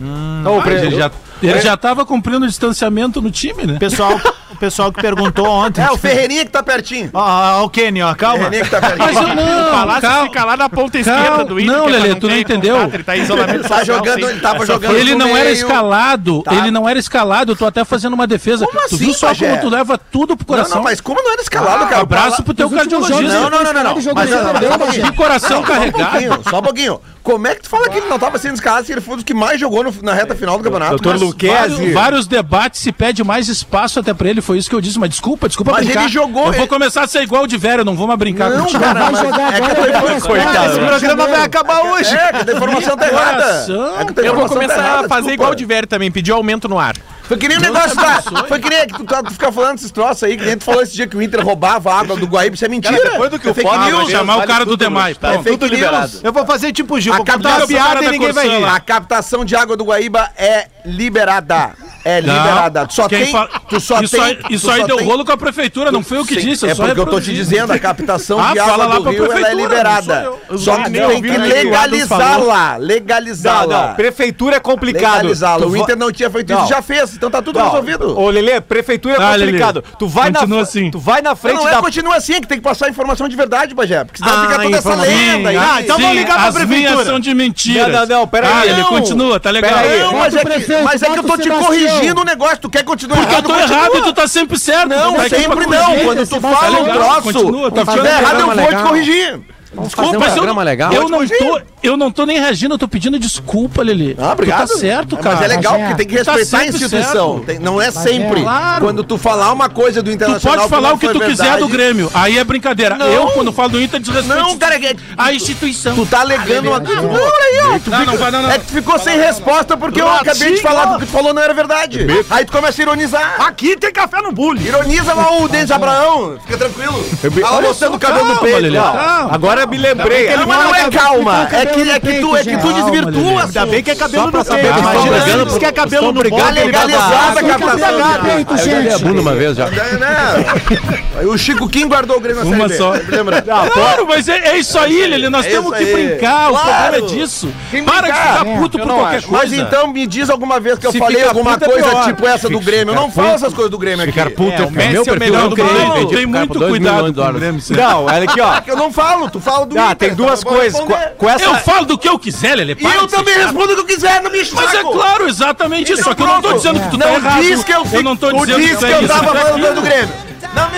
[SPEAKER 3] Então,
[SPEAKER 7] Ele já,
[SPEAKER 9] É.
[SPEAKER 7] ele já tava cumprindo o distanciamento no time, né?
[SPEAKER 11] Pessoal, o pessoal que perguntou ontem.
[SPEAKER 4] É o Ferreirinha que tá pertinho.
[SPEAKER 11] Ó, Ó, ó, o Kenny, ó, calma.
[SPEAKER 4] Ferreirinha que tá pertinho.
[SPEAKER 7] eu
[SPEAKER 9] o Palácio
[SPEAKER 7] Ah, calma.
[SPEAKER 9] fica lá na ponta
[SPEAKER 7] Calma.
[SPEAKER 9] esquerda do Inter.
[SPEAKER 7] Não,
[SPEAKER 9] que é pra
[SPEAKER 7] Lelê, tu não
[SPEAKER 9] ter
[SPEAKER 7] entendeu.
[SPEAKER 9] contato, Ele tá em isolamento
[SPEAKER 4] Tá
[SPEAKER 9] social,
[SPEAKER 4] jogando,
[SPEAKER 9] sim.
[SPEAKER 4] ele tava jogando.
[SPEAKER 7] Ele
[SPEAKER 4] no
[SPEAKER 7] não era
[SPEAKER 4] meio.
[SPEAKER 7] escalado, ele não era escalado, eu tô até fazendo uma defesa.
[SPEAKER 4] tá. Como
[SPEAKER 7] tu viu
[SPEAKER 4] assim,
[SPEAKER 7] só
[SPEAKER 4] Bagé?
[SPEAKER 7] como tu leva tudo pro
[SPEAKER 4] Não,
[SPEAKER 7] coração? Ah,
[SPEAKER 4] não, mas como não era escalado, cara?
[SPEAKER 7] Abraço pro teu
[SPEAKER 6] Nos últimos
[SPEAKER 7] cardiologista.
[SPEAKER 6] jogos
[SPEAKER 4] Não,
[SPEAKER 6] ele
[SPEAKER 4] não, não,
[SPEAKER 6] foi
[SPEAKER 4] não, não.
[SPEAKER 6] escalado, o jogo
[SPEAKER 4] Mas
[SPEAKER 6] dele
[SPEAKER 4] não, não,
[SPEAKER 6] perdeu,
[SPEAKER 4] não, não,
[SPEAKER 6] Bagé.
[SPEAKER 7] Que coração
[SPEAKER 4] Não, Só um
[SPEAKER 7] carregado.
[SPEAKER 4] pouquinho, só um pouquinho. Como é que tu fala que ele não tava sendo escalado se ele foi um dos que mais jogou no- na reta final do campeonato?
[SPEAKER 3] Doutor
[SPEAKER 4] Mas-
[SPEAKER 3] Luquezzi.
[SPEAKER 7] Vários, vários debates se pede mais espaço até pra ele, foi isso que eu disse, mas desculpa, desculpa
[SPEAKER 4] Mas
[SPEAKER 7] brincar.
[SPEAKER 4] ele jogou,
[SPEAKER 7] Eu
[SPEAKER 4] ele-
[SPEAKER 7] vou começar a ser igual o de velho, não vou mais brincar
[SPEAKER 4] Não,
[SPEAKER 7] contigo.
[SPEAKER 4] cara,
[SPEAKER 6] Vai
[SPEAKER 4] mas
[SPEAKER 6] jogar
[SPEAKER 4] é que
[SPEAKER 6] agora,
[SPEAKER 4] foi-
[SPEAKER 6] vai
[SPEAKER 4] foi-
[SPEAKER 6] jogar as
[SPEAKER 4] foi-
[SPEAKER 6] quartas,
[SPEAKER 11] Esse
[SPEAKER 6] né?
[SPEAKER 11] programa vai acabar hoje.
[SPEAKER 4] É, que a informação tá errada.
[SPEAKER 7] coração.
[SPEAKER 4] É que a
[SPEAKER 9] Eu vou
[SPEAKER 4] informação tá
[SPEAKER 9] começar
[SPEAKER 4] errada,
[SPEAKER 9] a fazer
[SPEAKER 4] desculpa.
[SPEAKER 9] igual o de velho também, pedir aumento no ar.
[SPEAKER 4] Foi que nem o negócio
[SPEAKER 7] é
[SPEAKER 4] da. Foi que nem que tu, tá- tu fica falando esses troços aí, que nem tu falou esse dia que o Inter roubava a água do Guaíba, isso é mentira.
[SPEAKER 8] Cara, depois do que
[SPEAKER 4] É
[SPEAKER 8] o
[SPEAKER 4] fake
[SPEAKER 8] Fábio
[SPEAKER 4] news.
[SPEAKER 8] fez,
[SPEAKER 7] chamar o cara do
[SPEAKER 8] tudo,
[SPEAKER 7] Demai.
[SPEAKER 8] bruxo, Tá
[SPEAKER 4] É fake
[SPEAKER 8] tudo
[SPEAKER 4] news.
[SPEAKER 8] liberado.
[SPEAKER 11] Eu vou fazer tipo Gil, vou contar
[SPEAKER 4] captação
[SPEAKER 11] uma piada
[SPEAKER 7] da
[SPEAKER 11] e ninguém vai
[SPEAKER 7] Corsã
[SPEAKER 11] rir.
[SPEAKER 7] lá.
[SPEAKER 4] A captação de água do Guaíba é liberada. É
[SPEAKER 7] Não,
[SPEAKER 4] liberada. Tu só
[SPEAKER 7] quem
[SPEAKER 4] tem.
[SPEAKER 7] fala-
[SPEAKER 4] Tu só
[SPEAKER 7] isso
[SPEAKER 4] tem.
[SPEAKER 7] aí,
[SPEAKER 4] tu
[SPEAKER 7] isso
[SPEAKER 4] só
[SPEAKER 7] aí deu
[SPEAKER 4] tem-
[SPEAKER 7] rolo com a prefeitura, não foi eu que
[SPEAKER 4] Sim,
[SPEAKER 7] disse,
[SPEAKER 4] é porque eu tô te
[SPEAKER 7] reproduzi.
[SPEAKER 4] dizendo, a captação
[SPEAKER 7] Ah,
[SPEAKER 4] de
[SPEAKER 7] fala
[SPEAKER 4] água
[SPEAKER 7] lá
[SPEAKER 4] do
[SPEAKER 7] pra
[SPEAKER 4] Rio ela é
[SPEAKER 7] prefeitura, não
[SPEAKER 4] liberada.
[SPEAKER 7] sou eu.
[SPEAKER 4] Só
[SPEAKER 7] Ah,
[SPEAKER 4] que
[SPEAKER 7] não,
[SPEAKER 4] tem que
[SPEAKER 7] viu, né, que o
[SPEAKER 4] legalizá-la.
[SPEAKER 3] Não,
[SPEAKER 4] Legalizá-la.
[SPEAKER 3] não. Prefeitura é complicado.
[SPEAKER 4] Legalizá-la.
[SPEAKER 3] Tu
[SPEAKER 4] O
[SPEAKER 3] va-
[SPEAKER 4] Inter não tinha feito isso
[SPEAKER 3] Não.
[SPEAKER 4] e já fez, então tá tudo
[SPEAKER 3] Não.
[SPEAKER 4] resolvido.
[SPEAKER 3] Ô, Lelê, prefeitura
[SPEAKER 7] Ah,
[SPEAKER 3] é complicado.
[SPEAKER 7] Lelê,
[SPEAKER 3] Tu vai na
[SPEAKER 7] continua
[SPEAKER 3] fr-
[SPEAKER 7] assim.
[SPEAKER 3] Tu vai na frente
[SPEAKER 4] não, não é,
[SPEAKER 3] da
[SPEAKER 4] continua assim, é que tem que passar a informação de verdade, Bagé. Porque senão
[SPEAKER 11] Ah,
[SPEAKER 4] fica toda essa
[SPEAKER 11] informação.
[SPEAKER 4] lenda. aí.
[SPEAKER 11] Ah, então
[SPEAKER 7] Sim,
[SPEAKER 11] vamos ligar pra
[SPEAKER 7] as minhas
[SPEAKER 11] prefeitura.
[SPEAKER 7] são de mentira.
[SPEAKER 3] Não, não, não, peraí.
[SPEAKER 7] Ah, ele
[SPEAKER 3] Não.
[SPEAKER 7] continua, tá legal.
[SPEAKER 3] Peraí.
[SPEAKER 4] Não, mas é,
[SPEAKER 6] Bota o
[SPEAKER 4] que,
[SPEAKER 6] prefeito,
[SPEAKER 4] mas é que eu tô
[SPEAKER 6] bota o
[SPEAKER 4] te
[SPEAKER 6] Sebastião.
[SPEAKER 4] corrigindo o negócio, tu quer continuar
[SPEAKER 7] Porque eu tô
[SPEAKER 4] continua.
[SPEAKER 7] errado e tu tá sempre certo.
[SPEAKER 4] Não,
[SPEAKER 7] Vai aqui
[SPEAKER 4] sempre
[SPEAKER 7] pra
[SPEAKER 4] não.
[SPEAKER 7] corrigir.
[SPEAKER 4] Quando tu fala um
[SPEAKER 7] legal, tá
[SPEAKER 4] troço,
[SPEAKER 7] continua, tá
[SPEAKER 4] se
[SPEAKER 7] fazendo
[SPEAKER 4] tiver errado, eu
[SPEAKER 5] programa
[SPEAKER 4] vou te
[SPEAKER 5] legal.
[SPEAKER 4] corrigir.
[SPEAKER 5] Fazer um
[SPEAKER 7] Mas eu,
[SPEAKER 5] programa legal.
[SPEAKER 7] eu não tô, eu não tô nem reagindo, eu tô pedindo desculpa, Lili.
[SPEAKER 4] Ah, obrigado.
[SPEAKER 7] Tu tá certo, cara.
[SPEAKER 4] Mas é legal,
[SPEAKER 6] Bagé,
[SPEAKER 4] porque tem que
[SPEAKER 7] tu tá
[SPEAKER 4] respeitar a
[SPEAKER 7] sempre
[SPEAKER 4] instituição.
[SPEAKER 7] certo.
[SPEAKER 4] Tem- não é sempre.
[SPEAKER 7] claro.
[SPEAKER 4] Quando tu falar uma coisa do
[SPEAKER 7] Tu
[SPEAKER 4] Internacional...
[SPEAKER 7] pode falar
[SPEAKER 4] não
[SPEAKER 7] o que
[SPEAKER 4] foi
[SPEAKER 7] tu quiser
[SPEAKER 4] verdade,
[SPEAKER 7] do Grêmio. Aí é brincadeira.
[SPEAKER 4] Não.
[SPEAKER 7] Eu, quando falo do Inter, desrespeito
[SPEAKER 4] Não, cara, é-
[SPEAKER 7] a instituição.
[SPEAKER 4] Tu tá alegando uma... Não, olha aí, ó. Tu
[SPEAKER 7] Não, não
[SPEAKER 4] fica-
[SPEAKER 7] vai, não, não.
[SPEAKER 4] É que tu ficou sem resposta porque eu acabei de falar que o que tu falou não era verdade. Aí tu começa a ironizar.
[SPEAKER 11] Aqui tem café no bullying.
[SPEAKER 4] Ironiza lá o Denis Abraão. Fica tranquilo. Tá lá mostrando o cabelo no peito.
[SPEAKER 7] Lelê.
[SPEAKER 4] lá.
[SPEAKER 7] Calma.
[SPEAKER 3] Agora me lembrei.
[SPEAKER 4] Não, mas não é calma. É que, é que tu, é que tu
[SPEAKER 7] Calma, Lelê.
[SPEAKER 4] desvirtua.
[SPEAKER 11] Ainda bem que é cabelo no peito.
[SPEAKER 4] que estão
[SPEAKER 11] Imagina
[SPEAKER 4] brigando
[SPEAKER 11] se diz que é cabelo no
[SPEAKER 4] Tá
[SPEAKER 11] bolo.
[SPEAKER 4] legalizada a captação. de água.
[SPEAKER 6] Peito,
[SPEAKER 5] Eu já dei a
[SPEAKER 6] gente.
[SPEAKER 5] bunda uma vez já.
[SPEAKER 4] Não, não. Aí O Chico Kim guardou o Grêmio na Série
[SPEAKER 7] Uma
[SPEAKER 4] B.
[SPEAKER 7] só.
[SPEAKER 4] Lembra?
[SPEAKER 7] Claro, mas é, é isso aí, Lili. Nós
[SPEAKER 4] É
[SPEAKER 7] temos
[SPEAKER 4] isso
[SPEAKER 7] que
[SPEAKER 4] aí.
[SPEAKER 7] brincar. O
[SPEAKER 4] Claro.
[SPEAKER 7] problema é disso.
[SPEAKER 4] Tem que
[SPEAKER 7] Para de
[SPEAKER 4] brincar. É,
[SPEAKER 7] ficar puto por qualquer coisa.
[SPEAKER 4] Mas então me diz alguma vez que eu
[SPEAKER 3] Se
[SPEAKER 4] falei
[SPEAKER 3] ficar
[SPEAKER 4] alguma
[SPEAKER 3] puto é
[SPEAKER 4] coisa
[SPEAKER 3] pior.
[SPEAKER 4] tipo essa do Grêmio. Eu não falo essas coisas do Grêmio aqui.
[SPEAKER 5] puto,
[SPEAKER 9] o Messi é o melhor do
[SPEAKER 5] Grêmio.
[SPEAKER 9] mundo.
[SPEAKER 5] Vendi pro
[SPEAKER 7] Tem
[SPEAKER 5] cara
[SPEAKER 7] muito
[SPEAKER 5] por dois
[SPEAKER 7] cuidado
[SPEAKER 5] milhões de
[SPEAKER 7] com o
[SPEAKER 5] dólares.
[SPEAKER 7] Grêmio, isso aí.
[SPEAKER 3] Não, olha aqui, ó.
[SPEAKER 4] Ah, Que eu não falo, tu fala do
[SPEAKER 3] Ah,
[SPEAKER 4] Inter,
[SPEAKER 3] tem duas
[SPEAKER 4] então eu vou
[SPEAKER 3] coisas. Com,
[SPEAKER 4] responder.
[SPEAKER 3] com essa.
[SPEAKER 7] Eu falo do que eu quiser, Lelê.
[SPEAKER 4] E
[SPEAKER 7] para
[SPEAKER 4] eu
[SPEAKER 7] de ser
[SPEAKER 4] também
[SPEAKER 7] chato.
[SPEAKER 4] respondo o que eu quiser, não me
[SPEAKER 7] Mas é
[SPEAKER 4] saco.
[SPEAKER 7] claro, exatamente isso. Só que eu não tô
[SPEAKER 4] pronto.
[SPEAKER 7] dizendo que tu tá
[SPEAKER 4] Não
[SPEAKER 7] errado.
[SPEAKER 4] diz que eu,
[SPEAKER 7] Eu não tô
[SPEAKER 4] tu
[SPEAKER 7] dizendo
[SPEAKER 4] diz
[SPEAKER 7] que tu
[SPEAKER 4] que,
[SPEAKER 7] é
[SPEAKER 4] eu
[SPEAKER 7] isso,
[SPEAKER 4] tava
[SPEAKER 7] tu é
[SPEAKER 4] falando
[SPEAKER 7] aquilo.
[SPEAKER 4] do Grêmio.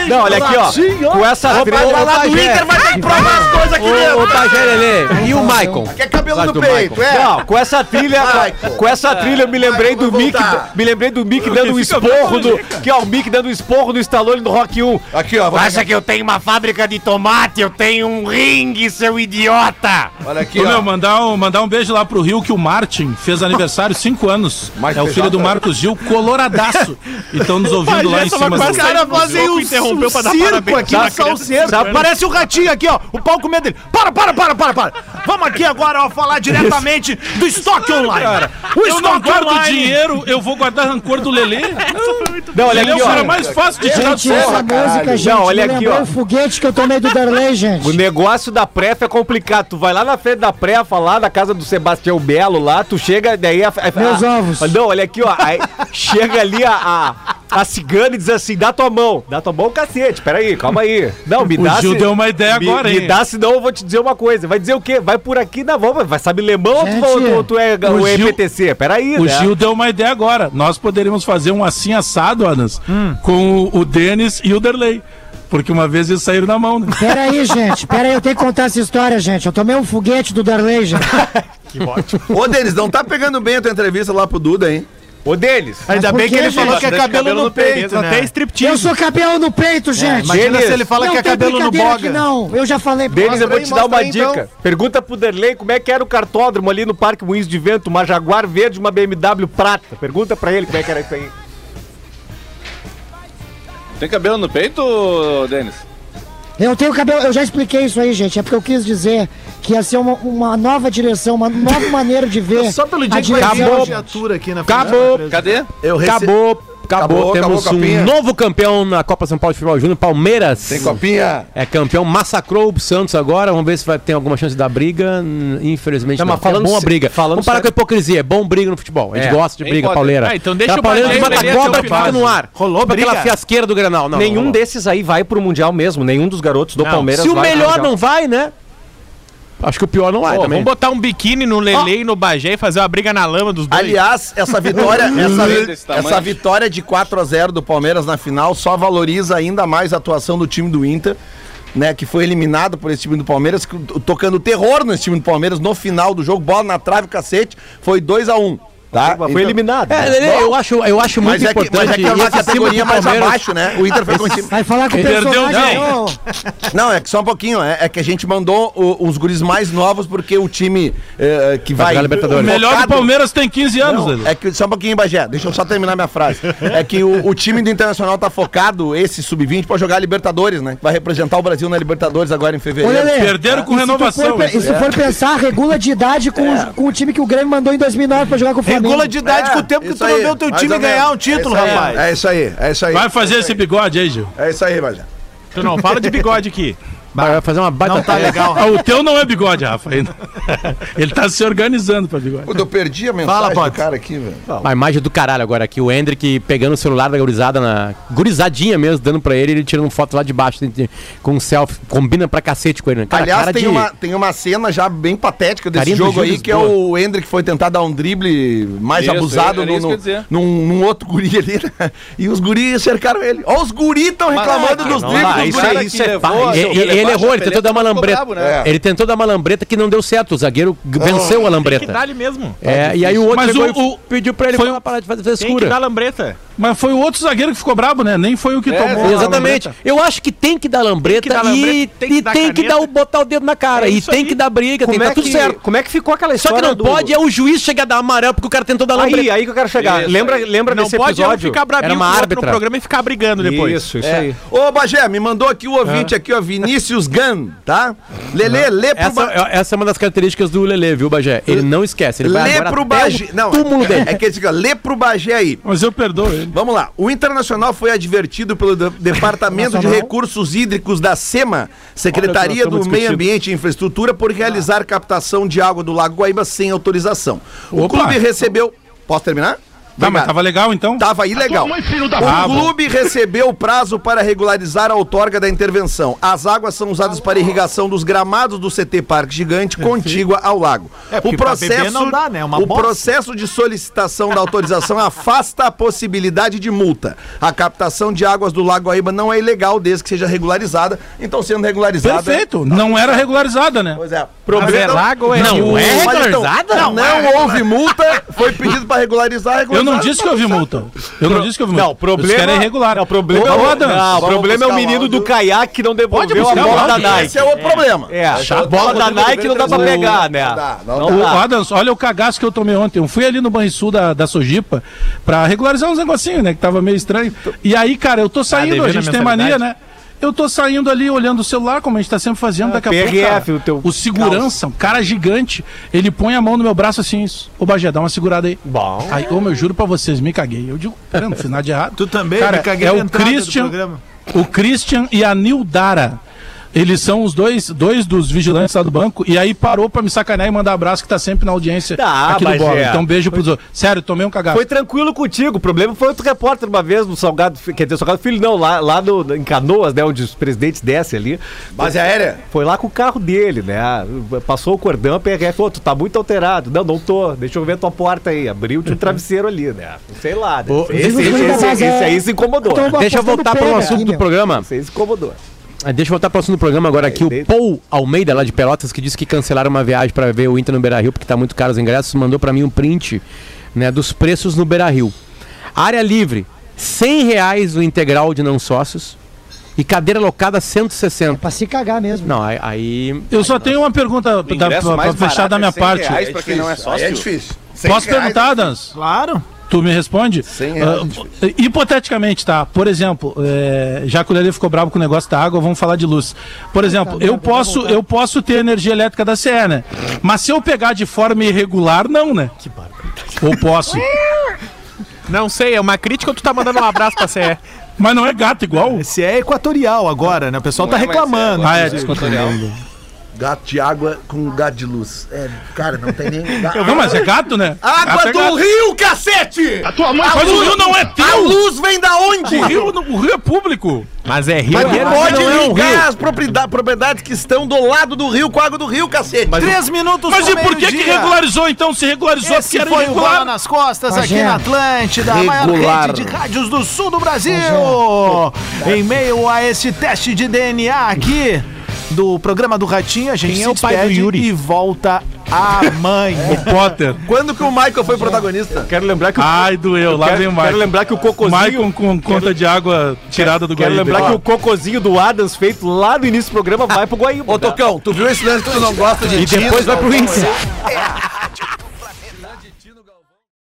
[SPEAKER 3] Não, olha aqui, ó. Com essa roupa
[SPEAKER 4] vai
[SPEAKER 3] ô,
[SPEAKER 4] falar do
[SPEAKER 3] Bagé.
[SPEAKER 4] Inter, vai ter que provar as coisas aqui
[SPEAKER 5] Ô,
[SPEAKER 4] dentro.
[SPEAKER 3] tá
[SPEAKER 5] ô Pagelele, e o Maicon?
[SPEAKER 4] Aqui é cabelo
[SPEAKER 5] Sabe
[SPEAKER 4] no
[SPEAKER 5] do
[SPEAKER 4] peito,
[SPEAKER 5] Michael.
[SPEAKER 4] é.
[SPEAKER 3] Não, com essa trilha,
[SPEAKER 4] Vai,
[SPEAKER 3] com essa trilha eu me lembrei
[SPEAKER 4] Vai,
[SPEAKER 3] do
[SPEAKER 4] vou
[SPEAKER 3] Mick,
[SPEAKER 4] voltar.
[SPEAKER 3] me lembrei do Mick dando um esporro do, que é o Mick dando um esporro no Stallone do Rock 1.
[SPEAKER 4] Aqui, ó. vou pegar-
[SPEAKER 11] que eu tenho uma fábrica de tomate? Eu tenho um ringue, seu idiota!
[SPEAKER 4] Olha aqui,
[SPEAKER 7] Ô, meu,
[SPEAKER 4] ó.
[SPEAKER 7] mandar um, mandar um beijo lá pro Rio que o Martin fez aniversário 5 anos.
[SPEAKER 4] Mais
[SPEAKER 7] é o filho
[SPEAKER 4] pesado,
[SPEAKER 7] do
[SPEAKER 4] né?
[SPEAKER 7] Marcos Gil, coloradaço. E estão nos ouvindo lá em cima do.
[SPEAKER 11] Os caras fazem um interrompeu pra dar parabéns.
[SPEAKER 2] aqui na salseiro. Parece o ratinho aqui, ó. O pau com medo dele. Para, para, para, para, para. Vamos aqui agora, ó, falar diretamente do estoque online. O
[SPEAKER 7] Eu não
[SPEAKER 2] estoque
[SPEAKER 7] guardo
[SPEAKER 2] online.
[SPEAKER 7] dinheiro, eu vou guardar rancor do Lelê.
[SPEAKER 3] Não, olha
[SPEAKER 7] Ele é
[SPEAKER 3] aqui,
[SPEAKER 7] o cara
[SPEAKER 3] ó.
[SPEAKER 7] mais fácil de tirar do
[SPEAKER 6] Gente, essa
[SPEAKER 7] sol.
[SPEAKER 6] música, gente,
[SPEAKER 3] Não, olha
[SPEAKER 6] me
[SPEAKER 3] aqui,
[SPEAKER 6] lembrou
[SPEAKER 3] ó.
[SPEAKER 6] o foguete que eu tomei do Derlei, gente.
[SPEAKER 3] O negócio da prefa é complicado. Tu vai lá na frente da prefa, lá na casa do Sebastião Belo, lá, tu chega, daí a. a
[SPEAKER 6] Meus
[SPEAKER 3] a-
[SPEAKER 6] ovos.
[SPEAKER 3] Não, olha aqui, ó. Aí chega ali a. a a cigana e diz assim, dá tua mão. Dá tua mão, cacete. Peraí, calma aí. Não, me
[SPEAKER 7] O
[SPEAKER 3] dá
[SPEAKER 7] Gil deu uma ideia
[SPEAKER 3] me,
[SPEAKER 7] agora,
[SPEAKER 3] Me
[SPEAKER 7] hein?
[SPEAKER 3] dá, senão eu vou te dizer uma coisa. Vai dizer o quê? Vai por aqui na mão. Vai sabe lemão
[SPEAKER 6] Gente,
[SPEAKER 3] ou tu, ou tu é o,
[SPEAKER 7] o Gil-
[SPEAKER 3] EPTC? Peraí,
[SPEAKER 7] O
[SPEAKER 3] né?
[SPEAKER 7] Gil deu uma ideia agora. Nós poderíamos fazer um assim assado, Anas,
[SPEAKER 4] Hum.
[SPEAKER 7] com o, o Denis e o Derlei. Porque uma vez eles saíram na mão, né?
[SPEAKER 6] Pera aí, gente. Pera aí, eu tenho que contar essa história, gente. Eu tomei um foguete do Derlei, gente.
[SPEAKER 4] Ô, Denis, não tá pegando bem a tua entrevista lá pro Duda, hein?
[SPEAKER 3] Ô, Denis.
[SPEAKER 11] Ainda
[SPEAKER 6] Mas
[SPEAKER 11] bem que
[SPEAKER 6] por
[SPEAKER 11] ele
[SPEAKER 6] quê,
[SPEAKER 11] falou
[SPEAKER 6] gente?
[SPEAKER 11] que é cabelo, no peito, né?
[SPEAKER 9] Até
[SPEAKER 6] Eu
[SPEAKER 9] striptease.
[SPEAKER 6] sou cabelo no peito, gente.
[SPEAKER 11] Imagina
[SPEAKER 3] Denis.
[SPEAKER 11] se ele fala
[SPEAKER 6] não
[SPEAKER 11] que é
[SPEAKER 6] tem
[SPEAKER 11] cabelo no
[SPEAKER 6] brincadeira aqui,
[SPEAKER 11] boga.
[SPEAKER 6] não. Eu já falei pra
[SPEAKER 3] Denis, eu vou
[SPEAKER 11] aí,
[SPEAKER 3] te dar
[SPEAKER 11] mostra
[SPEAKER 3] uma
[SPEAKER 11] aí, então.
[SPEAKER 3] dica. Pergunta pro Derlei como é que era o cartódromo ali no Parque Moinhos de Vento, uma Jaguar verde, uma BMW prata. Pergunta pra ele como é que era isso aí.
[SPEAKER 8] Tem cabelo no peito, Denis?
[SPEAKER 6] Eu tenho cabelo, eu já expliquei isso aí, gente. É porque eu quis dizer que ia ser uma, uma nova direção, uma nova maneira de ver.
[SPEAKER 2] Só pelo
[SPEAKER 6] a
[SPEAKER 2] dia que vai vir a
[SPEAKER 6] direção-
[SPEAKER 2] viatura aqui na
[SPEAKER 5] Acabou.
[SPEAKER 8] Cadê?
[SPEAKER 4] Eu
[SPEAKER 5] Acabou, acabou.
[SPEAKER 4] Acabou,
[SPEAKER 5] Temos
[SPEAKER 4] acabou,
[SPEAKER 5] um
[SPEAKER 4] copinha.
[SPEAKER 5] novo campeão na Copa São Paulo de Futebol Júnior, Palmeiras.
[SPEAKER 4] Tem copinha?
[SPEAKER 5] É campeão, massacrou o Santos agora. Vamos ver se vai ter alguma chance da briga. Hum, Infelizmente,
[SPEAKER 3] Não,
[SPEAKER 5] não.
[SPEAKER 3] mas falando
[SPEAKER 5] é bom a
[SPEAKER 3] sé-
[SPEAKER 5] briga.
[SPEAKER 3] falando
[SPEAKER 5] Vamos parar
[SPEAKER 3] sério-
[SPEAKER 5] com a hipocrisia. É bom briga no futebol. A gente
[SPEAKER 3] É.
[SPEAKER 5] gosta de
[SPEAKER 8] Quem
[SPEAKER 5] briga
[SPEAKER 8] pode?
[SPEAKER 5] pauleira.
[SPEAKER 9] Ah, então deixa
[SPEAKER 5] Tá,
[SPEAKER 9] o
[SPEAKER 5] Palmeiras
[SPEAKER 9] Palmeiras
[SPEAKER 5] mata
[SPEAKER 9] merecer
[SPEAKER 5] a
[SPEAKER 9] o
[SPEAKER 5] cobra e
[SPEAKER 9] final.
[SPEAKER 5] fica no ar.
[SPEAKER 11] Rolou
[SPEAKER 5] Tipo
[SPEAKER 11] briga.
[SPEAKER 5] Aquela fiasqueira do Granal. Não,
[SPEAKER 3] Nenhum
[SPEAKER 5] não, não.
[SPEAKER 3] desses aí vai pro Mundial mesmo. Nenhum dos garotos do
[SPEAKER 9] Não,
[SPEAKER 3] Palmeiras
[SPEAKER 5] Se o
[SPEAKER 3] vai pro
[SPEAKER 5] melhor
[SPEAKER 3] Mundial.
[SPEAKER 5] não vai, né? Acho que o pior não vai
[SPEAKER 9] Pô,
[SPEAKER 5] também.
[SPEAKER 9] vamos botar um biquíni no Lele e no Bagé e fazer uma briga na lama dos dois.
[SPEAKER 4] Aliás, essa vitória,
[SPEAKER 8] Desse
[SPEAKER 4] essa,
[SPEAKER 8] tamanho.
[SPEAKER 4] essa vitória de 4 a 0 do Palmeiras na final só valoriza ainda mais a atuação do time do Inter, né, que foi eliminado por esse time do Palmeiras, que- tocando terror nesse time do Palmeiras no final do jogo, bola na trave, cacete, foi 2 a 1, tá?
[SPEAKER 3] Foi
[SPEAKER 4] Então-
[SPEAKER 3] eliminado.
[SPEAKER 5] É,
[SPEAKER 3] né?
[SPEAKER 5] Lelê, eu acho, eu acho muito
[SPEAKER 4] Mas é, que, mas
[SPEAKER 5] importante.
[SPEAKER 4] é que é
[SPEAKER 5] esse
[SPEAKER 4] uma
[SPEAKER 5] acima do
[SPEAKER 4] categoria mais
[SPEAKER 5] Palmeiras-
[SPEAKER 4] abaixo, né? O Inter foi com o time.
[SPEAKER 6] Vai falar com o
[SPEAKER 7] Perdeu
[SPEAKER 6] personagem.
[SPEAKER 7] o
[SPEAKER 6] ô.
[SPEAKER 4] Não, é que só um pouquinho. É, é que a gente mandou o- os guris mais novos porque o time eh, que vai.
[SPEAKER 5] jogar Libertadores.
[SPEAKER 7] O melhor do
[SPEAKER 4] focado-
[SPEAKER 7] Palmeiras tem 15 anos, Lelê.
[SPEAKER 4] Não, é que só um pouquinho, Bagé. Deixa eu só terminar minha frase. É que o, o time do Internacional tá focado, esse sub-20, pra jogar a Libertadores, né? Vai representar o Brasil na Libertadores agora em
[SPEAKER 6] Ô,
[SPEAKER 4] fevereiro.
[SPEAKER 6] Lelê,
[SPEAKER 7] Perderam com
[SPEAKER 6] e se tu
[SPEAKER 7] renovação,
[SPEAKER 6] for pe-
[SPEAKER 7] isso
[SPEAKER 6] E se for pensar, regula de idade com, com o time que o Grêmio mandou em 2009 pra jogar com o Flamengo.
[SPEAKER 11] Regula de idade com o tempo que
[SPEAKER 4] É, isso
[SPEAKER 11] tu não
[SPEAKER 4] aí,
[SPEAKER 11] vê o teu
[SPEAKER 4] mais
[SPEAKER 11] time
[SPEAKER 4] ou menos.
[SPEAKER 11] ganhar um título,
[SPEAKER 4] É isso aí,
[SPEAKER 11] rapaz.
[SPEAKER 4] É isso aí, é isso aí.
[SPEAKER 7] Vai fazer esse bigode aí, Gil.
[SPEAKER 4] É isso aí, Bagé.
[SPEAKER 9] Tu não fala de bigode aqui.
[SPEAKER 5] Vai vai fazer uma baita.
[SPEAKER 11] Não tá legal.
[SPEAKER 7] Ah, o teu não é bigode, Rafa, ainda. Ele tá se organizando pra bigode.
[SPEAKER 4] Puta, eu perdi a mensagem
[SPEAKER 11] Fala,
[SPEAKER 4] do
[SPEAKER 11] Potter.
[SPEAKER 4] cara aqui, velho.
[SPEAKER 5] Uma imagem do caralho agora aqui. O Hendrick pegando o celular da gurizada na. Gurizadinha mesmo, dando pra ele, ele tirando foto lá de baixo, tem- com um selfie. Combina pra cacete com ele, né? Cara,
[SPEAKER 4] Aliás,
[SPEAKER 5] cara
[SPEAKER 4] tem,
[SPEAKER 5] de-
[SPEAKER 4] uma, tem uma cena já bem patética desse
[SPEAKER 5] Carinha do
[SPEAKER 4] jogo aí,
[SPEAKER 5] Gil
[SPEAKER 4] que é
[SPEAKER 5] Lisboa.
[SPEAKER 4] o Hendrick foi tentar dar um drible mais
[SPEAKER 8] Isso,
[SPEAKER 4] abusado
[SPEAKER 8] era
[SPEAKER 4] no,
[SPEAKER 8] isso que eu ia
[SPEAKER 4] no-
[SPEAKER 8] dizer.
[SPEAKER 4] num, num outro guri ali, né? E os guris cercaram ele. Ó, os guris estão reclamando dos
[SPEAKER 3] ah, não
[SPEAKER 4] dribles
[SPEAKER 3] dá,
[SPEAKER 4] dos
[SPEAKER 3] isso
[SPEAKER 4] guris.
[SPEAKER 3] aí- isso é pá,
[SPEAKER 5] E- e- Ele, errou, ele tentou dar uma lambreta.
[SPEAKER 4] né?
[SPEAKER 5] Ele tentou dar uma lambreta que não deu certo. O zagueiro g- venceu a
[SPEAKER 9] Tem que dar
[SPEAKER 5] lambreta.
[SPEAKER 9] ali mesmo.
[SPEAKER 5] É, e aí o outro
[SPEAKER 7] Mas
[SPEAKER 5] pegou
[SPEAKER 7] o-
[SPEAKER 5] e
[SPEAKER 7] o-
[SPEAKER 5] pediu pra ele
[SPEAKER 7] foi
[SPEAKER 5] falar,
[SPEAKER 7] o-
[SPEAKER 5] parar de fazer
[SPEAKER 9] Tem que
[SPEAKER 5] frescura.
[SPEAKER 9] dar lambreta.
[SPEAKER 7] Mas foi o outro zagueiro que ficou brabo, né? Nem foi o que
[SPEAKER 5] tá
[SPEAKER 7] tomou. a
[SPEAKER 5] É, Exatamente.
[SPEAKER 7] lambreta.
[SPEAKER 5] Eu acho que tem que dar lambreta,
[SPEAKER 9] dar
[SPEAKER 5] e
[SPEAKER 9] lambreta, tem que
[SPEAKER 5] e
[SPEAKER 9] dar
[SPEAKER 5] tem que dar
[SPEAKER 9] caneta.
[SPEAKER 5] o, botar o dedo na cara.
[SPEAKER 9] É
[SPEAKER 5] e
[SPEAKER 9] isso
[SPEAKER 5] tem
[SPEAKER 9] aí.
[SPEAKER 5] que dar briga, tem
[SPEAKER 3] Como,
[SPEAKER 5] que
[SPEAKER 3] é
[SPEAKER 5] dar
[SPEAKER 3] que,
[SPEAKER 5] tudo certo.
[SPEAKER 3] como é que ficou aquela
[SPEAKER 5] Só
[SPEAKER 3] história
[SPEAKER 5] que não
[SPEAKER 3] do-
[SPEAKER 5] pode é o juiz chegar a dar amarelo porque o cara tentou dar
[SPEAKER 3] Aí,
[SPEAKER 5] lambreta.
[SPEAKER 3] aí que eu quero chegar.
[SPEAKER 8] Isso,
[SPEAKER 3] lembra
[SPEAKER 8] aí.
[SPEAKER 3] lembra
[SPEAKER 9] Não
[SPEAKER 3] desse
[SPEAKER 9] pode eu
[SPEAKER 3] episódio?
[SPEAKER 9] ficar brabinho
[SPEAKER 5] Era
[SPEAKER 9] com
[SPEAKER 5] uma
[SPEAKER 9] o outro
[SPEAKER 5] árbitra.
[SPEAKER 9] no programa e ficar brigando depois.
[SPEAKER 3] Isso, isso
[SPEAKER 4] É.
[SPEAKER 3] aí.
[SPEAKER 4] Ô, Bagé, me mandou aqui o ouvinte aqui, ó, Vinícius Gunn, tá? Lelê, lê pro
[SPEAKER 5] É. Essa,
[SPEAKER 4] Bagé.
[SPEAKER 5] é- essa é uma das características do Lelê, viu, Bagé? Ele não esquece. Ele vai
[SPEAKER 4] Lê
[SPEAKER 5] é agora
[SPEAKER 4] pro
[SPEAKER 5] até o
[SPEAKER 4] Bagé. Não,
[SPEAKER 5] túmulo dele.
[SPEAKER 4] é que ele diz, ó, lê pro Bagé aí.
[SPEAKER 7] Mas eu perdoo ele.
[SPEAKER 4] Vamos lá. O Internacional foi advertido pelo de- Departamento de
[SPEAKER 6] Nacional.
[SPEAKER 4] Recursos Hídricos da SEMA, Secretaria do Meio Ambiente e Infraestrutura, por realizar captação de água do Lago Guaíba sem autorização. O
[SPEAKER 7] Opa.
[SPEAKER 4] clube recebeu. Posso terminar?
[SPEAKER 7] Tá, mas tava legal então?
[SPEAKER 4] Tava ilegal.
[SPEAKER 7] Ah,
[SPEAKER 4] O
[SPEAKER 7] bom.
[SPEAKER 4] clube recebeu o prazo para regularizar a outorga da intervenção. As águas são usadas para irrigação dos gramados do CT Parque Gigante, contígua ao lago.
[SPEAKER 2] É, porque
[SPEAKER 4] o
[SPEAKER 2] pra
[SPEAKER 4] processo,
[SPEAKER 2] beber não dá, né? Uma
[SPEAKER 4] o
[SPEAKER 2] bosta.
[SPEAKER 4] processo de solicitação da autorização afasta a possibilidade de multa. A captação de águas do Lago Aíba não é ilegal desde que seja regularizada. Então, sendo regularizada.
[SPEAKER 7] Perfeito. Não era regularizada, né?
[SPEAKER 4] Pois é.
[SPEAKER 9] Mas é lago ou é
[SPEAKER 4] Não,
[SPEAKER 9] rio?
[SPEAKER 4] é regularizada?
[SPEAKER 9] regularizada?
[SPEAKER 4] Não, houve multa, foi pedido para regularizar,
[SPEAKER 7] é Eu
[SPEAKER 4] regularizar.
[SPEAKER 7] não disse que eu vi multa. Eu não disse que eu vi multa.
[SPEAKER 3] Não, o problema.
[SPEAKER 7] Isso era irregular.
[SPEAKER 3] Não, o problema,
[SPEAKER 7] Ô, Adams,
[SPEAKER 3] não, o
[SPEAKER 4] vamos
[SPEAKER 3] problema é o
[SPEAKER 4] buscar o
[SPEAKER 3] menino
[SPEAKER 4] áudio.
[SPEAKER 3] do caiaque que não
[SPEAKER 7] Pode
[SPEAKER 3] devolveu a
[SPEAKER 7] buscar o
[SPEAKER 3] bola da
[SPEAKER 7] áudio.
[SPEAKER 3] Nike.
[SPEAKER 4] Esse é o problema.
[SPEAKER 3] É, a bola da Nike não dá pra pegar, né?
[SPEAKER 4] Não dá, não
[SPEAKER 7] Ô,
[SPEAKER 3] dá.
[SPEAKER 2] Ah.
[SPEAKER 7] Adams, olha o cagaço que eu tomei ontem. Eu fui ali no Banrisul da, da Sojipa pra regularizar uns negocinhos, né? Que tava meio estranho. E aí, cara, eu tô
[SPEAKER 2] Tá
[SPEAKER 7] saindo,
[SPEAKER 9] devendo
[SPEAKER 7] a
[SPEAKER 9] a
[SPEAKER 7] gente tem
[SPEAKER 9] mensalidade?
[SPEAKER 7] mania, né? Eu tô saindo ali olhando o celular, como a gente tá sempre fazendo, daqui a pouco.
[SPEAKER 3] PRF,
[SPEAKER 7] cara,
[SPEAKER 3] o teu
[SPEAKER 7] segurança, um cara gigante, ele põe a mão no meu braço assim, isso. Ô, Bagé, dá uma segurada aí.
[SPEAKER 3] Bom.
[SPEAKER 7] Aí, ô, meu, juro pra vocês, me caguei. Eu digo, pera, não fiz nada de errado.
[SPEAKER 2] Tu também?
[SPEAKER 7] cara,
[SPEAKER 2] Me caguei
[SPEAKER 7] é
[SPEAKER 2] na
[SPEAKER 7] o
[SPEAKER 2] entrada do
[SPEAKER 7] Christian,
[SPEAKER 2] programa.
[SPEAKER 7] o Christian e a Nildara. Eles são os dois, dois dos vigilantes lá do banco. E aí parou pra me sacanear e mandar abraço que tá sempre na audiência
[SPEAKER 3] Tá,
[SPEAKER 7] aqui do
[SPEAKER 3] mas
[SPEAKER 7] Bola.
[SPEAKER 3] é.
[SPEAKER 7] Então beijo pros outros. Sério, tomei um cagaço.
[SPEAKER 3] Foi tranquilo contigo. O problema foi outro repórter uma vez no Salgado, Fi- quer dizer, Salgado Filho, não, lá, lá no, em Canoas, né, onde os presidentes descem ali.
[SPEAKER 4] Base aérea?
[SPEAKER 3] Foi lá com o carro dele, né? Passou o cordão, a PRF falou, tu tá muito alterado. Não, não tô. Deixa eu ver tua porta aí. Abriu, tinha um travesseiro ali, né? Sei lá, né? esse, esse, esse- esse aí se incomodou. né,
[SPEAKER 6] Então,
[SPEAKER 5] Deixa eu voltar para o assunto do programa.
[SPEAKER 3] Esse aí se incomodou.
[SPEAKER 5] Ah, Deixa eu voltar para o assunto do programa agora aqui. O Paul Almeida, lá de Pelotas, que disse que cancelaram uma viagem para ver o Inter no Beira-Rio, porque tá muito caro os ingressos, mandou para mim um print né, dos preços no Beira-Rio. Área livre, R$ reais o integral de não sócios e cadeira locada 160.
[SPEAKER 6] Pra se cagar mesmo.
[SPEAKER 5] Não, aí- aí
[SPEAKER 7] Eu só tenho uma pergunta
[SPEAKER 8] O
[SPEAKER 7] da,
[SPEAKER 8] ingresso
[SPEAKER 7] pra, pra
[SPEAKER 8] mais barato
[SPEAKER 7] fechar da
[SPEAKER 8] é
[SPEAKER 7] minha
[SPEAKER 8] 100
[SPEAKER 7] parte.
[SPEAKER 8] reais pra quem não é
[SPEAKER 4] Aí
[SPEAKER 8] sócio.
[SPEAKER 4] é difícil.
[SPEAKER 7] Posso perguntar,
[SPEAKER 4] Dan?
[SPEAKER 7] Dans?
[SPEAKER 2] Claro.
[SPEAKER 7] Tu me responde?
[SPEAKER 4] reais,
[SPEAKER 7] Ah, hipoteticamente, tá? Por exemplo, é, já que o Lelê ficou bravo com o negócio da água, vamos falar de luz. Por exemplo, Tá, eu posso, eu posso ter energia elétrica da CE, né? Mas se eu pegar de forma irregular, não, né? Que Ou posso.
[SPEAKER 9] Não sei, é uma crítica ou tu tá mandando um abraço pra CE?
[SPEAKER 7] Mas não é gato igual.
[SPEAKER 2] Esse é equatorial agora, né? O pessoal
[SPEAKER 8] Não
[SPEAKER 2] tá
[SPEAKER 8] é mais
[SPEAKER 2] reclamando.
[SPEAKER 7] Ah, é, desculpa.
[SPEAKER 4] Gato de água com gato de luz. É, cara, não tem nem.
[SPEAKER 7] Não, mas é gato, né? Gato
[SPEAKER 4] Água
[SPEAKER 7] é
[SPEAKER 4] do
[SPEAKER 7] gato.
[SPEAKER 4] rio, cacete!
[SPEAKER 7] Tá
[SPEAKER 4] A tua
[SPEAKER 3] Tá
[SPEAKER 4] mãe
[SPEAKER 7] Mas o rio não é
[SPEAKER 4] A
[SPEAKER 7] teu!
[SPEAKER 4] luz vem da onde?
[SPEAKER 7] O rio, o rio é público.
[SPEAKER 9] Mas é rio.
[SPEAKER 4] Mas tu
[SPEAKER 9] é-
[SPEAKER 4] pode
[SPEAKER 9] não é um
[SPEAKER 4] ligar
[SPEAKER 9] rio.
[SPEAKER 4] as propriedades, propriedades que estão do lado do rio com a água do rio, cacete.
[SPEAKER 2] Três minutos
[SPEAKER 7] Mas e
[SPEAKER 3] é
[SPEAKER 2] pro
[SPEAKER 7] por que, que
[SPEAKER 2] meio-dia.
[SPEAKER 7] regularizou então? Se regularizou
[SPEAKER 2] Esse
[SPEAKER 7] porque era
[SPEAKER 2] foi o Bola
[SPEAKER 7] irregular.
[SPEAKER 2] nas Costas
[SPEAKER 6] Bagé.
[SPEAKER 2] aqui na Atlântida, a maior
[SPEAKER 4] Regular.
[SPEAKER 2] rede de rádios do sul do Brasil. Em meio a esse teste de DNA aqui do programa do Ratinho, a gente
[SPEAKER 9] Quem
[SPEAKER 2] se
[SPEAKER 9] é o pai do
[SPEAKER 2] despede
[SPEAKER 9] Yuri?
[SPEAKER 2] e volta amanhã.
[SPEAKER 7] Potter.
[SPEAKER 4] Quando que o Michael foi protagonista?
[SPEAKER 3] Quero lembrar que o
[SPEAKER 7] Ai, doeu. Lá
[SPEAKER 3] quero,
[SPEAKER 7] vem o Michael.
[SPEAKER 3] quero lembrar que o cocôzinho.
[SPEAKER 7] Maicon com conta de água tirada do
[SPEAKER 3] Quero
[SPEAKER 7] Guaíba.
[SPEAKER 3] lembrar que o cocôzinho do Adams feito lá no início do programa vai pro Guaíba.
[SPEAKER 7] Então,
[SPEAKER 4] Ô, Tocão, tu viu esse lance que tu não gosta de
[SPEAKER 5] E depois vai pro índice.